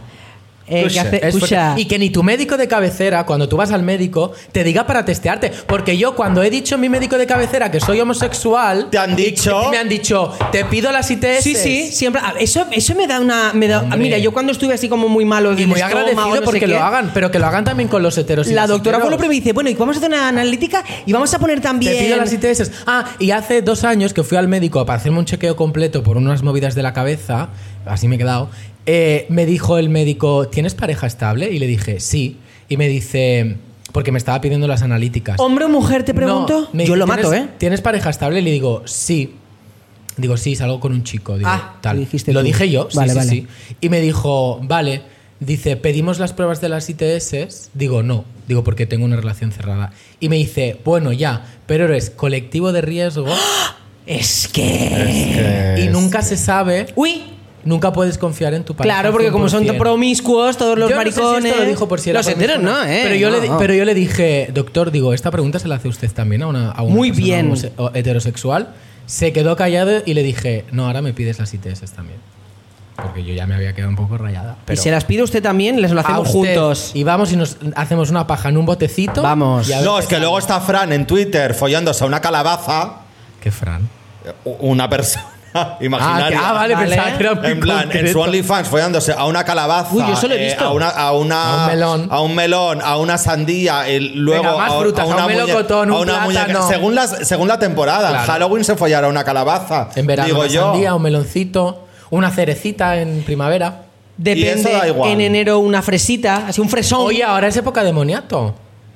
S1: Eh, que
S4: Escucha,
S1: hace-
S3: Es porque-
S1: escucha.
S3: y que ni tu médico de cabecera, cuando tú vas al médico, te diga para testearte. Porque yo, cuando he dicho a mi médico de cabecera que soy homosexual,
S4: Te han
S3: y-
S4: dicho-
S3: y me han dicho, te pido las ITS.
S1: Sí, sí, siempre. ah, Eso, eso me da una. me da-
S3: Hombre.
S1: mira, yo cuando estuve así como muy malo
S3: Y
S1: del
S3: muy
S1: estómago,
S3: agradecido
S1: no sé
S3: porque
S1: qué,
S3: lo hagan, pero que lo hagan también con los heteros. y
S1: La
S3: las
S1: doctora
S3: heteros.
S1: Colope me dice, bueno, y vamos a hacer una analítica y vamos a poner
S3: Te
S1: también.
S3: pido las ITS. Ah, y hace dos años que fui al médico para hacerme un chequeo completo por unas movidas de la cabeza, así me he quedado, eh, me dijo el médico, ¿tienes pareja estable? Y le dije, sí. Y me dice, porque me estaba pidiendo las analíticas.
S1: ¿Hombre o mujer, te pregunto?
S3: No, me
S1: yo
S3: dice,
S1: lo mato, ¿eh?
S3: "¿Tienes- ¿Tienes pareja estable? Y le digo, sí. Digo, sí, salgo con un chico. Digo,
S1: Ah,
S3: tal.
S1: lo dijiste
S3: lo
S1: tú.
S3: dije yo, sí,
S1: Vale,
S3: sí,
S1: vale.
S3: sí. Y me dijo, vale. Dice, ¿pedimos las pruebas de las ITS? Digo, no. Digo, porque tengo una relación cerrada. Y me dice, bueno, ya, pero eres colectivo de riesgo
S1: Es que.
S4: ¿Qué
S3: y
S4: es?
S3: nunca
S1: Este.
S3: se sabe,
S1: Uy,
S3: nununca puedes confiar en tu pareja.
S1: claro, porque como son
S3: 100%.
S1: promiscuos, todos los
S3: Yo no sé si
S1: maricones.
S3: esto lo dijo por si era
S1: los enteros no,
S3: promiscuo,
S1: ¿eh?
S3: Pero yo,
S1: No,
S3: le, di-
S1: no.
S3: pero yo le dije, doctor, digo, esta pregunta se la hace usted también a una, a una
S1: Muy
S3: persona
S1: bien.
S3: homose- o heterosexual. Se quedó callado y le dije, no, ahora me pides las ITS también. Porque yo ya me había quedado un poco rayada.
S1: Y
S3: Pero
S1: se las pide usted también, les lo
S3: a
S1: hacemos
S3: usted.
S1: juntos.
S3: Y vamos y nos hacemos una paja en un botecito.
S1: Vamos.
S3: y a ver
S4: No,
S3: qué
S4: es que
S3: sale.
S4: luego está Fran en Twitter follándose a una calabaza,
S3: Qué Fran.
S4: una persona
S3: Ah, que-
S4: imaginaria.
S3: ah, vale,
S1: Vale.
S3: pensaba que era muy
S4: En plan, en su
S3: concreto.
S4: OnlyFans follándose a una calabaza,
S1: Uy, yo eso lo he
S4: eh,
S1: visto.
S4: a, una, a, una,
S3: A un melón.
S4: a un melón, a una sandía, y luego
S3: Venga, más
S4: a,
S3: frutas, a un
S4: muñe-
S3: melocotón, un plátano.
S4: Según, las, según la temporada,
S3: Claro.
S4: en Halloween se follará una calabaza.
S3: En verano,
S4: digo
S3: una
S4: yo.
S3: sandía, un meloncito, una cerecita en primavera.
S1: Depende,
S4: da igual.
S1: en enero una fresita, así un fresón.
S3: Oye, ahora es época de moniato.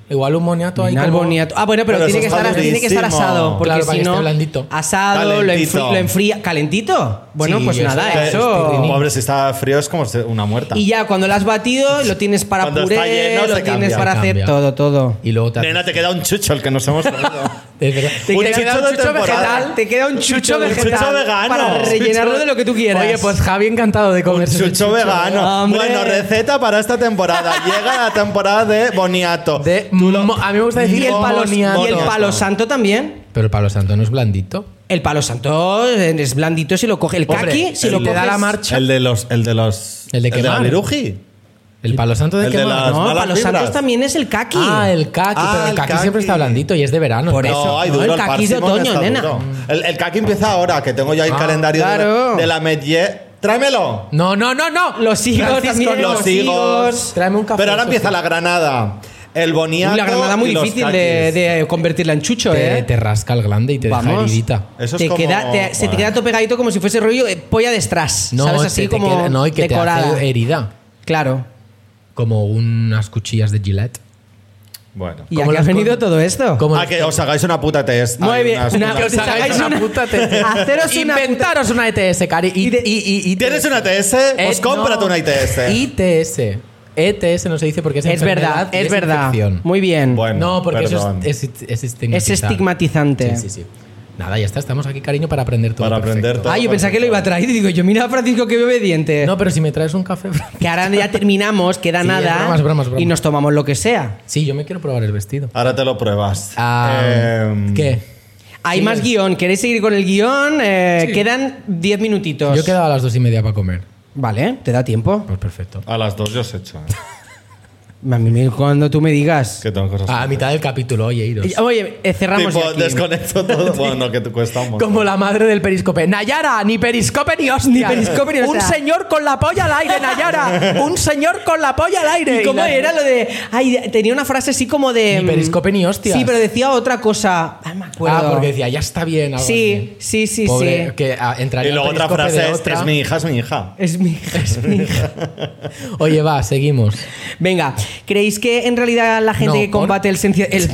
S3: Igual un moniato ahí.
S2: Vinal
S3: como-
S2: boniato. Ah, bueno, pero,
S4: Pero
S2: tiene, que
S4: eso
S2: estar,
S4: está
S2: tiene que estar
S4: durísimo.
S2: asado. Porque
S3: Claro, para
S2: si
S3: que
S2: no.
S3: esté blandito.
S2: Asado, lo enfría,
S4: Calentito.
S2: lo enfría- ¿Calentito? Bueno,
S3: Sí,
S2: pues
S3: eso
S2: nada,
S3: está-
S2: eso.
S3: estirrinín.
S4: Pobre, Eh, si está frío es como ser una muerta.
S2: Y ya, cuando lo has batido, lo tienes para
S4: Pues Cuando
S2: puré,
S4: está lleno,
S2: lo
S4: se
S2: tienes
S4: cambia,
S2: para
S3: se
S2: hacer
S3: cambia.
S2: todo, todo.
S3: Y luego te haces-
S4: Nena, te queda un chucho el que nos hemos comido.
S3: Es verdad.
S2: Te
S4: Un
S2: queda
S4: chucho
S2: un
S4: de
S2: chucho
S4: temporada.
S2: vegetal, te queda un chucho
S4: Un chucho
S2: vegetal
S4: vegano.
S2: para rellenarlo de lo que tú quieras.
S3: Oye, pues Javi encantado de comer
S4: Chucho, vegano.
S2: hombre.
S4: Bueno, receta para esta temporada. Llega la temporada de boniato.
S3: De mo- a mí me gusta decir
S2: y el palo, y
S3: moniato.
S2: el palo
S4: Boniato.
S2: santo también.
S3: Pero el palo santo no es blandito.
S2: El palo santo es blandito si lo coge. El
S3: Hombre,
S2: kaki, si
S3: el
S2: lo
S3: de
S2: coges...
S3: da la marcha.
S4: El de los. El de los.
S3: El de
S4: la
S3: quemar.
S4: viruji.
S3: El palo santo de
S4: El
S3: qué
S4: de
S3: más,
S4: las
S2: No, el
S4: malas
S2: palo santo
S4: vibras.
S2: también es el kaki.
S3: Ah, el caqui.
S4: Ah,
S3: pero el
S4: el
S3: caqui
S4: caqui.
S3: siempre está blandito y es de verano.
S2: Por
S3: ¿no?
S2: eso.
S4: No, hay
S2: No,
S4: duro,
S2: el
S4: el,
S2: caqui es de
S4: parsimón
S2: otoño,
S4: está
S2: nena. Ah,
S4: duro. El, el caqui empieza ahora, que tengo yo ahí el calendario de la-
S2: claro.
S4: de la Medie. Tráemelo.
S3: No, no, no, no.
S2: Los higos
S3: Francisco,
S2: también,
S4: los
S2: los higos.
S4: higos.
S3: Tráeme un café.
S4: Pero ahora
S3: eso
S4: empieza
S3: sí.
S4: la granada. El boniato.
S2: La granada muy
S4: y los
S2: difícil de,
S4: caquis.
S2: de convertirla en chucho,
S3: Te,
S2: ¿eh?
S3: te rasca el glande y te deja
S2: Vamos.
S3: heridita.
S4: Eso es
S2: Te
S4: como-
S2: queda- te- Se te
S4: Bueno.
S2: queda todo pegadito como si fuese rollo eh, polla de strass.
S3: No,
S2: ¿Sabes?
S3: te-
S2: Así
S3: te
S2: como
S3: queda- no, y que te
S2: decorada.
S3: hace eh, herida.
S2: Claro.
S3: Como unas cuchillas de Gillette.
S4: Bueno.
S2: ¿Y a
S3: Como
S2: qué ha
S3: las con-
S2: venido todo esto?
S3: Como
S4: A ah, que os hagáis una puta test.
S2: Muy
S4: Hay
S2: bien.
S4: unas-
S2: Una-
S4: unas-
S2: que os hagáis una puta TS. Haceros una puta-
S3: Inventaros una ETS, Cari. Y,
S2: de-
S3: y- y- y-
S4: ¿Tienes una TS? Pues
S3: Eh,
S4: cómprate
S3: no.
S4: una ITS.
S3: ITS. ETS E no se dice porque es
S2: Es verdad,
S3: enfermedad y
S2: es verdad.
S3: infección.
S2: Muy bien.
S4: Bueno,
S3: no, porque
S4: perdón.
S3: eso es, es, es
S2: Es
S3: estigmatizante.
S2: estigmatizante.
S3: Sí, sí, sí. Nada, ya está. Estamos aquí, cariño, para aprender todo.
S4: Para aprender
S3: perfecto.
S4: todo.
S2: Ah, yo pensaba que lo iba a traer y digo, yo mira a Francisco que bebe diente.
S3: No, pero si me traes un café. Fran.
S2: Que ahora ya terminamos, queda
S3: Sí,
S2: nada
S3: es broma, es broma, es broma.
S2: y nos tomamos lo que sea.
S3: Sí, yo me quiero probar el vestido.
S4: Ahora te lo pruebas.
S3: Ah,
S4: Em,
S3: ¿Qué?
S2: Hay
S3: Sí.
S2: más guión, ¿queréis seguir con el guión? Eh, Quedan 10 minutitos.
S3: Yo he quedado a las dos y media para comer.
S2: Vale, ¿te da tiempo?
S3: Pues perfecto.
S4: A las dos yo os echo. ¿eh?
S2: A mí cuando tú me digas.
S4: que tengo cosas.
S3: A mitad del capítulo, oye, iros.
S2: Oye, eh, cerramos
S4: Tipo,
S2: ya aquí.
S4: desconecto todo. bueno, que te cuesta un montón.
S3: Como la madre del periscope. Nayara, ni periscope ni hostia.
S2: Ah, Ni periscope ni
S3: Un
S2: hostia.
S3: señor con la polla al aire, Nayara. Un señor con la polla al aire.
S2: ¿Y cómo
S3: la-
S2: era lo de.? Ay, tenía una frase así como de. mm,
S3: Ni periscope ni hostias.
S2: Sí, pero decía otra cosa. Ah, me acuerdo.
S3: Ah, porque decía, ya está bien. algo
S2: Sí, sí,
S3: así.
S2: sí,
S3: Pobre,
S2: sí.
S3: Que ah, entraría
S4: Y luego
S3: al
S4: otra
S3: periscope
S4: frase
S3: de
S4: es:
S3: otra.
S4: es mi hija, es mi hija.
S2: Es mi hija, es mi hija.
S3: Oye, va, seguimos.
S2: Venga, ¿creéis que en realidad la gente
S3: No,
S2: que
S3: ¿por?
S2: combate el, senci- el,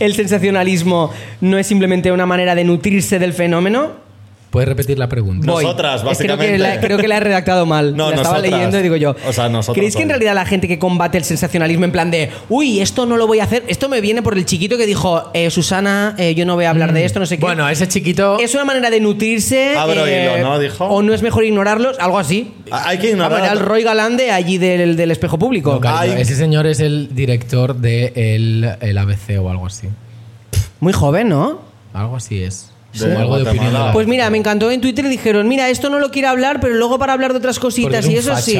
S2: el sensacionalismo no es simplemente una manera de nutrirse del fenómeno?
S3: ¿Puedes repetir la pregunta?
S2: Voy.
S4: Nosotras,
S2: Es que Creo que,
S4: básicamente.
S2: la, creo que la he redactado mal.
S4: No,
S2: la estaba
S4: nosotras.
S2: leyendo y digo yo.
S4: O sea, nosotros
S2: ¿Creéis que en
S4: somos.
S2: realidad la gente que combate el sensacionalismo en plan de, uy, esto no lo voy a hacer, esto me viene por el chiquito que dijo, eh, Susana, eh, yo no voy a hablar
S4: Mm.
S2: de esto, no sé qué?
S3: Bueno, ese chiquito.
S2: es una manera de nutrirse. eh,
S4: Abro hilo, ¿no? Dijo.
S2: O no es mejor ignorarlos, algo así.
S4: A- Hay que
S2: Vamos, era
S4: ignorar.
S2: el Roy Galán de allí del, del espejo público.
S3: No, cariño,
S4: Ay.
S3: Ese señor es el director de el, el ABC o algo así.
S2: Muy joven, ¿no?
S3: Algo así es.
S4: De
S3: Como algo de
S4: Guatemala.
S3: opinión. de la-
S2: Pues mira, me encantó en Twitter dijeron, mira, esto no lo quiero hablar, pero luego para hablar de otras
S3: Porque
S2: cositas
S3: es un
S2: y eso
S3: facha.
S2: sí.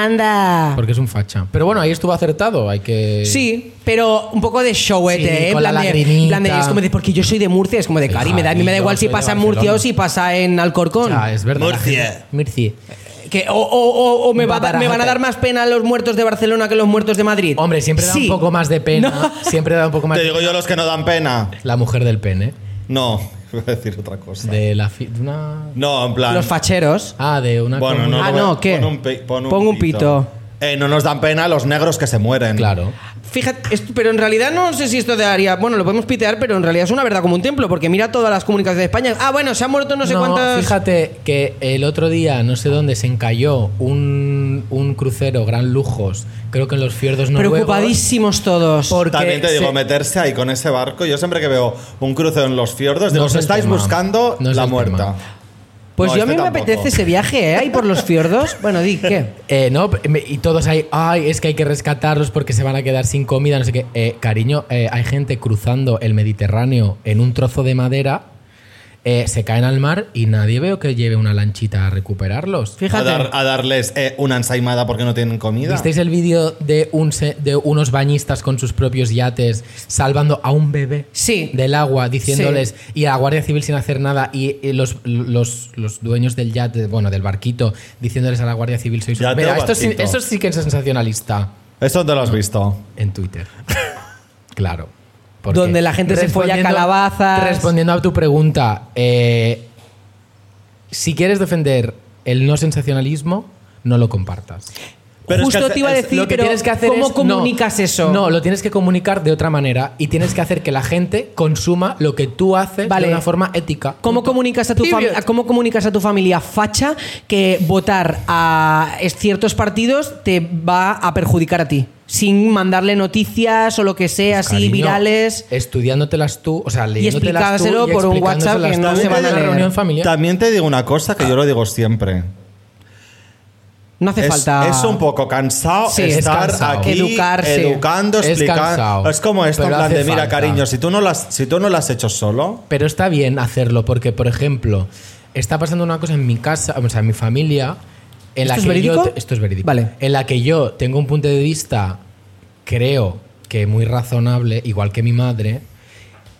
S2: Anda.
S3: Porque es un facha. Pero bueno, ahí estuvo acertado. Hay que.
S2: Sí, pero un poco de showete,
S3: Sí,
S2: ¿eh? En
S3: con la
S2: plan de-
S3: lagrimita.
S2: en plan de- es como de, porque yo soy de Murcia, es como de,
S3: Hija,
S2: cari, me da, a mí me da
S3: y yo
S2: igual si
S3: soy de
S2: pasa en
S3: Barcelona.
S2: Murcia o si pasa en Alcorcón.
S3: Ah, es verdad.
S4: Murcia.
S3: Murcia.
S2: Que, o o- o- o me, va-
S3: Bataranate.
S2: me van a dar más pena los muertos de Barcelona que los muertos de Madrid.
S3: Hombre, siempre da
S2: Sí.
S3: un poco más de pena. Siempre da un poco más
S4: Te
S3: de
S4: digo yo los que no dan pena.
S3: La mujer del pene.
S4: No, voy a decir otra cosa.
S3: De la. fi- de una...
S4: No, en plan.
S2: Los facheros.
S3: Ah, de una.
S4: Bueno, no.
S2: Ah,
S4: lo voy-
S2: no, ¿qué?
S4: Pon un, pi- pon un
S2: Pongo un pito.
S4: Eh, no nos dan pena los negros que se mueren.
S3: Claro.
S2: Fíjate, esto- pero en realidad no sé si esto te haría. Bueno, lo podemos pitear, pero en realidad es una verdad como un templo, porque mira todas las comunicaciones de España. Ah, bueno, se han muerto no sé cuántas.
S3: Fíjate que el otro día, no sé dónde, se encalló un, un crucero gran lujos, creo que en los fiordos noruegos.
S2: Preocupadísimos todos.
S3: Porque
S4: También te digo,
S3: se-
S4: meterse ahí con ese barco. Yo siempre que veo un crucero en los fiordos,
S3: No
S4: digo,
S3: es
S4: "Os
S3: el
S4: estáis
S3: tema.
S4: buscando
S3: No es
S4: la
S3: el
S4: muerta.
S3: tema.
S2: pues
S4: No,
S2: yo a
S4: este
S2: mí me
S4: tampoco.
S2: apetece ese viaje, ¿eh? Ahí por los fiordos. Bueno, di, ¿qué?
S3: eh, no, me- y todos ahí, ay, es que hay que rescatarlos porque se van a quedar sin comida, no sé qué. Eh, cariño, eh, hay gente cruzando el Mediterráneo en un trozo de madera, eh, se caen al mar y nadie veo que lleve una lanchita a recuperarlos.
S4: A,
S2: Fíjate.
S4: dar- a darles eh, una ensaimada porque no tienen comida.
S3: ¿Visteis el vídeo de, un se- de unos bañistas con sus propios yates salvando a un bebé
S2: Sí.
S3: del agua, diciéndoles, y a la Guardia Civil sin hacer nada, y, y los, los, los dueños del yate, bueno, del barquito, diciéndoles a la Guardia Civil, sois
S4: Yate
S3: Mira,
S4: o
S3: esto, sí,
S4: barquito.
S3: esto sí que es sensacionalista
S4: Esto te lo has visto.
S3: en Twitter. claro. porque
S2: Donde la gente se folla
S3: respondiendo-
S2: calabazas.
S3: Respondiendo a tu pregunta, eh, si quieres defender el no sensacionalismo, no lo compartas.
S4: Pero es
S1: Justo
S4: que hace-
S1: te iba a
S4: es-
S1: decir,
S4: lo
S1: pero ¿cómo
S3: no,
S1: comunicas eso?
S3: No, lo tienes que comunicar de otra manera y tienes que hacer que la gente consuma lo que tú haces
S1: Vale.
S3: de una forma ética.
S1: ¿Cómo
S3: Punto.
S1: comunicas, a tu
S3: Period.
S1: fami- ¿Cómo comunicas a tu familia facha que votar a es- ciertos partidos te va a perjudicar a ti? Sin mandarle noticias o lo que sea,
S4: Pues
S1: así
S3: Cariño,
S1: virales.
S3: Estudiándotelas tú, o sea, leyéndotelas tú
S1: explicárselo por un
S3: explicándoselas
S1: WhatsApp que
S3: tú
S1: no
S4: se
S3: en
S4: van a
S3: una
S4: leer.
S3: reunión familiar.
S4: También te digo una cosa
S3: Ah.
S4: que yo lo digo siempre.
S1: No hace
S4: es,
S1: falta.
S4: es un poco cansado
S1: Sí, es
S4: estar
S3: cansado.
S4: aquí
S1: Educarse.
S4: educando,
S3: Es
S4: explicando.
S3: cansado,
S4: Es, como esto, en
S3: pero
S4: plan
S3: hace
S4: de, mira,
S3: falta".
S4: cariño, si tú, no lo has, si tú no lo has hecho solo,
S3: Pero está bien hacerlo porque, por ejemplo, está pasando una cosa en mi casa, o sea, en mi familia, en la
S1: ¿Esto es
S3: que
S1: verídico?
S3: yo te- esto es verídico,
S1: Vale.
S3: en la que yo tengo un punto de vista, creo que muy razonable, igual que mi madre,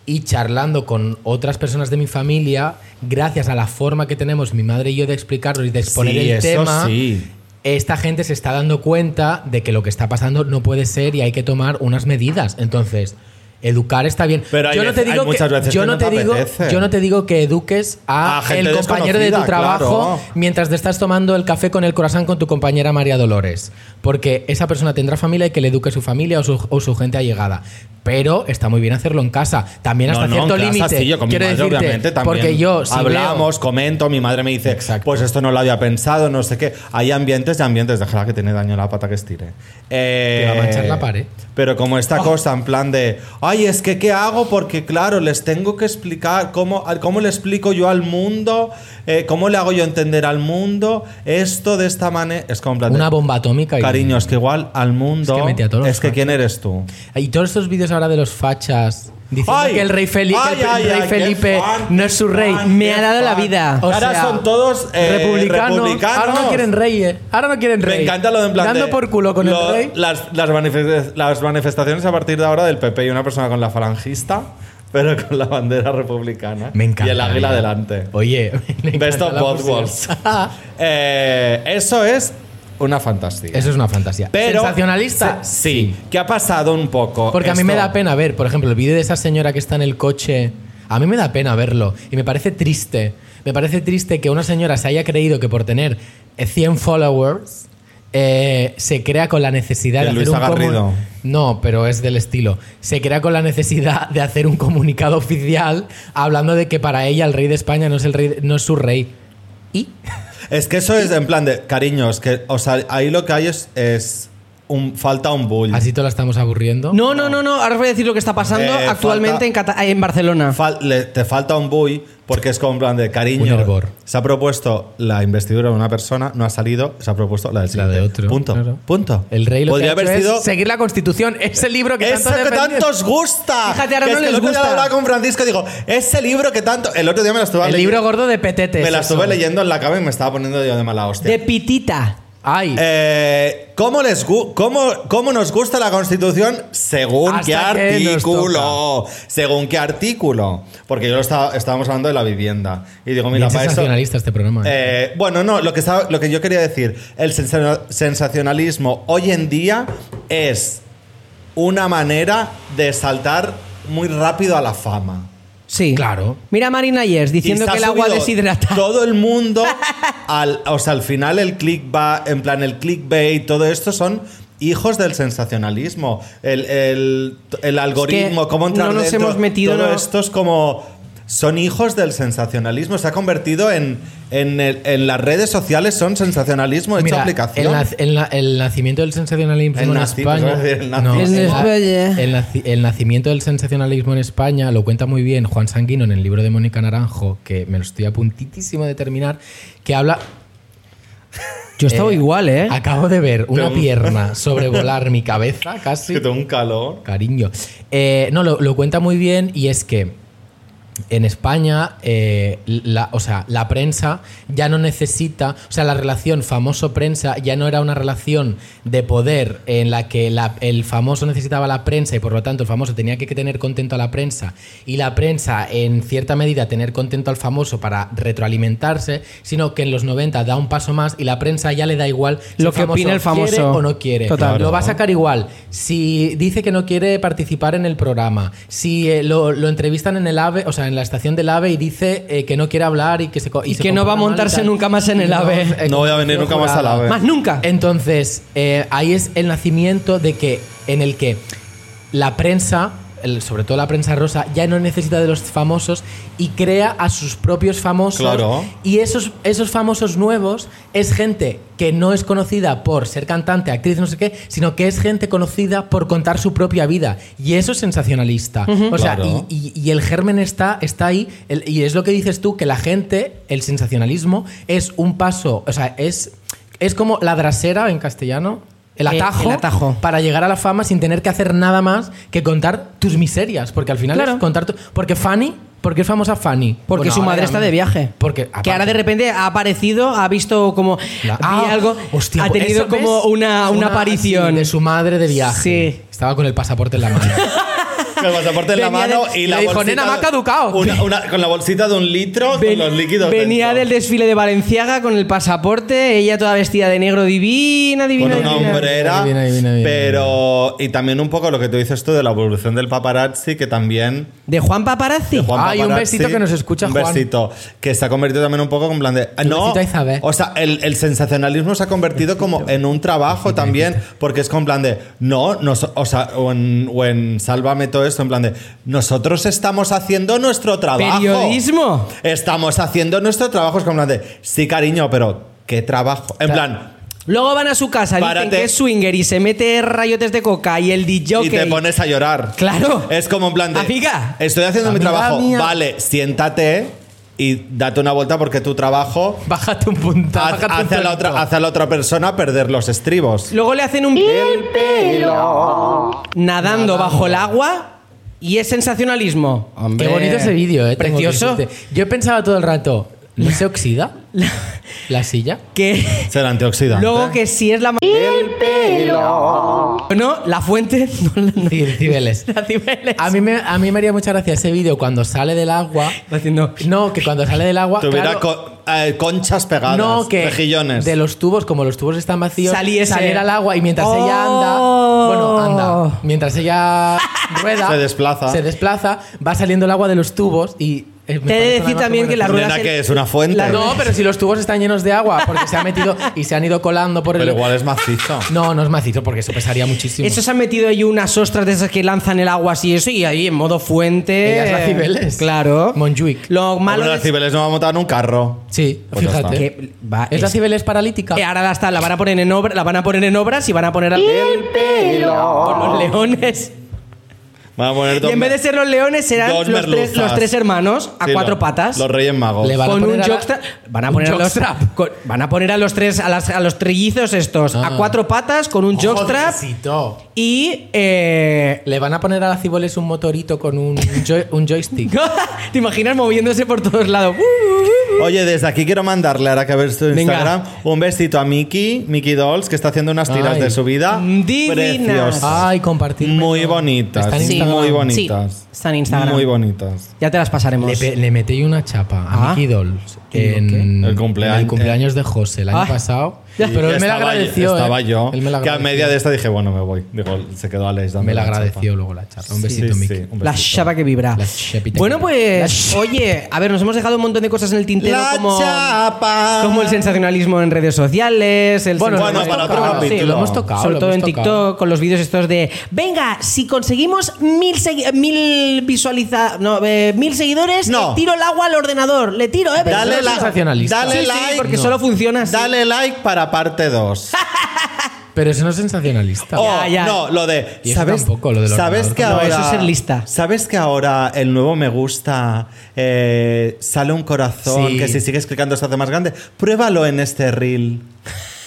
S3: y charlando con otras personas de mi familia, gracias a la forma que tenemos mi madre y yo de explicarlo y de exponer
S4: Sí,
S3: el
S4: eso
S3: tema,
S4: sí.
S3: esta gente se está dando cuenta de que lo que está pasando no puede ser y hay que tomar unas medidas. Entonces, educar está bien.
S4: Pero hay
S3: yo no te
S4: veces- hay
S3: digo que,
S4: muchas veces
S3: yo
S4: que
S3: no
S4: no
S3: te
S4: te
S3: digo,
S4: apetece.
S3: yo no te digo que eduques a,
S4: A gente
S3: el compañero de tu
S4: desconocida,
S3: trabajo
S4: claro.
S3: mientras te estás tomando el café con el corazón con tu compañera María Dolores, porque esa persona tendrá familia y que le eduque su familia o su, o su gente allegada. Pero está muy bien hacerlo en casa, también hasta
S4: no, no,
S3: cierto
S4: en casa
S3: límite.
S4: sí, yo con mi
S3: Quiero
S4: madre,
S3: decirte,
S4: obviamente, también
S3: porque yo si
S4: hablamos, comento, mi madre me dice,
S3: Exacto.
S4: pues esto no lo había pensado, no sé qué. Hay ambientes y ambientes, déjala que tiene daño la pata que estire. Eh,
S3: Te va a manchar la pared. Oh.
S4: Pero como esta cosa, en plan de, ay, es que ¿qué hago? Porque claro, les tengo que explicar cómo, al- cómo le explico yo al mundo, eh, cómo le hago yo entender al mundo esto de esta manera. Es como en
S3: veo
S4: plan de,
S3: una bomba atómica y
S4: Cariño, es que igual al mundo.
S3: Es que mete a todos los fachas.
S4: quién eres tú.
S3: Y todos estos vídeos ahora de los fachas diciendo
S4: Ay,
S3: que el rey Felipe,
S4: ay,
S3: el
S4: ay,
S3: rey
S4: ay,
S3: Felipe
S4: qué fan,
S3: no es su
S4: qué
S3: rey.
S4: fan,
S1: me
S4: qué
S1: ha dado la
S4: fan.
S1: vida.
S3: O
S4: Ah. ahora
S3: sea,
S4: son todos eh,
S3: republicanos, Ahora no quieren reyes. Ahora no quieren rey.
S4: Me encanta lo de en plan
S3: Dando
S4: de-
S3: por culo con
S4: lo-
S3: el rey.
S4: Las, las manifest- las manifestaciones a partir de ahora del PP y una persona con la falangista, pero con la bandera republicana. Y el águila delante.
S3: Oye, me encanta
S4: Best of
S3: la
S4: both
S3: música.
S4: worlds. Eh, eso es una fantasía.
S3: Eso es una fantasía.
S4: Pero-
S3: ¿Sensacionalista?
S4: Se- sí. ¿Qué ha pasado un poco?
S3: Porque a mí me
S4: Esto-
S3: da pena ver, por ejemplo, el vídeo de esa señora que está en el coche. A mí me da pena verlo y me parece triste. Me parece triste que una señora se haya creído que por tener eh, 100 followers eh, se crea con la necesidad
S4: De
S3: de hacer
S4: Luisa
S3: un comu-
S4: Garrido.
S3: No, pero es del estilo. Se crea con la necesidad de hacer un comunicado oficial hablando de que para ella el rey de España no es el rey, no es su rey. ¿Y?
S4: Es que eso es en plan de cariños, que o sea, ahí lo que hay es, es un falta un bull.
S3: Así te la estamos aburriendo.
S1: No, no, no, no. Ahora os voy a decir lo que está pasando
S4: Eh,
S1: actualmente
S4: falta-
S1: en, Cata- en Barcelona.
S4: Fal- le- te falta un bull porque es como en plan de cariño.
S3: Un hervor.
S4: Se ha propuesto la investidura de una persona, no ha salido, se ha propuesto la del
S3: La de
S4: siguiente.
S3: otro.
S4: Punto.
S3: Claro.
S4: Punto.
S3: El rey lo
S4: Podría
S3: que ha
S4: haber
S3: hecho
S4: sido
S3: es seguir la Constitución, ese libro que
S4: ese
S3: tanto
S4: que
S3: defendió.
S4: tanto os gusta.
S1: Fíjate, ahora
S4: Que
S1: no
S4: es
S1: les
S4: que el otro día
S1: gusta.
S4: hablaba con Francisco y digo, ese libro que tanto. El otro día me lo estuve
S3: El
S4: leyendo.
S3: libro gordo de petetes.
S4: Me la
S3: eso.
S4: estuve leyendo en la cama y me estaba poniendo yo de mala hostia.
S1: De pitita.
S3: Ay.
S4: Eh, ¿cómo, les gu- cómo, cómo nos gusta la Constitución? Según
S3: Hasta
S4: qué
S3: que nos
S4: artículo. Según qué artículo. Porque yo lo estaba, estábamos hablando de la vivienda. Y digo,
S3: Bien
S4: mira, para eso.
S3: sensacionalista este programa. ¿eh?
S4: Eh, bueno, no, lo que, estaba- lo que yo quería decir, el sensa- sensacionalismo hoy en día es una manera de saltar muy rápido a la fama.
S1: Sí.
S3: Claro.
S1: Mira a Marina Yers diciendo
S4: Y se ha
S1: que el agua
S4: subido
S1: deshidrata.
S4: Todo el mundo, al, o sea, al final el click va, en plan el clickbait, todo esto son hijos del sensacionalismo. El, el- el algoritmo,
S1: Es que
S4: cómo entrar
S1: no nos
S4: dentro,
S1: hemos metido,
S4: todo
S1: no-
S4: esto es como... Son hijos del sensacionalismo. Se ha convertido en... En, el- en las redes sociales son sensacionalismo hecho
S3: Mira,
S4: aplicación.
S3: El, nac- el na- el nacimiento del sensacionalismo
S4: El
S3: en
S4: nazi,
S3: España.
S4: pues, iba a decir el nazi.
S3: No,
S1: En
S3: el na-
S1: España.
S3: el naci- el nacimiento del sensacionalismo en España lo cuenta muy bien Juan Sanguino en el libro de Mónica Naranjo, que me lo estoy a puntitísimo de terminar, que habla.
S1: Yo estaba
S3: Eh,
S1: igual, ¿eh?
S3: Acabo de ver una
S4: Pero-
S3: pierna sobrevolar mi cabeza casi.
S4: Que tengo un calor.
S3: Cariño. Eh, no, lo, lo cuenta muy bien y es que en España, eh, la, o sea, la prensa ya no necesita, o sea, la relación famoso-prensa ya no era una relación de poder en la que la- el famoso necesitaba la prensa y por lo tanto el famoso tenía que tener contento a la prensa y la prensa en cierta medida tener contento al famoso para retroalimentarse, sino que en los 90 da un paso más y la prensa ya le da igual si
S1: Lo
S3: el
S1: que opina el famoso.
S3: quiere o no quiere.
S1: Total.
S3: Lo va a sacar igual. Si dice que no quiere participar en el programa, si eh, lo, lo entrevistan en el AVE, o sea, sea, en la estación del AVE y dice eh, que no quiere hablar y que se co-
S2: Y
S3: se
S2: que no
S3: compra
S2: va a
S3: una
S2: montarse
S3: maleta.
S2: nunca más en el AVE.
S3: eh,
S4: No voy a venir nunca más al AVE.
S2: Más nunca.
S3: Entonces, eh, ahí es el nacimiento de que, en el que la prensa, el- sobre todo la prensa rosa, ya no necesita de los famosos y crea a sus propios famosos.
S4: Claro.
S3: Y esos, esos famosos nuevos es gente que no es conocida por ser cantante, actriz, no sé qué, sino que es gente conocida por contar su propia vida. Y eso es sensacionalista. O sea,
S4: Claro.
S3: y, y- y el germen está, está ahí. El- y es lo que dices tú, que la gente, el sensacionalismo, es un paso, o sea, es, es como la drasera en castellano. El
S2: Eh,
S3: atajo,
S2: el atajo.
S3: para llegar a la fama sin tener que hacer nada más que contar tus miserias. Porque al final
S2: Claro.
S3: es contar tu- Porque Fanny, ¿por qué es famosa Fanny?
S2: Porque
S3: Bueno,
S2: su
S3: ahora
S2: madre está de
S3: también.
S2: viaje.
S3: Porque
S2: que ahora de repente ha aparecido, ha visto como
S3: La-
S2: vi
S3: Ah,
S2: algo,
S3: hostia,
S2: ha tenido
S3: eso, ¿ves? ah,
S2: como una, una
S3: sí,
S2: aparición.
S3: de su madre de viaje.
S2: Sí.
S3: Estaba con el pasaporte en la mano.
S4: Con el pasaporte en la
S3: Venía
S4: mano
S3: de-
S4: y la
S3: le dijo,
S4: bolsita.
S3: "Nena, me ha caducado".
S4: una- una- con la bolsita de un litro
S2: Ven-
S4: con los líquidos.
S2: venía
S4: dentro.
S2: del desfile de Valenciaga con el pasaporte, ella toda vestida de negro divina, divina.
S4: con una
S2: divina.
S4: hombrera,
S3: Adivina, adivina, adivina.
S4: pero y también un poco lo que tú dices tú de la evolución del paparazzi que también
S2: De Juan Paparazzi.
S4: de Juan
S3: Ay, un
S4: Paparazzi,
S3: besito que nos escucha,
S4: un
S3: Juan.
S4: besito que se ha convertido también un poco en plan de ah,
S3: Un
S4: no
S3: besito a Isabel.
S4: o sea el, el sensacionalismo se ha convertido como en un trabajo también porque es con plan de no nos- o sea o en, o en sálvame todo esto en plan de nosotros estamos haciendo nuestro trabajo
S2: Periodismo.
S4: estamos haciendo nuestro trabajo es con plan de sí cariño pero qué trabajo en plan
S2: Luego van a su casa, dicen
S4: Párate.
S2: que es swinger y se mete rayotes de coca y el DJ.
S4: Y te pones a llorar.
S2: Claro.
S4: Es como en plan de.
S2: Amiga.
S4: Estoy haciendo
S3: Amiga
S4: mi trabajo.
S3: mía.
S4: Vale, siéntate y date una vuelta porque tu trabajo
S3: Bájate un puntal.
S4: haz-
S3: bájate un
S4: hace a, la
S3: tonto.
S4: otra, hace a la otra persona perder los estribos.
S2: Luego le hacen un nadando bajo el agua y es sensacionalismo.
S3: Qué bonito ese vídeo, eh. tengo que
S2: Precioso.
S3: decirte. Yo pensaba todo el rato, ¿no se oxida la silla?
S2: Que
S4: Ser antioxidante.
S2: luego que si es la ma- No, la fuente no, la- no.
S3: Cib- Cibeles.
S2: La Cibeles.
S3: A mí, me, a mí me haría mucha gracia ese vídeo cuando sale del agua.
S2: Haciendo-
S3: No, que cuando sale del agua.
S4: Tuviera
S3: claro,
S4: co- eh, conchas pegadas.
S3: no, que
S4: Mejillones.
S3: de los tubos, como los tubos están vacíos,
S2: Saliese.
S3: salir al agua y mientras
S2: Oh.
S3: ella anda, bueno, anda, mientras ella rueda,
S4: Se desplaza.
S3: se desplaza, va saliendo el agua de los tubos y eh, me
S2: Te he de
S3: parece una
S2: decir
S3: imagen
S2: también
S3: muy
S2: que la
S3: graciosa.
S2: rueda
S4: Nena,
S2: se-
S4: que es una fuente.
S2: la-
S3: No, pero si los tubos están llenos de agua porque se ha metido y se han ido colando por el.
S4: Pero igual es macizo.
S3: No, no es macizo porque eso pesaría muchísimo.
S2: Eso se han metido ahí unas ostras de esas que lanzan el agua así eso y ahí en modo fuente.
S3: Ella es la Cibeles.
S2: Claro.
S3: Montjuic.
S2: Lo malo
S4: Hombre,
S2: de-
S4: las cibeles no va a montar en un carro.
S3: Sí,
S4: Pues ya
S3: fíjate.
S4: está.
S2: Que va-
S3: ¿Es la
S2: es-
S3: Cibeles paralítica?
S2: Eh, ahora la, está- la van a poner en obra, la van a poner en obras y van a poner al con los leones.
S4: Van a poner
S2: Y
S4: dos
S2: en vez de
S4: mer-
S2: ser los leones serán
S4: dos
S2: los tres,
S4: merluzas.
S2: los tres hermanos a
S4: Sí,
S2: cuatro
S4: lo-
S2: patas.
S4: Los Reyes Magos.
S3: Le va- Van a
S2: con
S3: poner
S2: un
S3: a la-
S2: jockstrap van a
S3: un
S2: poner a los
S3: jockstrap.
S2: con- van a poner a los tres a, las- a los trillizos estos
S3: Ah.
S2: a cuatro patas con un
S3: Ojo,
S2: jockstrap
S3: Diosito.
S2: y eh,
S3: Le van a poner a la Cibeles un motorito con un, joy- un joystick.
S2: te imaginas moviéndose por todos lados. Uh,
S4: Oye, desde aquí quiero mandarle, ahora que ver su
S2: Venga.
S4: Instagram, un besito a Miki, Miki Dolls, que está haciendo unas tiras
S3: Ay.
S4: de su vida.
S2: Divinas.
S4: Preciosas.
S3: Ay, compartir.
S4: Muy bonitas.
S3: Está en
S4: sí,
S3: Instagram.
S4: Muy
S2: Sí,
S4: bonitas.
S2: están en Instagram.
S4: Muy bonitas.
S2: Ya te las
S3: Le,
S2: pasaremos.
S3: pe- le metí una chapa a
S2: Ah.
S3: Mickey Dolls
S2: qué?
S3: en
S4: El cumpleaños-
S3: en el cumpleaños de José el año
S2: Ah.
S3: pasado.
S2: Ya.
S3: Pero
S4: Y
S3: él me la
S4: estaba-
S3: agradeció.
S4: Estaba
S3: eh.
S4: yo.
S3: Él me la
S4: que a
S3: agradeció.
S4: media de esta dije, bueno, me voy. Digo, se quedó Alex dando
S3: Me la
S4: chapa.
S3: agradeció luego la chapa. Un
S4: Sí,
S3: besito,
S4: sí,
S3: Mickey.
S4: un
S2: La
S4: besito.
S2: chapa que vibra.
S3: Pues La chapita
S2: Bueno,
S3: que vibra. La
S2: pues,
S3: chapa.
S2: oye, a ver, nos hemos dejado un montón de cosas en el tintero
S4: La
S2: como,
S4: chapa.
S2: como el sensacionalismo en redes sociales, el
S3: Bueno,
S4: Bueno,
S3: lo hemos
S4: para otro
S3: tocado.
S4: capítulo.
S3: Sí, lo hemos tocado.
S2: Sobre
S3: lo
S2: todo en
S3: hemos tocado.
S2: TikTok, con los vídeos estos de. Venga, si conseguimos mil, segui- mil visualiza no, eh, mil seguidores,
S4: No.
S2: le tiro el agua al ordenador. Le tiro, ¿eh?
S4: Dale
S2: Pero-
S3: la- sensacionalista.
S4: Dale
S2: Sí, sí,
S4: like.
S2: porque solo funciona así.
S4: Dale like para parte 2.
S3: Pero eso no es sensacionalista.
S4: O,
S2: Ya, ya.
S4: Oh, No, lo de.
S3: Y eso
S4: ¿Sabes,
S3: tampoco, lo del
S4: ¿sabes
S3: ordenador
S4: que
S2: tampoco.
S4: ahora,
S2: No, eso es ser lista.
S4: ¿Sabes que ahora el nuevo me gusta eh, sale un corazón
S3: Sí.
S4: que si sigues clicando se hace más grande? Pruébalo en este reel.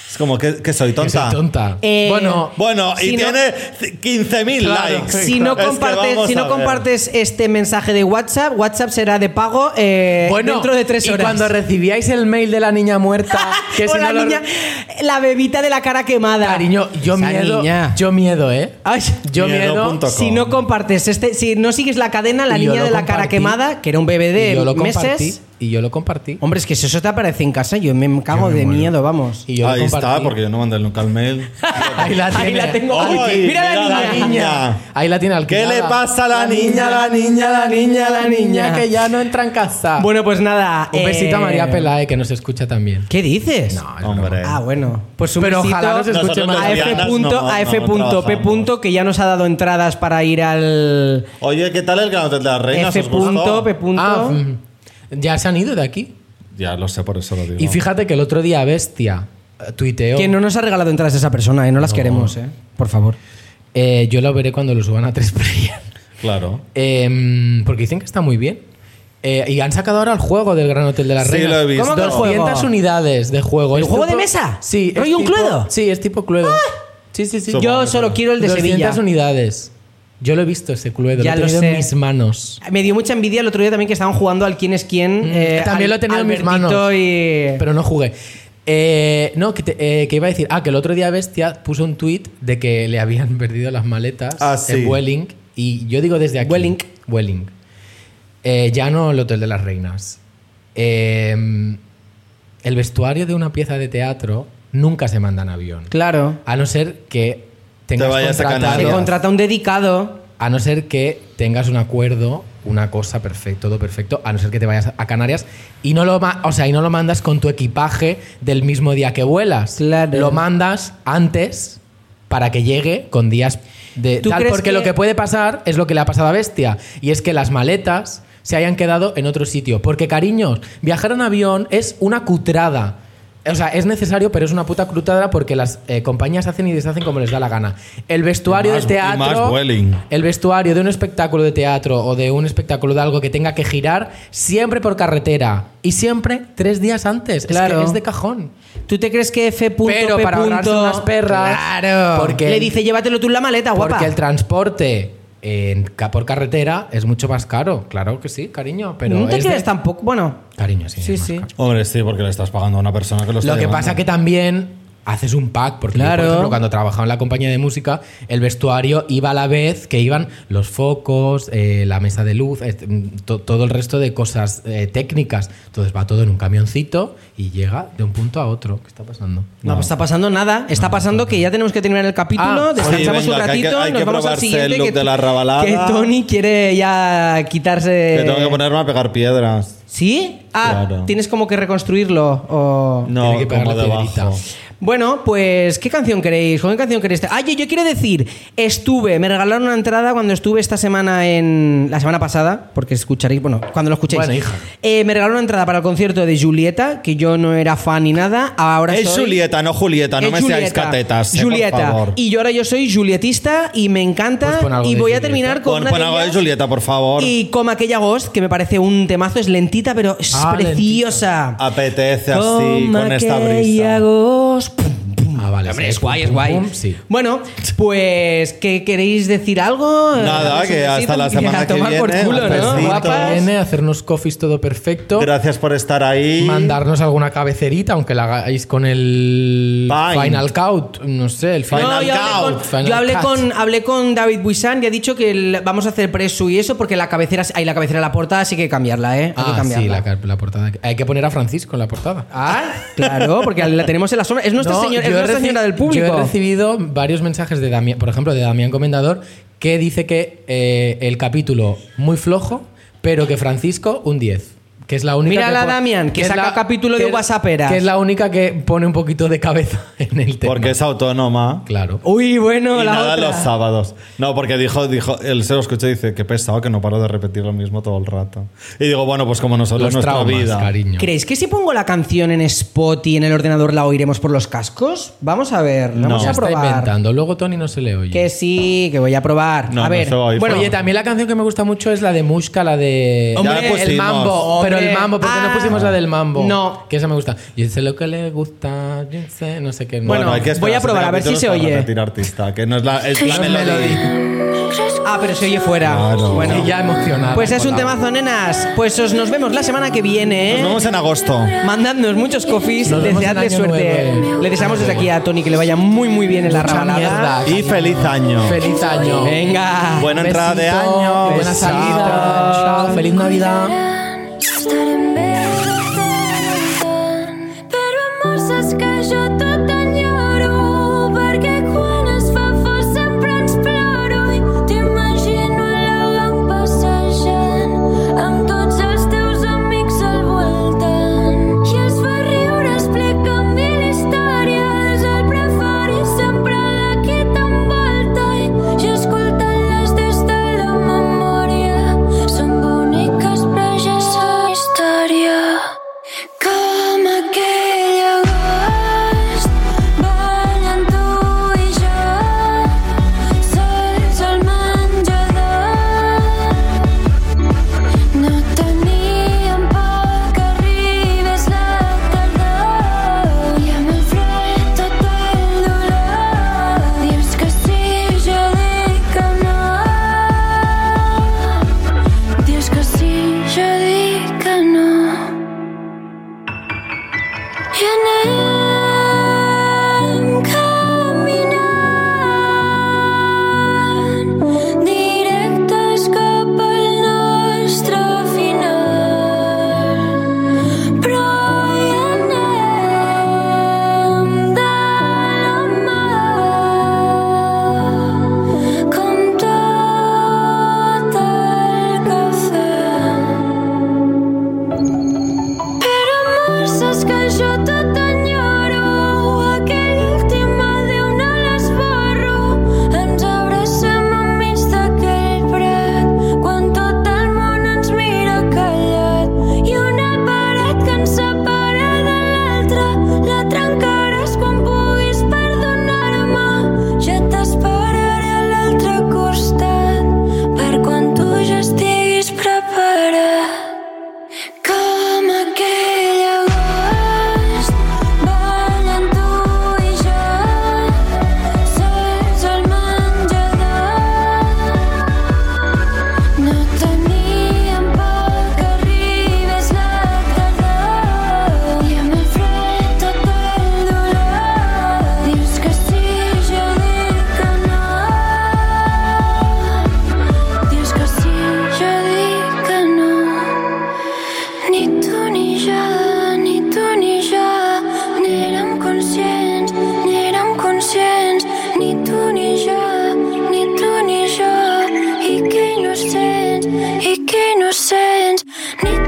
S4: Es como que, que
S3: Que soy
S4: soy tonta.
S3: tonta.
S2: Eh,
S3: bueno,
S4: Bueno, y
S2: Si no-
S4: tiene c- 15.000
S3: Claro.
S4: likes.
S2: Si no,
S4: Es que
S2: compartes,
S4: vamos
S2: si
S4: a
S2: no
S4: ver.
S2: compartes este mensaje de WhatsApp, WhatsApp será de pago eh,
S3: bueno,
S2: dentro de tres horas.
S3: Y cuando recibíais el mail de la niña muerta,
S2: O
S3: que si
S2: la,
S3: no lo-
S2: niña, la bebita de la cara quemada.
S3: Cariño, yo
S2: Esa
S3: miedo.
S2: niña.
S3: Yo miedo, ¿eh?
S2: Ay,
S3: Yo
S4: Miedo
S3: miedo.
S4: punto com.
S2: si no compartes este, si no sigues la cadena, la
S3: Y yo
S2: niña
S3: lo
S2: de la cara
S3: compartí.
S2: quemada, que era un bebé
S3: Y yo
S2: de
S3: lo compartí.
S2: meses,
S3: y yo lo compartí.
S2: Hombre, es que si eso te aparece en casa, yo me cago
S3: Yo me
S2: de
S3: muero.
S2: miedo, vamos.
S3: Y yo lo
S4: Ahí está,
S3: compartí.
S4: porque yo no mandé nunca el mail.
S3: Ahí la, tiene.
S2: Ahí la tengo.
S4: ¡Ay,
S2: mira, la
S4: mira
S2: niña.
S3: Ahí la tiene
S4: ¿Qué
S3: alquilada.
S4: le pasa a la niña, la niña, la niña, la niña?
S3: que ya no entra en casa.
S2: Bueno, pues nada.
S3: un
S2: eh,
S3: besito a María Pelae, que nos escucha también.
S2: ¿Qué dices?
S3: No, es broma.
S4: Hombre.
S2: Ah, bueno. Pues un
S3: Pero
S2: besito
S3: ojalá nos escuche
S4: Nosotros
S3: más.
S2: a F.
S4: lesbianas
S2: punto-
S4: no- no
S2: a F. punto P.
S4: trabajamos.
S2: que ya nos ha dado entradas para ir al
S4: Oye, ¿qué tal el gran hotel de las reinas?
S2: F.
S4: ¿Os gustó?
S2: punto P. punto.
S3: Ah, mm, ya se han ido de aquí.
S4: Ya lo sé, por eso lo digo.
S3: Y fíjate que el otro día Bestia eh, tuiteó.
S2: que no nos ha regalado entradas esa persona, ¿eh? No las queremos, ¿eh? Por favor.
S3: eh, yo lo veré cuando lo suban a tres player.
S4: Claro.
S3: Em, porque dicen que está muy bien. Eh, y han sacado ahora el juego del Gran Hotel de la
S4: Sí,
S3: Reina.
S4: lo he visto. ¿Cómo que el
S3: 200
S2: juego?
S3: unidades de juego.
S2: ¿El
S3: Es
S2: juego de
S3: tipo-
S2: mesa?
S3: Sí. es
S2: ¿Rollo un
S3: tipo-
S2: Cluedo? Ah.
S3: Sí, es tipo Cluedo. Sí, sí, sí.
S4: Supongo
S2: Yo
S4: que
S2: solo quiero el de
S3: 200
S2: Sevilla.
S3: unidades. Yo lo he visto ese Cluedo.
S2: Ya
S3: lo
S2: lo
S3: he tenido
S2: sé.
S3: en mis manos.
S2: Me dio mucha envidia el otro día también que estaban jugando al quién es quién. eh,
S3: Mm, También lo he tenido en mis
S2: Albertito
S3: manos.
S2: y-
S3: Pero no jugué. Eh, no, que, te- eh, que iba a decir. Ah, que el otro día Bestia puso un tweet de que le habían perdido las maletas
S4: Ah, sí.
S3: en Welling. Y yo digo desde aquí.
S2: Vueling.
S3: Welling. Eh, ya no el Hotel de las Reinas. Eh, el vestuario de una pieza de teatro nunca se manda en avión.
S2: Claro.
S3: A no ser que tengas
S4: vayas a
S3: contratado-
S2: Se
S4: Canarias.
S2: contrata un dedicado.
S3: a no ser que tengas un acuerdo, una cosa perfecto, todo perfecto, a no ser que te vayas a Canarias y no lo, ma- o sea, y no lo mandas con tu equipaje del mismo día que vuelas.
S2: Claro.
S3: Lo mandas antes para que llegue con días de
S2: ¿Tú
S3: tal
S2: crees
S3: porque
S2: que-
S3: lo que puede pasar es lo que le ha pasado a Bestia y es que las maletas se hayan quedado en otro sitio, porque cariños, viajar en avión es una cutrada. O sea, es necesario, pero es una puta cutrada porque las eh, compañías hacen y deshacen como les da la gana. El vestuario
S4: Y más-
S3: de
S4: y más
S3: teatro
S4: Vueling.
S3: el vestuario de un espectáculo de teatro o de un espectáculo de algo que tenga que girar siempre por carretera y siempre tres días antes.
S2: Claro.
S3: Es que es de cajón.
S2: ¿Tú te crees que F. punto
S3: Pero
S2: P.
S3: para ahorrarse
S2: punto-
S3: unas perras,
S2: Claro.
S3: porque-
S2: Le dice, llévatelo tú en la maleta, guapa.
S3: Porque el transporte en, ca- por carretera es mucho más caro. Claro que sí, cariño. Pero
S2: no te
S3: es
S2: crees
S3: de-
S2: tampoco. Bueno,
S3: Cariño, sí.
S2: sí,
S3: es más
S2: sí.
S3: caro.
S4: Hombre, sí, porque le estás pagando a una persona que lo está
S3: Lo que
S4: llevando.
S3: pasa que también haces un pack, porque yo,
S2: Claro.
S3: por ejemplo, cuando trabajaba en la compañía de música, el vestuario iba a la vez que iban los focos, eh, la mesa de luz, este, mm, to- todo el resto de cosas eh, técnicas. Entonces va todo en un camioncito y llega de un punto a otro. ¿Qué está pasando?
S2: No, pues está pasando nada. Está pasando que ya tenemos que terminar el capítulo.
S3: Ah,
S2: descansamos
S4: oye, venga,
S2: un
S4: que hay que-
S2: ratito.
S4: hay que
S2: nos vamos al
S4: probarse
S2: siguiente.
S4: el look
S2: que,
S4: de la rabalada.
S2: que Tony quiere ya quitarse.
S4: Que tengo que ponerme a pegar piedras.
S2: ¿Sí? Ah,
S4: Claro.
S2: tienes como que reconstruirlo. o-
S4: No,
S3: Tiene que
S4: como
S3: pegarle
S4: debajo.
S3: piedrita.
S2: Bueno, pues, ¿qué canción queréis? ¿Con qué canción queréis? Ah, yo, yo quiero decir, estuve, me regalaron una entrada cuando estuve esta semana en. La semana pasada, porque escucharéis, bueno, cuando lo escuchéis.
S3: Bueno, hija.
S2: Eh, me regalaron una entrada para el concierto de Julieta, que yo no era fan ni nada. Ahora
S4: Es
S2: soy-
S4: Julieta, no Julieta, no
S2: es
S4: me seáis
S2: Julieta.
S4: catetas. eh,
S2: Julieta.
S4: Por favor.
S2: Y yo ahora yo soy julietista y me encanta.
S3: Pues pon algo
S2: y
S3: de
S2: voy a
S3: Julieta.
S2: terminar con
S4: Pon,
S2: una
S4: pon
S2: de
S4: algo de
S2: ellas.
S4: Julieta, por favor.
S2: Y como aquella Ghost, que me parece un temazo, es lentita, pero es
S3: Ah, lentita.
S2: preciosa.
S4: Apetece así,
S2: Como
S4: con esta brisa.
S2: aquella Ghost. Pum, pum.
S3: Ah, vale.
S2: Hombre,
S3: sí,
S2: es
S3: pum,
S2: guay, es
S3: pum,
S2: guay.
S3: pum, sí.
S2: Bueno, pues, ¿qué queréis decir algo?
S4: Nada,
S2: Eh,
S4: que
S2: sí,
S4: hasta la
S2: a
S4: semana que
S2: tomar por
S4: viene,
S2: culo, ¿no?
S4: un besito.
S2: Guapas.
S3: Viene a hacernos coffees todo perfecto.
S4: Gracias por estar ahí.
S3: Mandarnos alguna cabecerita, aunque la hagáis con el
S4: Fine.
S3: Final Cut, no sé, el Final
S2: No, yo hablé,
S4: Count.
S2: con,
S3: Final
S2: yo hablé
S3: Cut.
S2: con- hablé con David Buisan y ha dicho que el- vamos a hacer preso y eso porque la cabecera, ahí la cabecera de la portada sí que hay que cambiarla, ¿eh? Hay que
S3: Ah,
S2: cambiarla.
S3: sí, la, ca- la portada. Hay que poner a Francisco en la portada.
S2: Ah, claro, porque la tenemos en la sombra. Es nuestra,
S3: No,
S2: señora, es
S3: yo he
S2: nuestra
S3: reci-
S2: señora del
S3: Yo he
S2: público.
S3: recibido varios mensajes de Damián, por ejemplo, de Damián Comendador, que dice que eh, el capítulo muy flojo, pero que Francisco un 10. Que es la única
S2: Mírala,
S3: pon-
S2: Damián, que
S3: es
S2: saca capítulo
S3: que
S2: de
S3: es-
S2: WhatsApperas.
S3: Que es la única que pone un poquito de cabeza en el tema.
S4: Porque es autónoma.
S3: Claro.
S2: Uy, bueno,
S4: y
S2: la
S4: nada
S2: otra.
S4: los sábados. No, porque dijo, dijo, él se lo escuchó y dice, qué pesado que no paro de repetir lo mismo todo el rato. Y digo, bueno, pues como nosotros
S3: Los
S4: nuestra
S3: traumas,
S4: vida.
S3: cariño.
S2: ¿Creéis que si pongo la canción en spot y en el ordenador la oiremos por los cascos? Vamos a ver, lo
S4: No.
S2: vamos
S3: Ya
S2: a
S3: está
S2: probar.
S3: inventando. Luego Tony no se le oye.
S2: Que sí, que voy a probar.
S4: No,
S2: a
S4: no
S2: ver,
S4: se va a oír.
S2: bueno,
S3: Oye, también la canción que me gusta mucho es la de Mushka, la de.
S4: Ya la
S2: Hombre,
S3: el
S4: pusimos.
S3: mambo. Pero el mambo, ¿por qué
S2: Ah.
S3: no pusimos la del mambo?
S2: No.
S3: Que esa me gusta. Yo sé lo que le gusta, yo sé, no sé qué. no.
S4: Bueno,
S2: Bueno,
S4: hay que
S2: voy a
S4: esperar
S2: probar, a ver si
S4: capítulos
S2: se
S4: para
S2: oye.
S4: repetir artista, que no es la, es la
S3: Es
S4: melodía.
S2: ah, pero se oye fuera.
S4: Claro.
S2: Bueno,
S3: Y ya emocionada.
S2: pues es
S3: con
S2: un
S3: la-
S2: temazo, nenas. Pues os nos vemos la semana que viene. ¿eh?
S4: Nos vemos en agosto.
S2: Mandadnos muchos coffees,
S3: Nos vemos en
S2: deseadle
S3: Año
S2: suerte.
S3: Nuevo. ¿eh?
S2: Le deseamos desde aquí a Tony que le vaya muy muy bien en la
S3: Mucha
S2: rabalada.
S3: mierda.
S4: Y feliz año.
S3: Feliz año.
S2: Venga.
S4: Buena
S3: Besito,
S4: entrada de año.
S3: Buena
S4: Besito.
S3: salida. Chao. Feliz Navidad.
S7: Estar en vela. és que jo tot t'enyoro, perquè quan es fa fos sempre ens ploro i t'imagino a la gam passejant amb tots els teus amics al voltant. I es fa riure, explica'm mil històries, el preferit sempre de qui t'envolta i jo escoltant-les des de la memòria. Són boniques, però ja són història. Com aquell agost, ballant tu i jo, sols al menjador. No teníem por que arribés la tardor i amb el fred tot el dolor. Dius que sí, jo dic que no. Dius que sí, jo dic que no. I anem caminant directes cap al nostre final. Però hi anem de la mà, com tot el que fem. Però amor, saps que jo tot enyoro. Aquell últim adéu no l'esborro. Ens abracem enmig d'aquell prat, quan tot el món ens mira callat. I una paret que ens separa de l'altra, la trencaràs quan puguis perdonar-me. Ja t'esperaré a l'altre costat, per quan tu ja estiguis preparat. Com aquell agost, ballant tu i jo, sols al menjador. No teníem por que arribés la tardor i amb el fred tot el dolor. Dius que sí, jo dic que no. Dius que sí, jo dic que no. Ni tu ni jo, ni tu ni jo, n'érem conscients, n'érem conscients, ni tu ni jo, ni tu ni jo, i que innocents, i que innocents, ni